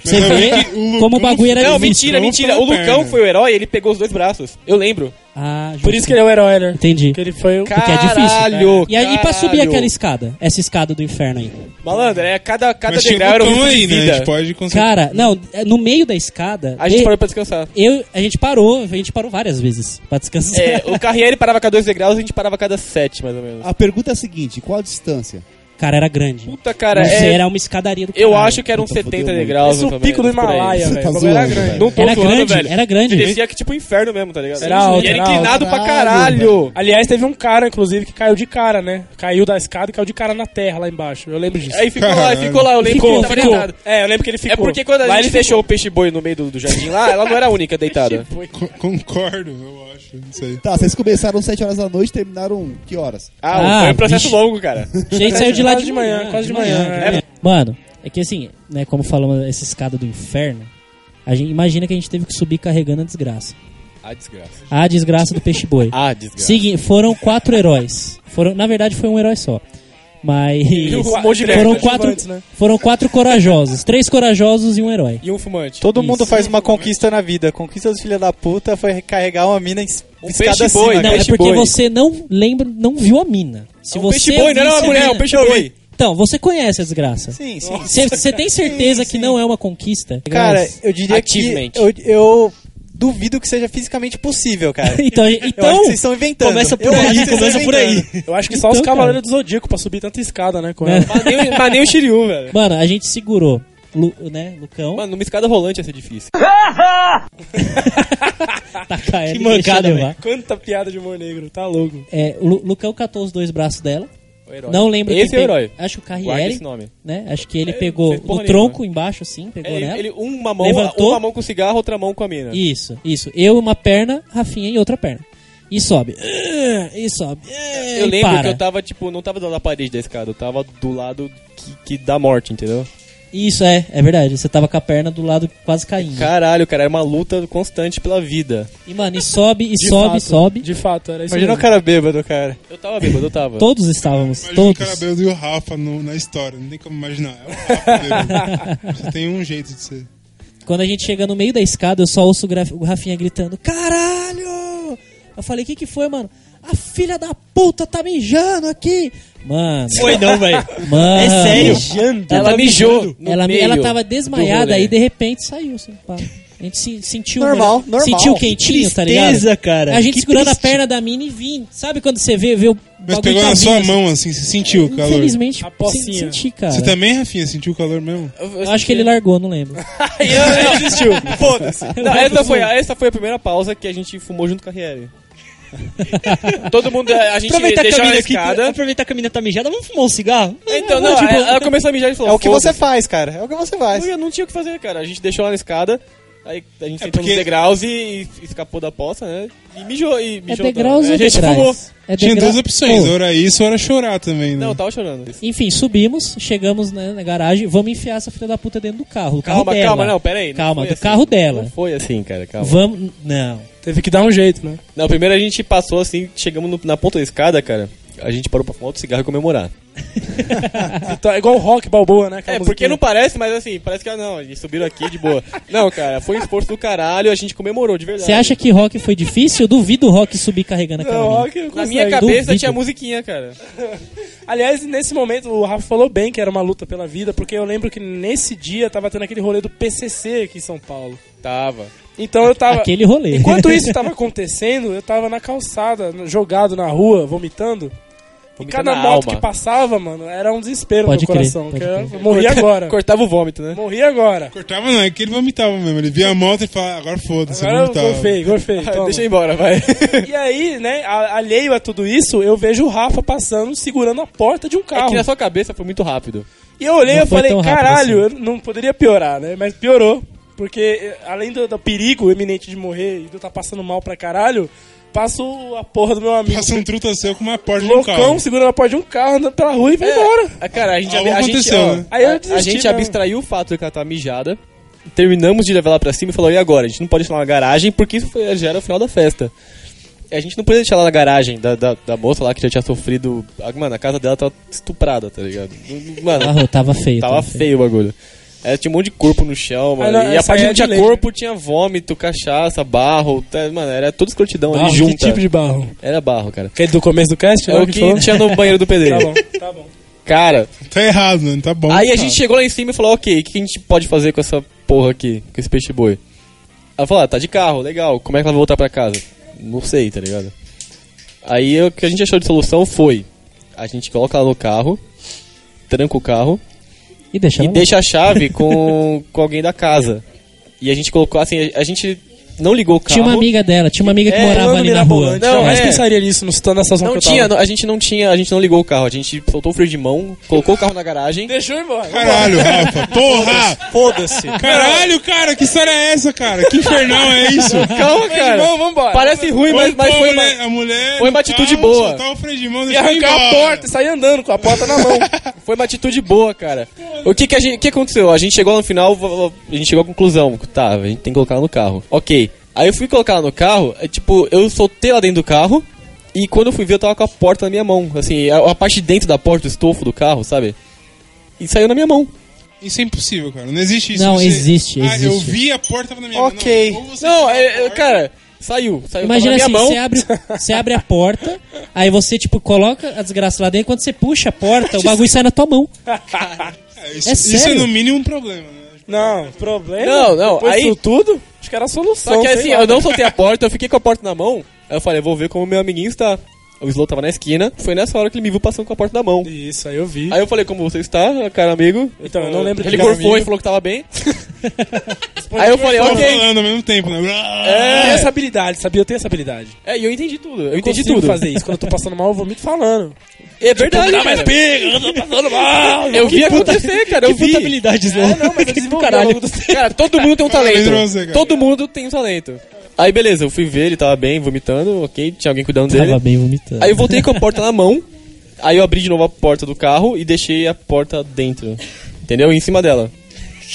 Speaker 4: Você
Speaker 5: Mas
Speaker 4: vê
Speaker 5: também que o
Speaker 4: como o bagulho era
Speaker 1: um
Speaker 5: Não,
Speaker 4: difícil.
Speaker 5: mentira, mentira. O Lucão foi o herói ele pegou os dois braços. Eu lembro.
Speaker 4: Ah,
Speaker 6: Por
Speaker 4: justo.
Speaker 6: isso que ele é o herói, né?
Speaker 4: Entendi.
Speaker 6: Que ele foi o...
Speaker 4: Porque é difícil.
Speaker 5: Caralho,
Speaker 4: e aí, e pra subir
Speaker 5: caralho.
Speaker 4: aquela escada? Essa escada do inferno aí.
Speaker 5: Malandro, é cada, cada
Speaker 1: Mas tinha
Speaker 5: degrau era um
Speaker 1: Lucão
Speaker 5: risco de
Speaker 1: aí, né?
Speaker 5: vida.
Speaker 1: A gente pode conseguir.
Speaker 4: Cara, não, é, no meio da escada.
Speaker 5: A gente
Speaker 4: e-
Speaker 5: parou pra descansar.
Speaker 4: eu, a gente parou, a gente parou várias vezes pra descansar.
Speaker 5: É, o Carriere parava a cada dois degraus, a gente parava a cada sete, mais ou menos.
Speaker 7: A pergunta é a seguinte, qual a distância?
Speaker 4: Cara, era grande.
Speaker 5: Puta, cara,
Speaker 4: Não sei,
Speaker 5: é-
Speaker 4: era uma escadaria do
Speaker 5: Eu
Speaker 4: caralho.
Speaker 5: acho que era uns
Speaker 4: Puta,
Speaker 5: 70
Speaker 4: fudeu muito.
Speaker 5: degraus.
Speaker 6: Esse é o
Speaker 5: mais ou
Speaker 6: pico
Speaker 5: menos,
Speaker 6: do
Speaker 5: por aí.
Speaker 6: Himalaia, Você velho.
Speaker 7: tá O bagulho era zoando, grande. velho.
Speaker 5: Não tô
Speaker 4: Era
Speaker 5: zoando,
Speaker 4: grande,
Speaker 5: velho.
Speaker 4: era grande.
Speaker 5: Ele descia que tipo inferno mesmo, tá ligado?
Speaker 6: Era alto,
Speaker 5: e ele
Speaker 6: era alto.
Speaker 5: inclinado pra
Speaker 6: Caralho!
Speaker 5: caralho.
Speaker 6: Aliás, teve um cara, inclusive, que caiu de cara, né? Caiu da escada e caiu de cara na terra lá embaixo. Eu lembro disso.
Speaker 5: Aí ficou lá, ficou lá, eu lembro
Speaker 6: Ficou,
Speaker 5: que ele
Speaker 6: ficou.
Speaker 5: tava deitado.
Speaker 6: É, eu lembro que ele
Speaker 5: É
Speaker 6: ficou.
Speaker 5: porque quando a
Speaker 6: Lá
Speaker 5: gente
Speaker 6: ele
Speaker 5: deixou o peixe boi no meio do, do jardim lá, ela não era a única deitada.
Speaker 1: Co- concordo, eu acho. Não sei.
Speaker 7: Tá, vocês começaram às 7 horas da noite e terminaram que horas?
Speaker 5: Ah,
Speaker 4: Ah,
Speaker 5: foi um processo
Speaker 4: vixe.
Speaker 5: longo, cara.
Speaker 4: A gente saiu de né? lá
Speaker 6: Quase de manhã, quase de manhã, é.
Speaker 16: Mano, é que assim, né, como falamos, essa escada do inferno, a gente imagina que a gente teve que subir carregando a desgraça.
Speaker 5: Ah, desgraça.
Speaker 16: A desgraça do peixe boi.
Speaker 5: Ah, desgraça.
Speaker 16: Segui- foram quatro heróis. Foram, na verdade, foi um herói só. Mas
Speaker 6: Um monte de
Speaker 16: foram
Speaker 6: merda,
Speaker 16: quatro,
Speaker 6: coadjuvantes, né?
Speaker 16: foram quatro corajosos, três corajosos e um herói.
Speaker 5: E um fumante.
Speaker 11: Todo
Speaker 16: Isso.
Speaker 11: mundo faz uma conquista na vida. Conquista dos filha da puta foi carregar uma mina em es-
Speaker 5: Um
Speaker 11: escada
Speaker 5: peixe boi,
Speaker 11: acima.
Speaker 16: Não,
Speaker 11: cara.
Speaker 16: é porque você não lembra, não viu a mina. Se
Speaker 5: É um
Speaker 16: você
Speaker 5: peixe boi, não era uma
Speaker 16: visse a
Speaker 5: mulher, é um
Speaker 16: mina-
Speaker 5: peixe boi.
Speaker 16: Então, você conhece a desgraça.
Speaker 11: Sim, sim.
Speaker 16: Você tem certeza que não é uma conquista?
Speaker 11: Cara, eu diria que
Speaker 16: Achievement.
Speaker 11: eu, eu duvido que seja fisicamente possível, cara.
Speaker 16: Então,
Speaker 11: eu acho
Speaker 16: então
Speaker 11: que vocês estão inventando.
Speaker 16: começa por
Speaker 11: Eu acho
Speaker 16: aí,
Speaker 11: que vocês
Speaker 16: começa
Speaker 11: estão
Speaker 16: por aí.
Speaker 11: inventando.
Speaker 6: Eu acho que só
Speaker 16: Então,
Speaker 6: os
Speaker 16: cara.
Speaker 6: Cavaleiros do Zodíaco pra subir tanta escada, né? Com
Speaker 16: É.
Speaker 6: ela.
Speaker 5: Mas nem, mas nem o Shiryu, velho.
Speaker 16: Mano, a gente segurou. Lu- né, Lucão,
Speaker 5: Mano, numa escada rolante ia ser difícil.
Speaker 16: taca ela e
Speaker 6: Que
Speaker 16: deixa
Speaker 6: mancada,
Speaker 16: levar.
Speaker 6: velho. Quanta piada de humor negro, tá louco.
Speaker 16: É, o Lu- Lucão catou os dois braços dela.
Speaker 5: herói.
Speaker 16: Não lembro
Speaker 5: Esse
Speaker 16: quem
Speaker 5: é o
Speaker 16: pe-
Speaker 5: herói.
Speaker 16: Acho que o
Speaker 5: Guarda
Speaker 16: Carriere.
Speaker 5: esse nome.
Speaker 16: Né? Acho que ele
Speaker 5: É,
Speaker 16: pegou
Speaker 5: fez porra
Speaker 16: no
Speaker 5: nenhuma.
Speaker 16: tronco embaixo, assim, pegou
Speaker 5: É,
Speaker 16: nela.
Speaker 5: ele, ele- uma mão,
Speaker 16: Levantou.
Speaker 5: uma mão com cigarro, outra mão com a mina.
Speaker 16: Isso, isso. Eu uma perna, Rafinha e outra perna. E sobe. E sobe.
Speaker 5: Eu
Speaker 16: e
Speaker 5: lembro
Speaker 16: para.
Speaker 5: que eu tava, tipo, não tava do lado da parede da escada, eu tava do lado que, que dá morte, entendeu?
Speaker 16: Isso, é, é verdade. Você tava com a perna do lado quase caindo.
Speaker 5: Caralho, cara, era uma luta constante pela vida.
Speaker 16: E, mano, e sobe, e
Speaker 6: De
Speaker 16: sobe,
Speaker 6: fato,
Speaker 16: sobe.
Speaker 6: De fato, era isso
Speaker 11: Imagina o
Speaker 6: mesmo.
Speaker 11: cara bêbado, cara.
Speaker 5: Eu tava bêbado, eu tava.
Speaker 16: Todos estávamos,
Speaker 1: Imagina o cara
Speaker 16: todos.
Speaker 1: bêbado e o Rafa no- na história, não tem como imaginar. É o Rafa bêbado. Você tem um jeito de ser.
Speaker 16: Quando a gente chega no meio da escada, eu só ouço o, Graf- o Rafinha gritando: Caralho! Eu falei: O que, que foi, mano? A filha da puta tá mijando aqui! Mano.
Speaker 2: Foi não, velho.
Speaker 16: Mano.
Speaker 2: É sério.
Speaker 16: Mijando.
Speaker 2: Ela
Speaker 16: Ela
Speaker 2: mijou. no
Speaker 16: Ela,
Speaker 2: meio
Speaker 16: ela tava
Speaker 2: do
Speaker 16: desmaiada
Speaker 2: rolê.
Speaker 16: e de repente saiu, assim, pá. A gente se- sentiu. um
Speaker 11: Normal, normal.
Speaker 16: Sentiu quentinho, tá ligado?
Speaker 2: Tristeza, cara.
Speaker 16: A gente
Speaker 2: Que
Speaker 16: segurando
Speaker 2: triste.
Speaker 16: a perna da mina e vim. Sabe quando você vê, vê o.
Speaker 1: Mas
Speaker 16: bagulho
Speaker 1: pegou
Speaker 16: tá
Speaker 1: na sua
Speaker 16: vindo,
Speaker 1: mão, assim, você sentiu o
Speaker 16: assim?
Speaker 1: calor.
Speaker 16: Infelizmente,
Speaker 6: A pocinha.
Speaker 16: se- senti, cara.
Speaker 1: Você tá- também, Rafinha, sentiu o calor mesmo?
Speaker 16: Eu acho que ele largou, não lembro.
Speaker 5: E eu- eu desistiu. Foda-se. Não, essa, foi, a- essa foi a primeira pausa que a gente fumou junto com a Riere. Todo mundo, a gente
Speaker 2: Aproveitar que, a
Speaker 5: deixou a
Speaker 2: mina aqui,
Speaker 5: escada.
Speaker 2: aproveitar que a mina tá mijada, vamos fumar um cigarro?
Speaker 5: Então, não,
Speaker 2: tipo,
Speaker 5: ela ela começou a mijar e
Speaker 11: É
Speaker 5: falou:
Speaker 11: o que
Speaker 5: "Foda-se".
Speaker 11: você faz, cara. É o que você faz.
Speaker 5: Não, eu não tinha o que fazer, cara. A gente deixou ela na escada, aí a gente sentou
Speaker 1: porque-
Speaker 5: nos degraus e, e escapou da poça, né? E mijou. E
Speaker 16: É
Speaker 5: mijou
Speaker 16: degraus
Speaker 5: também.
Speaker 16: ou
Speaker 5: A gente fumou.
Speaker 16: degraus? É
Speaker 1: Tinha
Speaker 16: degra-
Speaker 1: duas opções,
Speaker 16: Pô,
Speaker 5: né?
Speaker 1: ou era isso ou era chorar também, né?
Speaker 11: tá.
Speaker 5: Não, eu tava chorando.
Speaker 16: Enfim, subimos, chegamos né, na garagem, vamos enfiar essa filha da puta dentro do carro. Do
Speaker 5: Calma,
Speaker 16: carro dela.
Speaker 5: calma, não, pera aí. não
Speaker 16: Calma,
Speaker 5: foi
Speaker 16: do
Speaker 5: assim.
Speaker 16: carro dela.
Speaker 5: Não foi assim, cara, calma.
Speaker 16: Vamos. Não.
Speaker 6: Teve que dar um jeito, né?
Speaker 5: Não, primeiro a gente passou assim, chegamos no- na ponta da escada, cara. A gente parou pra fumar outro cigarro e comemorar.
Speaker 6: Então, é igual o rock balboa, né?
Speaker 5: Ah.
Speaker 6: Aquela
Speaker 5: É, porque
Speaker 6: musiquinha.
Speaker 5: não parece, mas assim, parece que ah, não, eles subiram aqui de boa. Não, cara, foi um esforço do caralho, a gente comemorou, de verdade.
Speaker 16: Você acha que rock foi difícil? Eu duvido o rock subir carregando a
Speaker 5: Não,
Speaker 16: caminha.
Speaker 5: rock não Na minha cabeça
Speaker 16: música.
Speaker 5: tinha musiquinha, cara.
Speaker 6: Aliás, nesse momento, o Rafa falou bem que era uma luta pela vida, porque eu lembro que nesse dia tava tendo aquele rolê do PCC aqui em São Paulo.
Speaker 5: Tava.
Speaker 6: Então eu tava.
Speaker 16: Aquele rolê.
Speaker 6: Enquanto isso tava acontecendo, eu tava na calçada, no- jogado na rua, vomitando. E
Speaker 5: Vomitando
Speaker 6: cada
Speaker 5: a
Speaker 6: moto
Speaker 5: alma.
Speaker 6: que passava, mano, era um desespero
Speaker 1: Pode
Speaker 6: no
Speaker 1: crer,
Speaker 6: coração.
Speaker 1: pode
Speaker 6: que eu
Speaker 1: crer.
Speaker 6: morri
Speaker 1: Corta-
Speaker 6: agora.
Speaker 5: Cortava o vômito, né?
Speaker 6: Morri agora.
Speaker 1: Cortava não, é que ele vomitava mesmo. Ele via a moto e falava, agora foda-se,
Speaker 6: Agora eu
Speaker 1: vomitava.
Speaker 6: gorfei, gorfei. toma.
Speaker 5: tá- Ah, Deixa eu ir embora, vai.
Speaker 6: E aí, né, a- alheio a tudo isso, eu vejo o Rafa passando, segurando a porta de um carro.
Speaker 5: É que na sua cabeça foi muito rápido.
Speaker 6: E eu olhei
Speaker 5: Não
Speaker 6: e
Speaker 5: foi
Speaker 6: falei,
Speaker 5: tão rápido
Speaker 6: caralho,
Speaker 5: assim."
Speaker 6: eu não poderia piorar, né? Mas piorou. Porque eh, além do, do perigo iminente de morrer e de eu estar passando mal pra caralho, passo a porra do meu amigo.
Speaker 1: Passa um truta seu com uma porta de um
Speaker 6: Loucão,
Speaker 1: carro.
Speaker 6: segurando a porta de um carro, andando pela rua e vai embora.
Speaker 5: Ah, Cara, a gente,
Speaker 6: Algo
Speaker 5: a, gente,
Speaker 6: aconteceu,
Speaker 5: ó,
Speaker 6: né?
Speaker 5: a,
Speaker 6: Aí eu
Speaker 5: a
Speaker 6: desisti
Speaker 5: gente é
Speaker 6: mesmo.
Speaker 5: abstraiu o fato de que ela tá mijada. Terminamos de levar ela pra cima e falou, e agora? A gente não pode deixar ela na garagem porque isso foi, já era o final da festa. A gente não podia deixar ela na garagem da, da, da moça lá que já tinha sofrido. ah, Mano, a casa dela tava estuprada, tá ligado? Mano,
Speaker 16: Ah, tava feio,
Speaker 5: Tava,
Speaker 16: tava
Speaker 5: feio, o bagulho. É, tinha um monte de corpo no chão, mano.
Speaker 16: Ah, não,
Speaker 5: e a
Speaker 16: essa aí
Speaker 5: parte que
Speaker 16: é
Speaker 5: não tinha
Speaker 16: de leite,
Speaker 5: corpo tinha vômito, cachaça, barro. tá- mano, era toda escrotidão
Speaker 6: Barro?
Speaker 5: ali
Speaker 6: Que
Speaker 5: junta.
Speaker 6: tipo de barro?
Speaker 5: Era barro, cara.
Speaker 6: Aquele do começo do cast?
Speaker 5: É
Speaker 6: né,
Speaker 5: o
Speaker 6: que
Speaker 5: que
Speaker 6: falou?
Speaker 5: tinha no banheiro do pedreiro.
Speaker 6: Tá bom. Então
Speaker 5: Cara.
Speaker 1: Tá errado, mano. Tá bom.
Speaker 5: Aí a
Speaker 1: cara.
Speaker 5: gente chegou lá em cima e falou, ok, o que a gente pode fazer com essa porra aqui, com esse peixe boi? Ela falou, ah, tá de carro, legal, como é que ela vai voltar pra casa? Não sei, tá ligado? Aí o que a gente achou de solução foi, a gente coloca ela no carro, tranca o carro,
Speaker 16: E deixa
Speaker 5: e
Speaker 16: ela lá.
Speaker 5: deixa a chave com, com alguém da casa. E a gente colocou assim, a, a gente não ligou o carro.
Speaker 16: Tinha uma amiga dela, tinha uma amiga que
Speaker 5: É,
Speaker 16: morava
Speaker 5: Orlando
Speaker 16: ali na rua.
Speaker 5: Mirabolante, Não,
Speaker 6: Jamais
Speaker 5: é.
Speaker 6: pensaria nisso, não citando essa zona
Speaker 5: Não
Speaker 6: que eu
Speaker 5: tinha,
Speaker 6: tava.
Speaker 5: não- a gente não tinha, a gente não ligou o carro, a gente soltou o freio de mão, colocou o carro na garagem.
Speaker 6: Deixou embora.
Speaker 1: Caralho, Rafa, porra!
Speaker 5: Foda-se.
Speaker 1: Caralho, cara, que história é essa, cara? Que infernal é isso?
Speaker 5: Calma, cara.
Speaker 1: Vamos, vambora.
Speaker 5: Parece ruim, mas- mas
Speaker 1: Pô,
Speaker 5: foi
Speaker 1: a
Speaker 5: uma-
Speaker 6: né?
Speaker 1: mulher, a mulher
Speaker 5: foi uma
Speaker 1: no
Speaker 5: atitude
Speaker 1: carro,
Speaker 5: boa.
Speaker 1: Soltar o freio de mão,
Speaker 6: E
Speaker 1: deixar
Speaker 6: arrancar a
Speaker 1: embora.
Speaker 6: porta e sair andando com a porta na mão.
Speaker 5: Foi uma atitude boa, cara. O que que a gente, o que aconteceu? A gente chegou no final, vo- vo- a gente chegou à conclusão, tá, a gente tem que colocar ela no carro. OK. Aí eu fui colocar ela no carro, é tipo, eu soltei ela dentro do carro e quando eu fui ver eu tava com a porta na minha mão, assim, a, a parte de dentro da porta, o estofo do carro, sabe? E saiu na minha mão.
Speaker 1: Isso é impossível, cara. Não existe isso.
Speaker 16: Não,
Speaker 1: Você-
Speaker 16: existe,
Speaker 1: Ah, eu
Speaker 16: existe.
Speaker 1: vi a porta tava na minha
Speaker 5: OK. Não, é- é, cara, saiu, saiu tava
Speaker 16: Imagina
Speaker 5: na minha
Speaker 16: assim,
Speaker 5: mão.
Speaker 16: você abre, você abre a porta, aí você, tipo, coloca a desgraça lá dentro, quando você puxa a porta, o bagulho sai na tua mão.
Speaker 1: Isso,
Speaker 16: É
Speaker 1: isso é
Speaker 16: sério?
Speaker 1: no mínimo um problema. né?
Speaker 6: Não, problema.
Speaker 5: Não, não,
Speaker 6: Depois
Speaker 5: aí-
Speaker 6: disso tudo, acho que era a solução.
Speaker 5: Só que
Speaker 6: sei
Speaker 5: assim,
Speaker 6: lá.
Speaker 5: eu não soltei a porta, eu fiquei com a porta na mão. Aí eu falei, vou ver como meu amiguinho está. O Slow tava na esquina, foi nessa hora que ele me viu passando com a porta na mão.
Speaker 6: Isso, aí eu vi.
Speaker 5: Aí eu falei, como você está, cara amigo?
Speaker 6: Então, eu não lembro que
Speaker 5: Ah, Ele
Speaker 6: era
Speaker 5: gorfou
Speaker 6: amigo.
Speaker 5: e falou que tava bem. aí eu falei,
Speaker 1: Tava
Speaker 5: É, ok.
Speaker 1: falando ao mesmo tempo, né?
Speaker 6: Eu tenho essa habilidade, sabia? Eu tenho essa habilidade.
Speaker 5: É, e eu entendi tudo, É. eu,
Speaker 6: Eu
Speaker 5: entendi
Speaker 6: consigo
Speaker 5: tudo.
Speaker 6: fazer isso. Quando eu tô passando mal, eu vomito falando.
Speaker 5: É verdade,
Speaker 6: Tipo, dá mais
Speaker 5: cara.
Speaker 6: pega, eu tô passando mal.
Speaker 5: Eu vi acontecer, cara,
Speaker 6: É,
Speaker 5: eu vi.
Speaker 16: habilidades,
Speaker 5: né? Não, mas eu desenvolvi ao longo do tempo. Cara, todo mundo tem um
Speaker 1: Parabéns
Speaker 5: talento.
Speaker 1: pra você, cara.
Speaker 5: Todo mundo tem um talento. Aí beleza, eu fui ver, ele tava bem, vomitando, ok, tinha alguém cuidando dele.
Speaker 16: Tava bem vomitando.
Speaker 5: Aí eu voltei com a porta na mão, aí eu abri de novo a porta do carro e deixei a porta dentro. Entendeu? Em cima dela.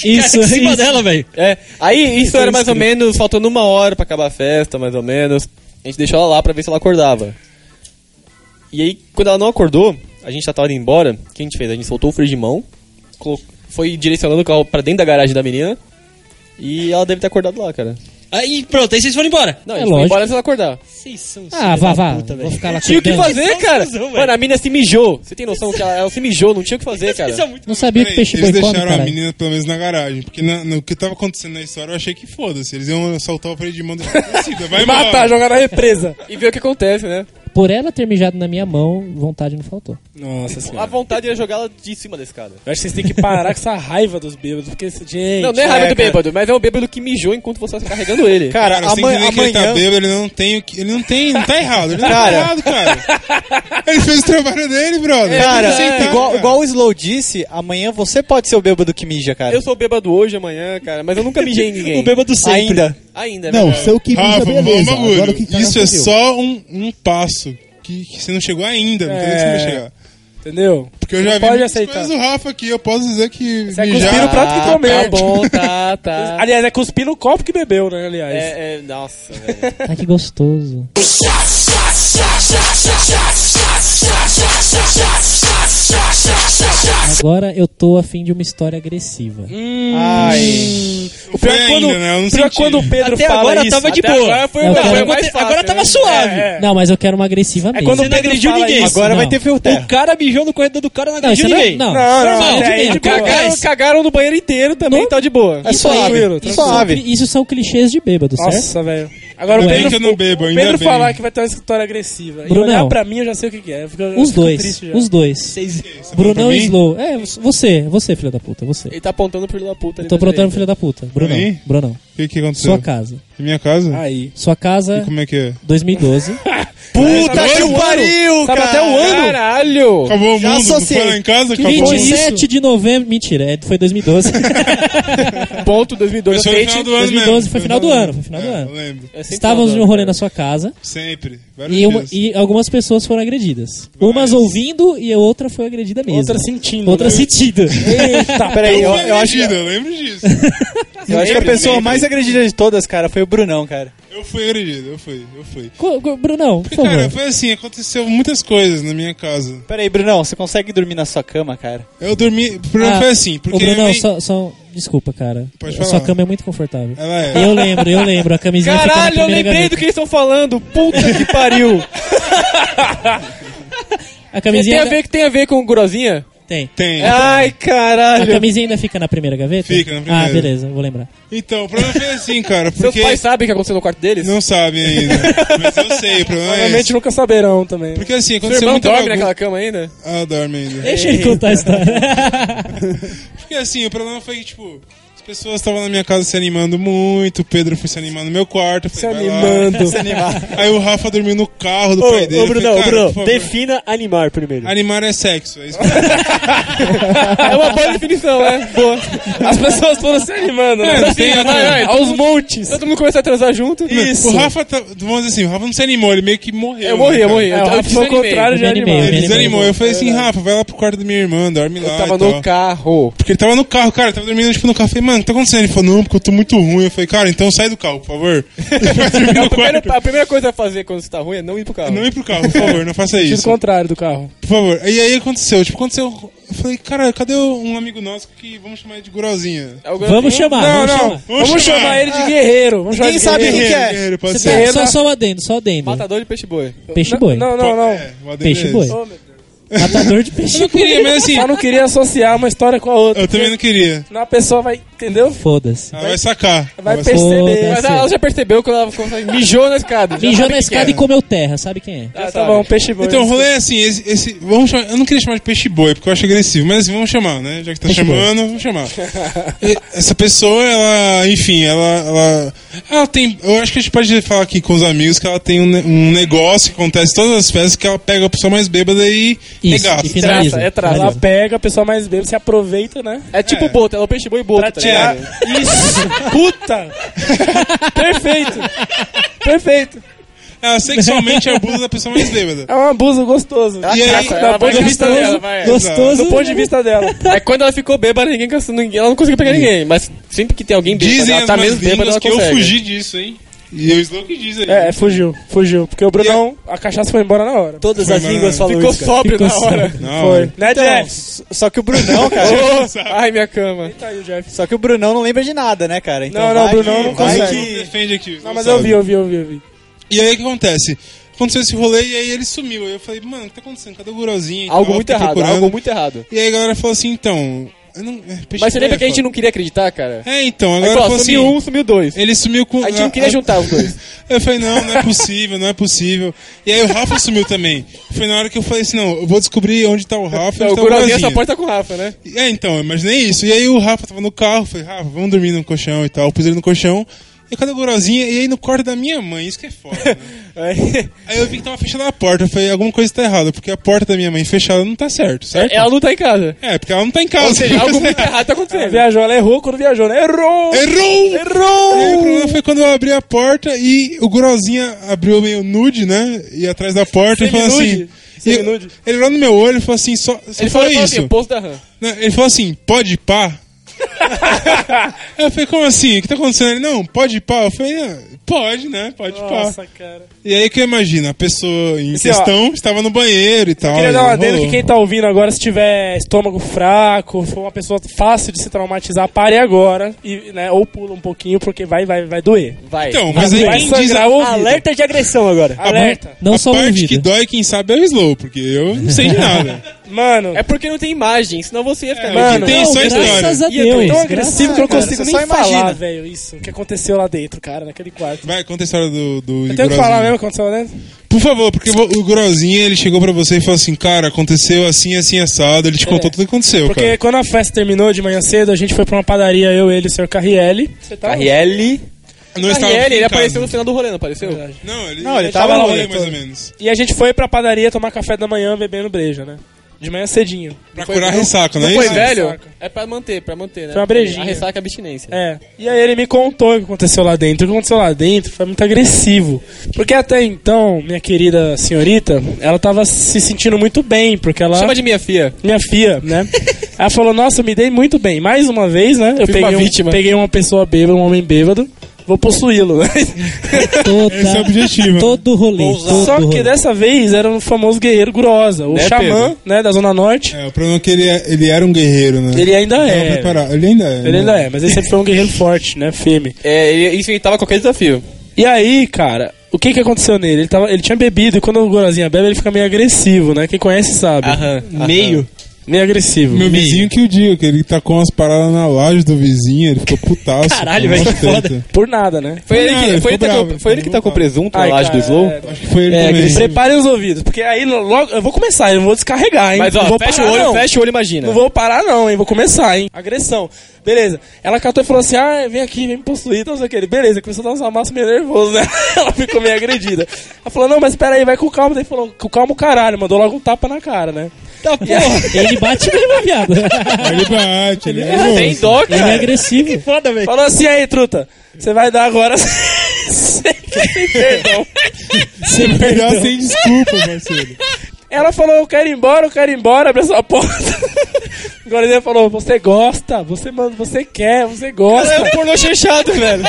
Speaker 16: Isso,
Speaker 5: Cara, em cima
Speaker 16: isso.
Speaker 5: dela, velho. É. Aí isso era mais ou menos, faltando uma hora pra acabar a festa, mais ou menos. A gente deixou ela lá pra ver se ela acordava. E aí, quando ela não acordou, a gente já tava indo embora, o que a gente fez? A gente soltou o freio de mão, colo- foi direcionando o carro pra dentro da garagem da menina. E ela deve ter acordado lá, cara.
Speaker 2: Aí, pronto, aí vocês foram embora.
Speaker 5: Não,
Speaker 2: É
Speaker 5: a gente foi
Speaker 2: lógico.
Speaker 5: embora antes dela acordar.
Speaker 2: Vocês são
Speaker 16: Ah, vá, vá. Vou ficar lá
Speaker 5: Tinha o que
Speaker 16: cuidando.
Speaker 5: fazer, cara. Mano, a mina se mijou. Você tem noção que ela, ela se mijou, não tinha o que fazer, cara.
Speaker 16: Não sabia que
Speaker 1: Peraí,
Speaker 16: peixe boi
Speaker 1: Eles
Speaker 16: come,
Speaker 1: deixaram a
Speaker 16: caralho.
Speaker 1: menina pelo menos na garagem. Porque na- no que tava acontecendo na história, eu achei que foda-se. Eles iam soltar o freio de mão da torcida. Vai embora.
Speaker 6: Matar, jogar na represa.
Speaker 5: E ver o que acontece, né?
Speaker 16: Por ela ter mijado na minha mão, vontade não faltou.
Speaker 6: Nossa senhora.
Speaker 5: A vontade era jogar ela de cima da escada.
Speaker 6: Eu acho que vocês têm que parar com essa raiva dos bêbados, porque, esse- gente...
Speaker 5: Não, não é raiva do
Speaker 6: cara.
Speaker 5: bêbado, mas é um bêbado que mijou enquanto você tá carregando ele.
Speaker 1: Cara,
Speaker 5: Cara,
Speaker 1: sem
Speaker 5: ama-
Speaker 1: entender que ele tá
Speaker 5: amanhã-
Speaker 1: bêbado, ele não tem o que. Ele não tem. Não tá errado. Ele não
Speaker 5: Cara.
Speaker 1: tá errado, cara. Ele fez o trabalho dele, brother.
Speaker 11: Cara,
Speaker 1: Tem que aceitar,
Speaker 11: igual,
Speaker 1: cara.
Speaker 11: igual o Slow disse, amanhã você pode ser o bêbado que mija, cara.
Speaker 5: Eu sou bêbado hoje, amanhã, cara, mas eu nunca mijei em ninguém.
Speaker 11: O bêbado sempre.
Speaker 5: Ainda. Ainda,
Speaker 7: Não,
Speaker 5: né, cara?
Speaker 7: seu que mija,
Speaker 1: Rafa, vamos
Speaker 7: beleza.
Speaker 1: ao bagulho.
Speaker 7: Agora o que tá
Speaker 1: Isso
Speaker 7: na
Speaker 1: é
Speaker 7: fudeu.
Speaker 1: só um, um passo que, que você não chegou ainda. Não tem nem que você vai chegar.
Speaker 6: Entendeu?
Speaker 1: Porque eu já
Speaker 6: Não
Speaker 1: vi
Speaker 6: pode
Speaker 1: muitas
Speaker 6: aceitar.
Speaker 1: coisas do Rafa aqui, eu posso dizer que.
Speaker 6: Você é cuspir no prato que comeu.
Speaker 1: Tá bom,
Speaker 6: tá, tá. Aliás, é cuspir no copo que bebeu, né? Aliás.
Speaker 11: É, é, nossa, velho.
Speaker 4: Tá que gostoso. Agora eu tô afim de uma história agressiva.
Speaker 6: Hum. Ai. O pior é quando,
Speaker 1: né?
Speaker 6: pior é quando o Pedro
Speaker 4: Até
Speaker 6: fala
Speaker 4: agora
Speaker 6: isso.
Speaker 4: tava de
Speaker 6: Até
Speaker 4: boa.
Speaker 6: Agora foi
Speaker 4: Não,
Speaker 6: não,
Speaker 4: cara,
Speaker 6: foi mais fácil,
Speaker 5: Agora tava
Speaker 6: né?
Speaker 5: suave.
Speaker 6: É, é.
Speaker 4: Não, mas eu quero uma agressiva mesmo. é-
Speaker 5: Você não agrediu ninguém.
Speaker 4: Não.
Speaker 5: O cara mijou no corredor do cara, não agrediu
Speaker 4: isso não é-
Speaker 5: ninguém.
Speaker 4: não.
Speaker 6: Não, não,
Speaker 5: Normal,
Speaker 6: mas
Speaker 5: de
Speaker 6: aí,
Speaker 5: mesmo.
Speaker 6: de boa.
Speaker 5: Cagais.
Speaker 6: Cagaram- Cagaram no banheiro inteiro também, tá de boa.
Speaker 4: Isso aí, isso, são cri- isso são clichês de bêbado,
Speaker 6: Nossa,
Speaker 4: certo?
Speaker 6: velho. Agora o
Speaker 4: Ainda bem
Speaker 6: Pedro,
Speaker 4: que eu não bebo,
Speaker 6: o
Speaker 4: ainda
Speaker 6: Pedro
Speaker 4: bem.
Speaker 6: falar que vai ter uma escritória agressiva.
Speaker 4: Brunão.
Speaker 6: E olhar pra mim, eu já sei o que que é. Eu fico- eu
Speaker 4: Os
Speaker 6: fico
Speaker 4: dois,
Speaker 6: triste já.
Speaker 4: os dois. Brunão
Speaker 6: pra
Speaker 4: e
Speaker 6: mim?
Speaker 4: Slow. É, você, você, filho da puta, você.
Speaker 6: Ele tá apontando pro filho da puta.
Speaker 4: Eu tô brotando filho da puta. Brunão,
Speaker 1: Aí?
Speaker 4: Brunão.
Speaker 1: O que, que aconteceu?
Speaker 4: Sua casa.
Speaker 1: E minha casa?
Speaker 6: Aí.
Speaker 4: Sua casa...
Speaker 1: E como é que é?
Speaker 4: 2012.
Speaker 6: Tá
Speaker 1: Puta
Speaker 4: que
Speaker 1: pariu,
Speaker 6: Sabe até o ano? Caralho!
Speaker 1: Acabou o mundo, não foi lá em casa,
Speaker 4: Que
Speaker 1: acabou o mundo.
Speaker 4: 27 de novembro. Mentira, é, foi 2012.
Speaker 6: Ponto 2012.
Speaker 1: Foi no final do ano
Speaker 4: 2012
Speaker 1: mesmo.
Speaker 4: foi final do ano. Foi final do
Speaker 6: É.
Speaker 4: ano.
Speaker 1: É,
Speaker 6: Então,
Speaker 1: Eu lembro.
Speaker 4: Estávamos em um rolê na sua casa.
Speaker 1: Sempre. Vários
Speaker 4: E, uma-
Speaker 1: dias.
Speaker 4: e algumas pessoas foram agredidas. Umas ouvindo e a outra foi agredida mesmo.
Speaker 6: Outra sentindo,
Speaker 4: Outra
Speaker 6: né?
Speaker 4: sentida.
Speaker 6: Eita,
Speaker 11: Peraí, eu,
Speaker 1: Eu,
Speaker 6: é
Speaker 11: eu acho,
Speaker 1: eu lembro disso.
Speaker 11: eu acho que a pessoa mais agredida de todas, cara, foi o Brunão, cara.
Speaker 1: Eu fui agredido, eu fui, eu fui.
Speaker 4: Co- co- Brunão, por
Speaker 1: Cara,
Speaker 4: favor.
Speaker 1: foi assim, aconteceu muitas coisas na minha casa.
Speaker 11: Peraí, Brunão, você consegue dormir na sua cama, cara?
Speaker 1: Eu dormi, o problema
Speaker 4: Ah,
Speaker 1: foi assim,
Speaker 4: Ô,
Speaker 1: porque
Speaker 4: Brunão,
Speaker 1: minha mãe-
Speaker 4: só, só- Desculpa, cara.
Speaker 1: Pode
Speaker 4: Sua
Speaker 1: falar.
Speaker 4: cama é muito confortável.
Speaker 1: Ela é.
Speaker 4: Eu lembro, eu lembro. A camisinha fica na
Speaker 6: Caralho, eu
Speaker 4: primeira
Speaker 6: lembrei
Speaker 4: gaveta.
Speaker 6: do que eles estão falando. Puta que pariu.
Speaker 4: A camisinha
Speaker 6: tem, a
Speaker 4: ainda-
Speaker 6: ver, tem a ver com Grosinha?
Speaker 4: Tem.
Speaker 1: Tem.
Speaker 6: Ai,
Speaker 4: A
Speaker 6: caralho.
Speaker 4: camisinha ainda fica na primeira gaveta?
Speaker 1: Fica na primeira.
Speaker 4: Ah, beleza, vou lembrar.
Speaker 1: Então, o problema foi assim, cara,
Speaker 6: Seus
Speaker 1: porque
Speaker 6: pais sabem o que aconteceu no quarto deles?
Speaker 1: não sabem ainda. Mas eu sei, o problema é
Speaker 6: Provavelmente
Speaker 1: esse.
Speaker 6: nunca saberão também.
Speaker 1: Porque assim,
Speaker 6: Seu
Speaker 1: aconteceu
Speaker 6: irmão
Speaker 1: muita
Speaker 6: dorme
Speaker 1: bagun-
Speaker 6: naquela cama ainda?
Speaker 1: Ah, dorme ainda.
Speaker 4: Deixa
Speaker 6: É.
Speaker 4: ele contar a história.
Speaker 1: Porque assim, o problema foi que, tipo, as pessoas estavam na minha casa se animando muito, o Pedro foi se animar no meu quarto. eu falei,
Speaker 6: Se
Speaker 1: "Vai lá."
Speaker 6: animando.
Speaker 11: Se animar.
Speaker 1: Aí o Rafa dormiu no carro do
Speaker 3: Ô,
Speaker 1: pai dele.
Speaker 3: ô
Speaker 1: eu falei,
Speaker 3: Brunão,
Speaker 1: "Cara,
Speaker 3: Brunão,
Speaker 1: por favor."
Speaker 3: defina animar primeiro.
Speaker 1: Animar é sexo, é isso.
Speaker 6: É uma boa definição, né? Boa. As pessoas foram se animando, né?
Speaker 1: É, não tem
Speaker 6: Vai,
Speaker 1: outra.
Speaker 6: vai, Aos montes. Todo mundo começou a transar junto.
Speaker 1: O Rafa, tá, vamos dizer assim, o Rafa não se animou, ele meio que morreu.
Speaker 6: Eu morri, eu
Speaker 1: né,
Speaker 6: morri.
Speaker 1: cara?
Speaker 6: Eu, eu,
Speaker 1: Ele
Speaker 6: foi o contrário de
Speaker 4: Eu me animei,
Speaker 6: animar.
Speaker 4: eu me
Speaker 1: Ele
Speaker 4: animei.
Speaker 1: desanimou. Eu falei assim, Rafa, vai lá pro quarto da minha irmã, dorme lá.
Speaker 6: Eu
Speaker 1: e
Speaker 6: tava
Speaker 1: tal.
Speaker 6: no carro.
Speaker 1: Porque ele tava no carro, cara, ele tava dormindo tipo no café. Mano, o que tá acontecendo? Ele falou, não, porque eu tô muito ruim. Eu falei, cara, então sai do carro, por favor. Vai dormir no
Speaker 6: A primeira,
Speaker 1: quarto.
Speaker 6: Ah, a primeira coisa a fazer quando você tá ruim é não ir pro carro.
Speaker 1: Não ir pro carro, por favor, não faça
Speaker 6: Sentido
Speaker 1: isso.
Speaker 6: contrário do carro.
Speaker 1: Por favor. E aí aconteceu, tipo, aconteceu. Eu falei, cara, cadê um amigo nosso que vamos chamar ele de Gurozinha?
Speaker 6: É
Speaker 4: Vamos chamar,
Speaker 6: assim? Não,
Speaker 4: Ah, vamos
Speaker 6: não.
Speaker 4: chamar.
Speaker 6: Vamos, chamar. ele de guerreiro. Vamos chamar
Speaker 11: Ninguém
Speaker 6: ele de
Speaker 11: sabe
Speaker 6: guerreiro.
Speaker 11: quem que é.
Speaker 1: Guerreiro, pode
Speaker 4: Você
Speaker 1: ser.
Speaker 4: tá-
Speaker 6: Guerreiro
Speaker 4: só,
Speaker 6: da-
Speaker 4: só um adendo, só um adendo.
Speaker 6: Matador Tá de peixe boi.
Speaker 4: Peixe boi.
Speaker 6: Não, não, não.
Speaker 1: É, o ADM
Speaker 4: Peixe
Speaker 1: é
Speaker 4: boi.
Speaker 1: esse.
Speaker 6: Ô, meu Deus.
Speaker 4: Matador de
Speaker 1: Eu
Speaker 4: peixe
Speaker 1: não
Speaker 4: boi.
Speaker 1: queria, mas assim,
Speaker 6: Só não queria associar uma história com a outra.
Speaker 1: eu também não queria.
Speaker 6: Senão a pessoa vai, entendeu?
Speaker 4: Foda-se.
Speaker 1: Ela vai sacar.
Speaker 6: Vai
Speaker 1: Ela
Speaker 4: Foda-se.
Speaker 6: perceber. Mas ela já percebeu quando ela quando ela mijou na escada. Já
Speaker 4: Mijou
Speaker 6: sabe
Speaker 4: na
Speaker 6: o que que
Speaker 4: escada
Speaker 6: é.
Speaker 4: e comeu terra, sabe quem é?
Speaker 6: Ah, tá bom, peixe boi.
Speaker 1: Então, o rolê é assim, esse, esse- vamos chamar, eu não queria chamar de peixe boi, porque eu acho agressivo, mas assim, vamos chamar, né? Já que tá chamando, vamos chamar. E essa pessoa, ela, enfim, ela, ela, ela tem, eu acho que a gente pode falar aqui com os amigos que ela tem um, ne- um negócio que acontece em todas as festas, que ela pega a pessoa mais bêbada e
Speaker 4: Isso,
Speaker 1: regaça.
Speaker 4: e finaliza.
Speaker 6: Traça, é traça. Ela
Speaker 4: Finaliza.
Speaker 6: pega, a pessoa mais bêbada, se aproveita, né? É tipo
Speaker 1: É.
Speaker 6: boto, ela é o peixe boi e boto.
Speaker 1: Pra
Speaker 6: tá
Speaker 1: tirar.
Speaker 6: ligado? Isso! Puta! Perfeito! Perfeito!
Speaker 1: Ela É, sexualmente abusa da pessoa mais bêbada.
Speaker 6: É um abuso gostoso.
Speaker 1: E aí,
Speaker 6: do ponto de vista dela, vai.
Speaker 4: Gostoso.
Speaker 6: Do ponto de vista dela.
Speaker 5: É quando ela ficou bêbada, ninguém cansou, ninguém, ela não conseguiu pegar ninguém. Mas sempre que tem alguém bêbado,
Speaker 1: Uhum. Dizem
Speaker 5: ela
Speaker 1: as
Speaker 5: tá
Speaker 1: minhas
Speaker 5: mesmo bêbada,
Speaker 1: línguas
Speaker 5: ela
Speaker 1: que
Speaker 5: consegue.
Speaker 1: eu fugi disso, hein? E o Slow que diz aí.
Speaker 6: É, fugiu, fugiu. Porque o Brunão,
Speaker 1: é-
Speaker 6: a cachaça foi embora na hora.
Speaker 5: tipo
Speaker 11: Todas
Speaker 1: Foi
Speaker 5: assim,
Speaker 11: as
Speaker 1: mal.
Speaker 11: línguas falam
Speaker 6: Ficou
Speaker 11: isso, cara.
Speaker 6: sóbrio
Speaker 4: Ficou
Speaker 6: na hora.
Speaker 1: Não, é.
Speaker 6: Foi. Né,
Speaker 11: Então,
Speaker 6: Jeff?
Speaker 11: s- só que o Brunão, cara...
Speaker 6: Ô, Ai, minha cama. Tá aí o Jeff.
Speaker 11: só que o Brunão não lembra de nada, né, cara? Então
Speaker 6: Não, não,
Speaker 11: vai
Speaker 6: o Brunão
Speaker 11: que-
Speaker 6: não
Speaker 11: vai
Speaker 6: consegue.
Speaker 11: que-
Speaker 1: defende aqui.
Speaker 6: Não, mas eu vi, eu vi, eu vi, eu vi.
Speaker 1: E aí o que acontece? Aconteceu esse rolê e aí ele sumiu. Aí eu falei, mano, o que tá acontecendo? Cadê o Gurozinho? e
Speaker 5: Algo
Speaker 1: tal?
Speaker 5: muito
Speaker 1: Fiquei
Speaker 5: errado,
Speaker 1: procurando.
Speaker 5: algo muito errado.
Speaker 1: E aí a galera falou assim, então. eu não- é, peixe
Speaker 5: Mas você
Speaker 1: boi,
Speaker 5: lembra que a gente
Speaker 1: é
Speaker 5: não queria acreditar, cara?
Speaker 1: foda. É, então,
Speaker 5: Aí
Speaker 1: agora
Speaker 5: falou,
Speaker 1: falou assim.
Speaker 5: sumiu um, sumiu dois.
Speaker 1: Ele sumiu com.
Speaker 5: A gente não queria juntar os dois.
Speaker 1: Eu falei, não, não é possível, não é possível. E aí o Rafa sumiu também. Foi na hora que eu falei assim, não, eu vou descobrir onde tá o Rafa. e
Speaker 6: Não,
Speaker 1: onde
Speaker 6: o
Speaker 1: tá
Speaker 6: Gurozinho
Speaker 1: Gurozinho.
Speaker 6: essa porta com o Rafa, né?
Speaker 1: É, então, eu imaginei isso. E aí o Rafa tava no carro, falei, Rafa, vamos dormir no colchão e tal. Eu pus ele no colchão. E cadê o Gurozinha? E aí no quarto da minha mãe, isso que é foda, né?
Speaker 6: É.
Speaker 1: Aí eu vi que tava fechada a porta. Eu falei, alguma coisa tá errada, porque a porta da minha mãe fechada não tá certo, certo?
Speaker 6: Ela não tá em casa.
Speaker 1: É, porque ela não tá em casa.
Speaker 6: Ou seja, algo muito errado tá acontecendo. Ela viajou, ela errou quando viajou, né? Errou!
Speaker 1: Errou! E aí, o
Speaker 6: Errou!
Speaker 1: problema foi quando eu abri a porta e o Gurozinha abriu meio nude, né? E atrás da porta e falou assim.
Speaker 6: Semi-nude.
Speaker 1: E ele olhou no meu olho e falou assim, só. só
Speaker 6: Ele falou,
Speaker 1: falou
Speaker 6: ele falou assim,
Speaker 1: isso.
Speaker 6: "Poço da Ram."
Speaker 1: Não, ele falou assim, pode pá. Aí eu falei, como assim? O que tá acontecendo? Ele, não, pode pá. Eu falei, "Ah, pode, né? Pode pá.
Speaker 6: Nossa, cara.
Speaker 1: E aí que eu imagino, a pessoa em
Speaker 6: Assim, ó,
Speaker 1: questão estava no banheiro e tal.
Speaker 6: Queria dar uma
Speaker 1: e
Speaker 6: adendo
Speaker 1: rolou.
Speaker 6: que quem tá ouvindo agora, se tiver estômago fraco, for uma pessoa fácil de se traumatizar, pare agora. E, né, ou pula um pouquinho, porque vai, vai, vai doer.
Speaker 2: Vai.
Speaker 1: Então, mas aí
Speaker 6: vai
Speaker 1: quem
Speaker 6: sangrar
Speaker 1: diz a-
Speaker 6: o ouvido.
Speaker 2: Alerta de agressão agora.
Speaker 1: A
Speaker 6: Alerta.
Speaker 1: parte- a parte que dói, quem sabe, é o slow, porque eu não sei de nada.
Speaker 6: Mano.
Speaker 2: É porque não tem imagem, senão você ia ficar.
Speaker 1: É, Mano, tem só
Speaker 2: graças
Speaker 1: história.
Speaker 2: a
Speaker 4: é
Speaker 6: E é eu tô
Speaker 2: Deus,
Speaker 6: tão agressivo que eu não
Speaker 1: cara,
Speaker 6: consigo
Speaker 1: você
Speaker 6: nem
Speaker 1: só
Speaker 6: falar,
Speaker 1: imagina.
Speaker 6: velho, isso. O que aconteceu lá dentro, cara, naquele quarto.
Speaker 1: Vai, conta a história do, do
Speaker 6: Eu tenho que
Speaker 1: Igorzinho.
Speaker 6: falar mesmo o que aconteceu lá dentro?
Speaker 1: Por favor, porque vo- o Grozinho, ele chegou pra você e falou assim, cara, aconteceu assim, assim, assado, ele te contou tudo o que aconteceu,
Speaker 6: É. Porque
Speaker 1: cara.
Speaker 6: quando a festa terminou de manhã cedo, a gente foi pra uma padaria, eu, ele e o senhor Carrielli. Você tá?
Speaker 2: Carrielli.
Speaker 1: Não estava
Speaker 2: Carrielli, ele
Speaker 1: em casa.
Speaker 2: apareceu no final do rolê, não apareceu?
Speaker 1: Não, ele,
Speaker 6: Não, ele tava lá
Speaker 1: lá, mais
Speaker 6: dentro.
Speaker 1: ou menos.
Speaker 6: E a gente foi pra padaria tomar café da manhã bebendo breja, né? De manhã cedinho.
Speaker 1: Pra curar ressaca, não é
Speaker 2: Não
Speaker 1: isso?
Speaker 2: foi velho?
Speaker 6: Ressaca.
Speaker 2: É pra manter, pra manter, né?
Speaker 6: Foi uma brejinha.
Speaker 2: A ressaca é abstinência.
Speaker 6: É. E aí ele me contou o que aconteceu lá dentro. O que aconteceu lá dentro foi muito agressivo. Porque até então, minha querida senhorita, ela tava se sentindo muito bem, porque ela.
Speaker 2: Chama de minha fia.
Speaker 6: Minha fia, né? ela falou, nossa, me dei muito bem. Mais uma vez, né? Eu
Speaker 2: Fui
Speaker 6: peguei,
Speaker 2: uma
Speaker 6: um-
Speaker 2: vítima.
Speaker 6: peguei uma pessoa bêbada, um homem bêbado. Vou possuí-lo, né?
Speaker 4: Toda,
Speaker 1: Esse é o objetivo.
Speaker 4: Todo rolê. Todo
Speaker 6: Só que
Speaker 4: rolê.
Speaker 6: dessa vez era um famoso guerreiro Grosa, o
Speaker 1: Né,
Speaker 6: xamã,
Speaker 1: Pedro?
Speaker 6: né, da Zona Norte.
Speaker 1: É, o problema é que ele, é- ele era um guerreiro, né?
Speaker 6: Ele ainda
Speaker 1: Tava
Speaker 6: é.
Speaker 1: preparado. Ele ainda é.
Speaker 6: Ele ainda
Speaker 1: né?
Speaker 6: é, mas ele sempre foi um guerreiro forte, né? Firme.
Speaker 2: É, ele isso evitava qualquer desafio.
Speaker 6: E aí, cara, o que que aconteceu nele? Ele, tava, ele tinha bebido e quando o Gorozinha bebe, ele fica meio agressivo, né? Quem conhece sabe.
Speaker 2: Aham, aham.
Speaker 6: Meio agressivo.
Speaker 1: Meu vizinho que o diga, que ele tacou umas paradas na laje do vizinho, ele ficou putaço.
Speaker 6: Caralho,
Speaker 1: com
Speaker 6: velho,
Speaker 1: uma
Speaker 6: que foda.
Speaker 1: treta.
Speaker 6: Por nada, né?
Speaker 2: Foi ele,
Speaker 1: Não,
Speaker 2: que,
Speaker 1: ele
Speaker 2: foi, ele
Speaker 1: ficou
Speaker 2: tacou-
Speaker 1: bravo,
Speaker 2: foi ele que tacou presunto na
Speaker 6: Ai,
Speaker 2: laje do
Speaker 6: cara,
Speaker 2: Slow?
Speaker 6: é.
Speaker 1: Acho que foi ele
Speaker 6: É,
Speaker 1: também.
Speaker 6: agressivo. preparem os ouvidos, porque aí no- logo eu vou começar, eu não vou descarregar, hein?
Speaker 2: Mas
Speaker 6: Não
Speaker 2: ó,
Speaker 6: vou
Speaker 2: fecha o
Speaker 6: parar,
Speaker 2: olho,
Speaker 6: não.
Speaker 2: fecha o olho, imagina.
Speaker 6: Não vou parar, não, hein? Vou começar, hein? Agressão. Beleza. Ela catou e falou assim: ah, vem aqui, vem me possuir, então não sei o que. Ele, Beleza, começou a dar uns amassos meio nervoso, né? Ela ficou meio agredida. Ela falou: não, mas peraí, vai com calma. Daí falou: com calma o caralho. Mandou logo um tapa na cara, né?
Speaker 2: Tá porra.
Speaker 4: Ele bate mesmo, viado.
Speaker 1: Ele bate, ele é bom.
Speaker 2: Tem dó,
Speaker 4: Ele é
Speaker 2: cara.
Speaker 4: agressivo.
Speaker 2: Foda, velho.
Speaker 6: Falou assim: aí, truta, você vai dar agora. sem perdão.
Speaker 1: Ele melhor sem desculpa, Marcelo.
Speaker 6: Ela falou, eu quero ir embora, eu quero ir embora, abre essa porta. Agora ele falou, você gosta, você manda, você quer, você gosta.
Speaker 2: Cara, é um pornô chanchado, velho.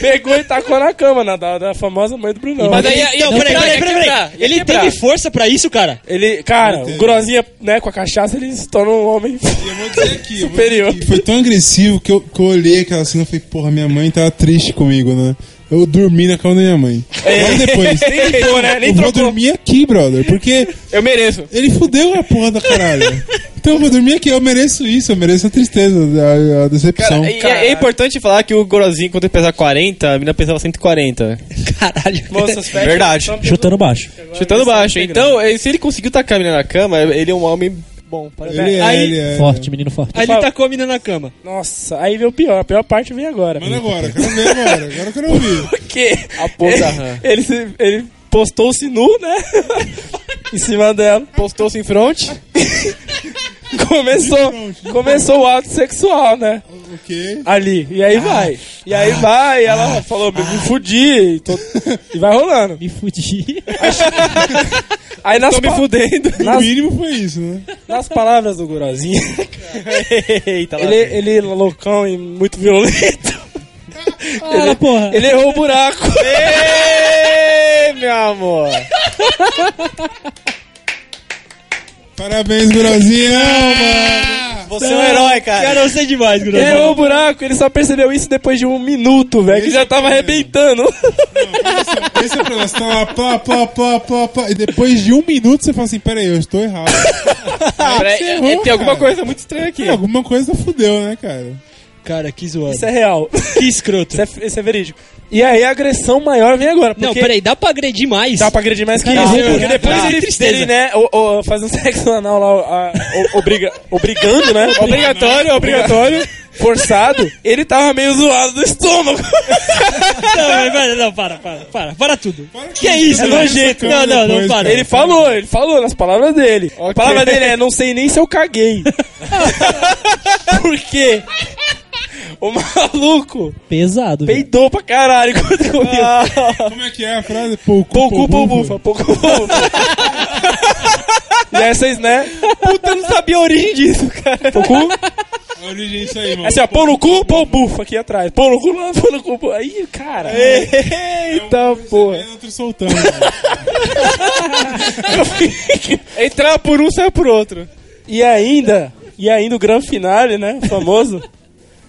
Speaker 6: Pegou e tacou na cama, na, da, da famosa mãe do Brunão.
Speaker 2: Mas aí, aí, ó,
Speaker 16: Não,
Speaker 2: peraí,
Speaker 16: peraí,
Speaker 2: peraí, peraí, peraí. Ele
Speaker 16: Ele teve força pra isso, cara?
Speaker 6: Ele, cara, o Grosinha, né, com a cachaça, ele se torna um homem.
Speaker 2: é
Speaker 1: E eu vou dizer aqui, eu vou dizer
Speaker 6: Superior.
Speaker 1: aqui, foi tão agressivo que eu, que eu olhei aquela cena e falei, porra, minha mãe tava triste comigo, né? Eu dormi na cama da minha mãe. Logo depois.
Speaker 6: É. Nem deitou, né? Nem
Speaker 1: eu vou
Speaker 6: trocou.
Speaker 1: dormir aqui, brother, porque
Speaker 2: Eu mereço.
Speaker 1: ele fudeu a porra da caralho. Então eu vou dormir aqui, eu mereço isso, eu mereço a tristeza, a, a
Speaker 2: Cara,
Speaker 1: decepção.
Speaker 2: e- e é, importante falar que o Gorozinho, quando ele pesava 40, a mina pesava 140.
Speaker 16: Caralho.
Speaker 6: Moças, fecha-
Speaker 2: Verdade.
Speaker 6: Então,
Speaker 4: Chutando baixo.
Speaker 2: Chutando baixo. Então, eh, se ele conseguiu tacar a mina na cama, ele é um homem bom. parabéns.
Speaker 1: Ele é,
Speaker 16: Aí-
Speaker 1: ele é.
Speaker 4: Forte, menino forte.
Speaker 16: Aí ele tacou a menina na cama.
Speaker 6: Nossa, aí veio o pior, a pior parte vem agora.
Speaker 1: Manda agora, eu quero ver agora, agora eu quero ouvir.
Speaker 6: Porque
Speaker 2: A porra da rã.
Speaker 6: ele, se- ele postou-se nu, né? em cima dela.
Speaker 2: Postou-se em front.
Speaker 6: Começou, começou o ato sexual, né?
Speaker 1: Ok.
Speaker 6: ali. E aí vai. E aí vai. E ela falou, me fudi. E, tô- e vai rolando.
Speaker 4: Me fudi.
Speaker 6: Aí nas, pa-
Speaker 1: No
Speaker 6: nas,
Speaker 1: mínimo foi isso, né?
Speaker 6: nas palavras do Gurozinho,
Speaker 2: Eita, lá.
Speaker 6: ele, ele é loucão e muito violento.
Speaker 4: Fala, porra.
Speaker 6: Ele errou o buraco.
Speaker 2: Ei, meu amor.
Speaker 1: Parabéns, Grozinho. Ah, mano.
Speaker 2: Você é um herói, cara.
Speaker 16: Cara, eu sei
Speaker 4: É
Speaker 16: demais,
Speaker 6: Ele
Speaker 16: Grosso.
Speaker 6: errou o buraco. Ele só percebeu isso depois de um minuto, velho. Que já tava arrebentando.
Speaker 1: Esse é o problema. Você tá lá, pá, pá, pá, pá, pá, e depois de um minuto você fala assim, peraí, eu estou errado.
Speaker 2: Peraí,
Speaker 1: Você
Speaker 6: É,
Speaker 2: eh,
Speaker 1: errou,
Speaker 2: tem alguma
Speaker 1: cara.
Speaker 2: coisa muito estranha aqui.
Speaker 1: É, alguma coisa fudeu, né, cara?
Speaker 16: Cara, que zoado.
Speaker 6: Isso é real.
Speaker 16: Que escroto.
Speaker 6: Isso é, isso é verídico. E aí a agressão maior vem agora. Porque
Speaker 16: Não, peraí, dá pra agredir mais?
Speaker 6: Dá pra agredir mais que
Speaker 16: Cara,
Speaker 6: isso.
Speaker 16: eu-
Speaker 6: Porque
Speaker 16: eu-
Speaker 6: depois
Speaker 16: eu-
Speaker 6: ele,
Speaker 16: tristeza.
Speaker 6: ele, né, o, o, faz um sexo anal lá, a- o- obriga, obrigando, né? Obrigatório, obrigatório. Forçado, ele tava meio zoado do estômago.
Speaker 16: Não, não, não, para, para, para, para tudo.
Speaker 1: Para
Speaker 16: Que é isso?
Speaker 1: você
Speaker 16: Não,
Speaker 1: vai
Speaker 16: jeito. Não,
Speaker 1: sacando
Speaker 16: não, não,
Speaker 1: depois,
Speaker 16: para.
Speaker 1: cara.
Speaker 4: é
Speaker 6: Ele falou, ele falou nas palavras dele. A palavra dele é: não sei nem se eu caguei. Por quê? O maluco
Speaker 4: Pesado. velho.
Speaker 6: peidou pra caralho quando comia.
Speaker 2: Ah,
Speaker 1: Como é que é a frase? Pouco,
Speaker 6: Pouco, pouco, bufa, pouco, bufa. E aí vocês, né? Puta, eu não sabia a origem disso, cara. Pô, cu.
Speaker 1: A origem é isso aí, mano.
Speaker 6: É assim, ó, pão no cu, pão bufo aqui atrás. Pão no cu lá, pão no cu. Pão... Ih, cara. Eita,
Speaker 2: é
Speaker 6: porra.
Speaker 1: outro soltando.
Speaker 6: Entrar por um, sair por outro. E ainda, e ainda o grande finale, né? o Famoso.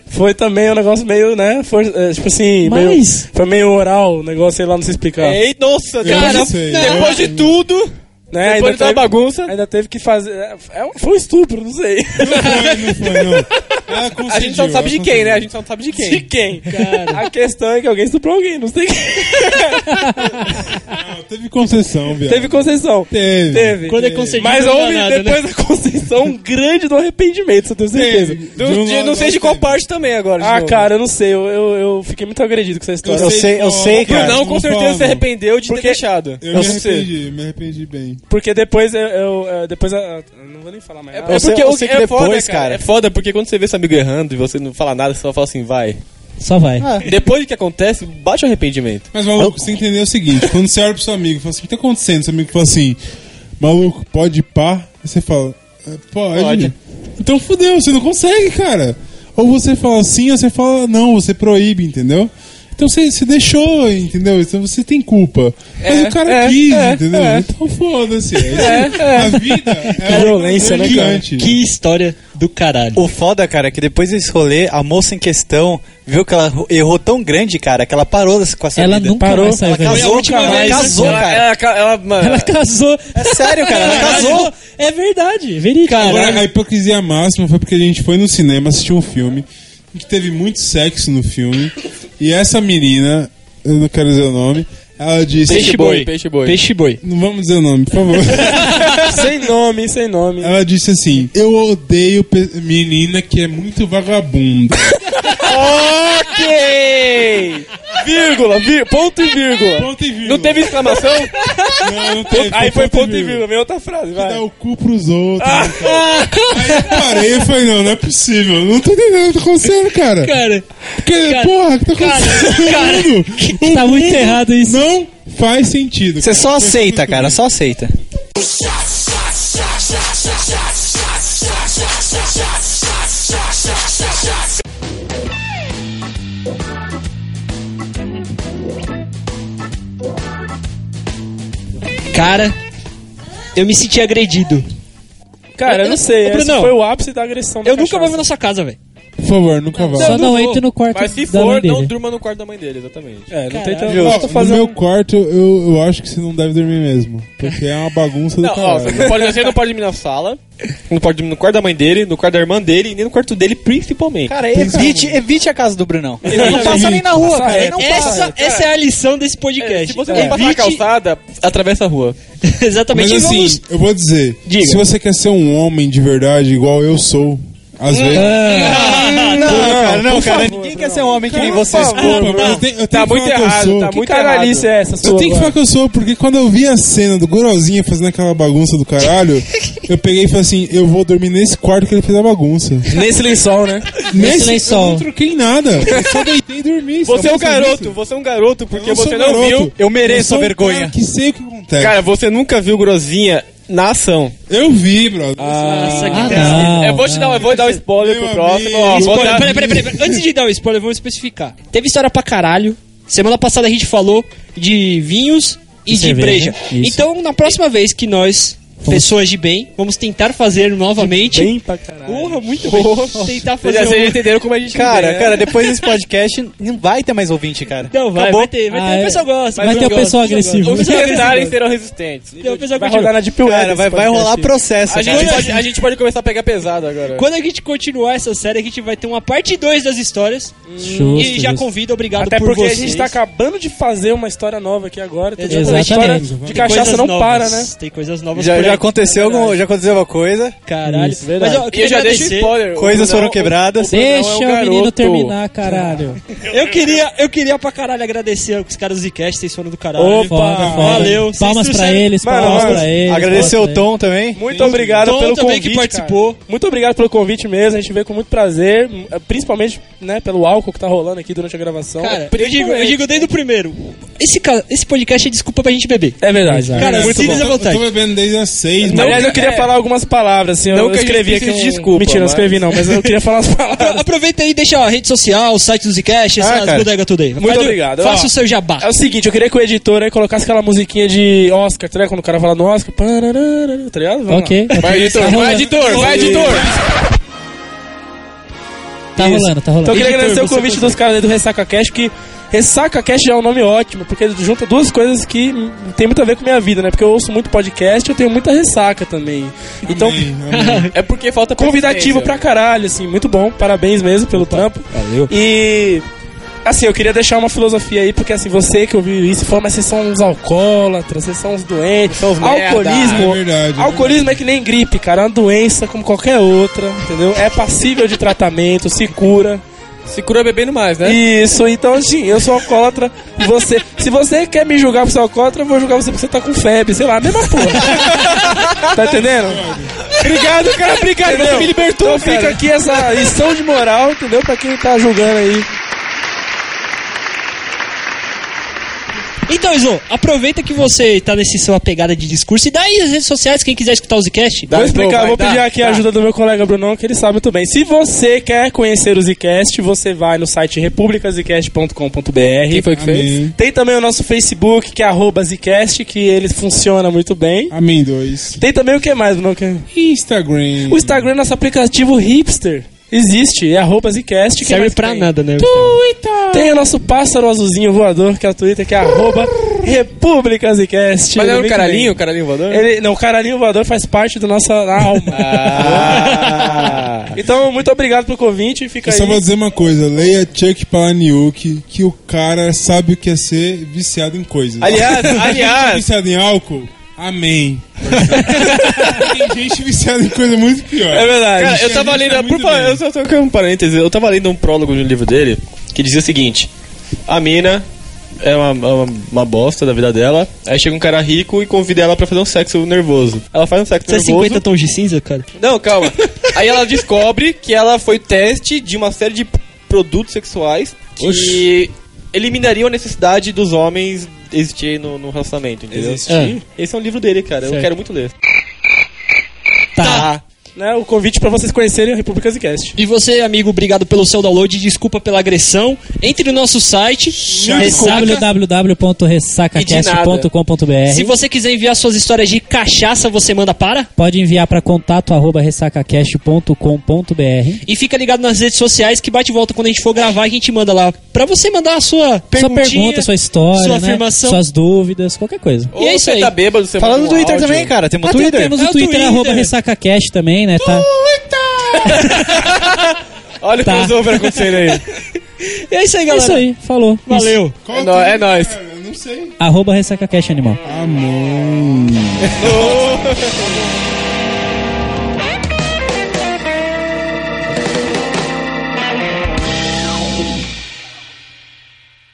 Speaker 6: Foi também um negócio meio, né? for- é, tipo assim, meio,
Speaker 16: Mas-
Speaker 6: foi meio oral o negócio, sei lá, não sei explicar.
Speaker 2: Ei, nossa,
Speaker 6: Eu
Speaker 2: cara,
Speaker 6: não sei,
Speaker 2: depois de
Speaker 6: eu-
Speaker 2: tudo.
Speaker 6: Né?
Speaker 2: Depois da
Speaker 6: bagunça. Ainda teve que fazer. é, foi um estupro, não sei.
Speaker 2: a gente só não sabe de quem, né? A gente só não sabe de quem.
Speaker 6: De quem? A questão é que alguém estuprou alguém, não sei.
Speaker 1: Teve concessão, viado.
Speaker 6: Teve concessão.
Speaker 1: Teve.
Speaker 6: Teve.
Speaker 1: Quando é concedido,
Speaker 6: Mas
Speaker 1: é um
Speaker 4: né?
Speaker 6: houve
Speaker 2: né?
Speaker 1: danado,
Speaker 6: depois da concessão um grande do arrependimento, isso eu tenho certeza.
Speaker 2: Teve. Do- De um de- lado, não sei de qual teve. parte também agora, de
Speaker 6: Ah,
Speaker 2: novo.
Speaker 6: cara, eu não sei. Eu, eu, eu fiquei muito agredido com essa história.
Speaker 2: Eu sei, eu sei, cara.
Speaker 6: Não, com
Speaker 2: Não
Speaker 6: certeza
Speaker 2: fala,
Speaker 6: se arrependeu de
Speaker 2: Porque
Speaker 6: ter deixado.
Speaker 1: Eu, me arrependi, me arrependi bem.
Speaker 6: Porque depois eu. eu- eu- depois. eu- eu não vou nem falar mais.
Speaker 2: É
Speaker 6: nada.
Speaker 2: porque
Speaker 6: eu
Speaker 2: o
Speaker 6: sei
Speaker 2: é foda, cara. É foda porque quando você vê seu amigo errando e você não fala nada, você só fala assim, vai.
Speaker 4: Só vai.
Speaker 2: Depois do que acontece, bate o arrependimento.
Speaker 1: Mas, maluco, você entendeu o seguinte: quando você olha pro seu amigo e fala assim, o que tá acontecendo? Seu amigo fala assim, maluco, pode ir pá? Aí você fala, "É, pode.
Speaker 2: Pode.
Speaker 1: Então fudeu, você não consegue, cara. Ou você fala sim, ou você fala não, você proíbe, entendeu? Então você, você deixou, entendeu? Então você tem culpa. Mas
Speaker 6: É,
Speaker 1: o cara
Speaker 6: é,
Speaker 1: quis,
Speaker 6: é,
Speaker 1: entendeu?
Speaker 6: é.
Speaker 1: Então foda-se.
Speaker 6: É, é.
Speaker 1: A vida é
Speaker 14: violência, né, cara?
Speaker 1: Que
Speaker 11: história do caralho. O foda, cara, é que depois desse rolê, a moça em questão viu que ela ro- errou tão grande, cara, que ela parou dessa- com essa
Speaker 16: Ela
Speaker 11: vida.
Speaker 16: nunca
Speaker 11: parou.
Speaker 16: mais saiu
Speaker 11: ela
Speaker 16: com essa
Speaker 11: casou,
Speaker 16: vida.
Speaker 11: cara. Ela casou,
Speaker 16: Ela- é
Speaker 11: cara.
Speaker 2: Ela, ela,
Speaker 16: Ela casou.
Speaker 11: É sério, cara, ela casou.
Speaker 16: É verdade, é verídico.
Speaker 1: Agora,
Speaker 4: tá
Speaker 1: a hipocrisia máxima foi porque a gente foi no cinema assistir um filme em que teve muito sexo no filme. E essa menina, eu não quero dizer o nome, ela disse.
Speaker 2: Peixe boi, peixe boi. Peixe
Speaker 1: boi. Não vamos dizer o nome, por favor.
Speaker 6: sem nome, sem nome.
Speaker 1: ela disse assim: Eu odeio pe- menina que é muito vagabunda.
Speaker 6: Ok! Vírgula, vir, ponto e vírgula.
Speaker 1: Ponto e
Speaker 6: Não teve exclamação?
Speaker 1: não, não teve,
Speaker 6: Aí foi ponto e
Speaker 1: vírgula.
Speaker 6: vírgula, vem outra frase, vai. Ah.
Speaker 1: Dá o cu pros outros. né, cara? Aí eu parei e falei: Não, não é possível. eu Não tô entendendo o que tá acontecendo, cara.
Speaker 16: Cara,
Speaker 1: Porque,
Speaker 16: cara,
Speaker 1: porra, o que tá
Speaker 16: cara,
Speaker 1: acontecendo
Speaker 16: cara,
Speaker 1: no mundo? O
Speaker 16: tá muito
Speaker 1: mundo
Speaker 16: errado isso.
Speaker 1: Não faz sentido.
Speaker 11: Você
Speaker 1: cara.
Speaker 11: só aceita, cara, só aceita.
Speaker 3: Cara, eu me senti agredido.
Speaker 6: Cara, eu não sei,
Speaker 3: Ô,
Speaker 6: esse
Speaker 3: Brunão,
Speaker 6: foi o ápice da agressão da
Speaker 3: Eu nunca vou
Speaker 6: cachaça.
Speaker 3: ver na sua casa, velho.
Speaker 1: Por favor, nunca vá.
Speaker 3: Só não
Speaker 2: vou.
Speaker 3: entre no quarto
Speaker 2: Mas se
Speaker 3: da
Speaker 2: for,
Speaker 3: mãe dele.
Speaker 2: não durma no quarto da mãe dele, exatamente.
Speaker 6: É, não tem tanto.
Speaker 1: Ó,
Speaker 6: Eu tô fazendo.
Speaker 1: No meu quarto, eu, eu acho que você não deve dormir mesmo. Porque é uma bagunça do
Speaker 2: Não, ó, você não,
Speaker 1: caralho.
Speaker 2: pode, você não pode dormir na sala, não pode dormir no quarto da mãe dele, no quarto da irmã dele e nem no quarto dele, principalmente.
Speaker 11: Cara, evite, evite a casa do Brunão. Não passa nem na rua, cara. ele Não
Speaker 3: Essa,
Speaker 11: passa.
Speaker 3: essa é a lição desse podcast.
Speaker 2: É, se você não passar na
Speaker 3: Evite-
Speaker 2: calçada, atravessa a rua.
Speaker 3: Exatamente.
Speaker 1: Mas
Speaker 3: E
Speaker 1: assim,
Speaker 3: vamos-
Speaker 1: eu vou dizer: se você quer ser um homem de verdade, igual eu sou, às vezes.
Speaker 11: Não, cara, não,
Speaker 1: por
Speaker 11: cara.
Speaker 1: favor,
Speaker 11: Ninguém quer ser um homem que nem você
Speaker 1: Desculpa, mas eu tenho, eu tenho
Speaker 6: Tá
Speaker 1: que
Speaker 6: muito
Speaker 1: falar que eu
Speaker 6: errado,
Speaker 1: sou.
Speaker 6: tá
Speaker 1: Que
Speaker 6: muito
Speaker 1: caralho.
Speaker 6: errado. é essa
Speaker 1: Eu
Speaker 6: sua
Speaker 1: tenho que
Speaker 6: agora.
Speaker 1: falar que eu sou, porque quando eu vi a cena do Gorozinha fazendo aquela bagunça do caralho, eu peguei e falei assim: eu vou dormir nesse quarto que ele fez a bagunça.
Speaker 2: Nesse lençol, né?
Speaker 1: Nesse
Speaker 16: lençol.
Speaker 1: Eu não troquei nada. Eu só deitei e dormi. só
Speaker 2: Você é um
Speaker 1: pensei
Speaker 2: garoto,
Speaker 1: nisso.
Speaker 2: você é um garoto, porque
Speaker 1: Eu não
Speaker 2: você
Speaker 1: sou
Speaker 2: não
Speaker 1: garoto.
Speaker 2: viu.
Speaker 11: Eu mereço
Speaker 1: sou
Speaker 11: a
Speaker 1: um
Speaker 11: vergonha.
Speaker 1: cara que sei o que acontece.
Speaker 2: Cara, você nunca viu o Grosinha na ação.
Speaker 1: eu vi, brother.
Speaker 6: Ah,
Speaker 16: Ah,
Speaker 3: Nossa,
Speaker 4: Então,
Speaker 3: que
Speaker 11: Ah,
Speaker 4: é
Speaker 2: eu
Speaker 4: um
Speaker 2: vou te dar, um- eu vou dar o spoiler pro próximo. ó, vou
Speaker 3: Spoiler,
Speaker 2: dar-
Speaker 3: peraí, peraí, peraí, peraí. Antes de dar o spoiler, vamos especificar. Teve história pra caralho. Semana passada a gente falou de vinhos e
Speaker 16: E
Speaker 3: de
Speaker 16: cerveja,
Speaker 3: breja.
Speaker 16: isso.
Speaker 3: Então, na próxima vez que nós, pessoas de bem, vamos tentar fazer novamente.
Speaker 6: Bem pra caralho.
Speaker 3: Porra, muito bem. Tentar fazer.
Speaker 2: Vocês
Speaker 3: um-
Speaker 2: entenderam como a gente né?
Speaker 11: Cara,
Speaker 2: ideia.
Speaker 11: cara, depois desse podcast não vai ter mais ouvinte, cara.
Speaker 3: Não, vai,
Speaker 11: Acabou.
Speaker 3: vai ter, vai ter.
Speaker 16: Ah,
Speaker 3: o pessoal gosta.
Speaker 16: vai
Speaker 3: o
Speaker 16: ter o
Speaker 3: gosta,
Speaker 16: pessoal
Speaker 3: gosta.
Speaker 16: agressivo.
Speaker 3: O
Speaker 2: Os
Speaker 3: pessoal
Speaker 2: que gritarem
Speaker 3: agressivo.
Speaker 2: serão resistentes.
Speaker 3: Não, o pessoal
Speaker 6: Vai
Speaker 3: continua.
Speaker 6: rodar na Deep Web.
Speaker 11: Cara, vai,
Speaker 6: esse
Speaker 11: vai
Speaker 6: podcast.
Speaker 11: rolar processo,
Speaker 2: A
Speaker 11: cara.
Speaker 2: gente, pode, a gente pode começar a pegar pesado agora.
Speaker 3: Quando a gente continuar essa série, a gente vai ter uma parte 2 das histórias.
Speaker 16: Justo,
Speaker 3: e já
Speaker 16: justo.
Speaker 3: convido, obrigado
Speaker 6: Até
Speaker 3: por
Speaker 6: porque
Speaker 3: vocês.
Speaker 6: a gente tá acabando de fazer uma história nova aqui agora. entendeu? A
Speaker 16: Exatamente.
Speaker 6: história de
Speaker 3: Tem
Speaker 6: cachaça
Speaker 3: coisas
Speaker 6: não
Speaker 3: novas,
Speaker 6: para, né?
Speaker 3: Tem coisas novas
Speaker 11: Já,
Speaker 3: por
Speaker 11: já
Speaker 3: aí.
Speaker 11: aconteceu algum, já aconteceu alguma coisa?
Speaker 3: Caralho.
Speaker 6: Isso, verdade.
Speaker 3: Mas, ó, eu
Speaker 2: E eu
Speaker 3: queria
Speaker 2: já deixo
Speaker 3: agradecer.
Speaker 2: spoiler.
Speaker 11: Coisas
Speaker 2: o Brunão-
Speaker 11: foram quebradas.
Speaker 2: Brunão é um
Speaker 16: Deixa o
Speaker 2: garoto.
Speaker 16: menino terminar, caralho.
Speaker 3: Eu queria, eu queria pra caralho agradecer os caras do Zcast, vocês foram do caralho.
Speaker 6: Opa,
Speaker 16: Foda, foda.
Speaker 3: valeu. Vocês
Speaker 16: Palmas pra
Speaker 3: trouxeram-
Speaker 16: eles,
Speaker 6: Mano,
Speaker 16: palmas
Speaker 6: mano,
Speaker 16: pra eles.
Speaker 11: Agradecer
Speaker 16: palmas
Speaker 11: o
Speaker 16: pra eles.
Speaker 11: Tom também.
Speaker 6: Muito obrigado
Speaker 3: Tom
Speaker 6: pelo
Speaker 3: também
Speaker 6: convite.
Speaker 3: que participou.
Speaker 6: cara. Muito obrigado pelo convite mesmo. A gente veio com muito prazer, m- principalmente né, pelo álcool que tá rolando aqui durante a gravação.
Speaker 3: Cara, eu digo, eu digo desde o primeiro. Esse, ca- esse podcast é desculpa pra gente beber.
Speaker 6: É verdade.
Speaker 16: Exato.
Speaker 3: Cara,
Speaker 1: Muito
Speaker 3: simples
Speaker 1: bom.
Speaker 3: à vontade.
Speaker 1: Eu tô bebendo desde as vocês,
Speaker 6: Não, Aliás, eu queria falar algumas palavras, assim.
Speaker 3: é. Não
Speaker 6: eu
Speaker 3: que a gente
Speaker 6: escrevi aqui.
Speaker 3: precise de
Speaker 6: um-
Speaker 3: desculpa,
Speaker 6: Mentira,
Speaker 3: mas-
Speaker 6: não escrevi não, mas eu queria falar umas palavras.
Speaker 3: Aproveita aí e deixa a rede social, o site do Zcash, essas
Speaker 6: cara.
Speaker 3: bodegas tudo aí.
Speaker 6: Muito
Speaker 3: Faz o-
Speaker 6: obrigado.
Speaker 3: Faça
Speaker 6: Ó,
Speaker 3: o seu jabá.
Speaker 6: É o seguinte, eu queria que o editor aí colocasse aquela musiquinha de Oscar, tá ligado? Quando o cara fala no Oscar. pararara, Tá ligado? Vamos
Speaker 17: Ok,
Speaker 6: lá.
Speaker 17: ok. Vai, editor, vai, editor, vai, editor. Tá
Speaker 6: Isso.
Speaker 17: rolando, tá rolando.
Speaker 6: Então eu queria
Speaker 17: Editor,
Speaker 6: agradecer o
Speaker 17: você
Speaker 6: convite
Speaker 17: consegue.
Speaker 6: dos caras aí do Ressaca Cash, que Ressaca Cash já é um nome ótimo, porque ele junta duas coisas que hum, tem muito a ver com a minha vida, né? Porque eu ouço muito podcast e eu tenho muita ressaca também. Então,
Speaker 5: É porque falta
Speaker 6: convidativo pra caralho, assim, muito bom. Parabéns mesmo pelo trampo.
Speaker 5: Valeu.
Speaker 6: E assim, eu queria deixar uma filosofia aí, porque assim, você que ouviu isso falou, mas vocês são uns alcoólatras, vocês são uns doentes. alcoolismo.
Speaker 1: É verdade.
Speaker 6: Alcoolismo é que nem gripe, cara. É uma doença como qualquer outra, entendeu? É passível de tratamento, se cura.
Speaker 5: Se cura bebendo mais, né?
Speaker 6: Isso, então assim, eu sou alcoólatra. e Você, se você quer me julgar por ser alcoólatra, eu vou julgar você porque você tá com febre, sei lá, a mesma porra. tá entendendo? Obrigado, cara, obrigado,
Speaker 5: Entendeu?
Speaker 6: você me libertou. Então fica aqui essa lição de moral, entendeu? Pra quem tá julgando aí.
Speaker 3: Então, Izo, aproveita que você tá nesse sua pegada de discurso e dá aí as redes sociais, quem quiser escutar o Zcast.
Speaker 6: vou explicar, vou pedir aqui a ajuda do meu colega Brunão, que ele sabe muito bem. Se você quer conhecer o Zcast, você vai no site republicazcast.com.br.
Speaker 5: Quem foi que fez? Amém.
Speaker 6: Tem também o nosso Facebook, que é arroba Zcast, que ele funciona muito bem.
Speaker 1: Amém, dois.
Speaker 6: Tem também o que mais, Brunão? Que...
Speaker 1: Instagram.
Speaker 6: O Instagram é nosso aplicativo hipster. Existe, é arroba Zcast. que
Speaker 3: Serve
Speaker 6: mais
Speaker 3: pra
Speaker 6: tem?
Speaker 3: nada, né?
Speaker 6: Twitter! Tem o nosso pássaro azulzinho voador, que é o Twitter, que é arroba República Zcast.
Speaker 5: Mas é o
Speaker 6: Muito
Speaker 5: caralhinho,
Speaker 6: bem.
Speaker 5: o caralhinho voador?
Speaker 6: Ele, não, o caralhinho voador faz parte da nossa alma.
Speaker 5: Ah.
Speaker 6: então, muito obrigado pelo convite. Fica
Speaker 1: Eu só
Speaker 6: aí.
Speaker 1: vou dizer uma coisa, leia Chuck Palahniuk que o cara sabe o que é ser viciado em coisas.
Speaker 6: Aliás,
Speaker 1: Tem gente
Speaker 6: aliás.
Speaker 1: viciado em álcool? Amém. Tem gente viciada em coisa muito pior.
Speaker 5: É verdade. Cara,
Speaker 1: Isso
Speaker 5: eu tava
Speaker 1: muito
Speaker 5: lendo. Por
Speaker 1: bem.
Speaker 5: favor, eu só tô com um parêntese. Eu tava lendo um prólogo de um livro dele que dizia o seguinte: A mina é uma, uma, uma bosta da vida dela. Aí chega um cara rico e convida ela pra fazer um sexo nervoso. Ela faz um sexo
Speaker 3: Você é
Speaker 5: nervoso.
Speaker 3: 50 tons de cinza, cara?
Speaker 5: Não, calma. Aí ela descobre que ela foi teste de uma série de produtos sexuais que eliminariam a necessidade dos homens existir no, no relacionamento, entendeu?
Speaker 3: Existir?
Speaker 5: Esse é um livro dele, cara. Eu
Speaker 3: Certo.
Speaker 5: quero muito ler.
Speaker 3: Tá.
Speaker 6: Né, o convite pra vocês conhecerem o República Zcast.
Speaker 3: E você, amigo, obrigado pelo seu download, desculpa pela agressão. Entre no nosso site, Ressaca.
Speaker 4: www.ressacacast.com.br
Speaker 3: Se você quiser enviar suas histórias de cachaça, você manda para.
Speaker 4: Pode enviar para contato arroba ressacacast.com.br
Speaker 3: E fica ligado nas redes sociais que bate e volta quando a gente for gravar, a gente manda lá. Pra você mandar a sua
Speaker 4: Sua
Speaker 3: perguntinha,
Speaker 4: pergunta, sua história,
Speaker 3: sua
Speaker 4: né?
Speaker 3: afirmação.
Speaker 4: suas dúvidas, qualquer coisa.
Speaker 3: E é isso
Speaker 5: tá
Speaker 3: aí.
Speaker 5: Fala no Twitter
Speaker 18: também, cara. Temos
Speaker 4: Ah,
Speaker 18: o Twitter.
Speaker 4: Temos
Speaker 18: É
Speaker 4: o
Speaker 18: o
Speaker 4: Twitter,
Speaker 18: Twitter.
Speaker 4: arroba ressacacast também, né? Tá,
Speaker 5: Olha
Speaker 4: Tá.
Speaker 5: o crossover acontecendo aí.
Speaker 3: E é isso aí,
Speaker 4: é
Speaker 3: galera.
Speaker 4: isso aí, falou.
Speaker 3: Valeu.
Speaker 1: Qual
Speaker 5: É nó-
Speaker 1: que-
Speaker 5: é nóis.
Speaker 1: Ah, Eu não sei.
Speaker 4: Isso. Arroba ressacacast animal.
Speaker 1: Amém.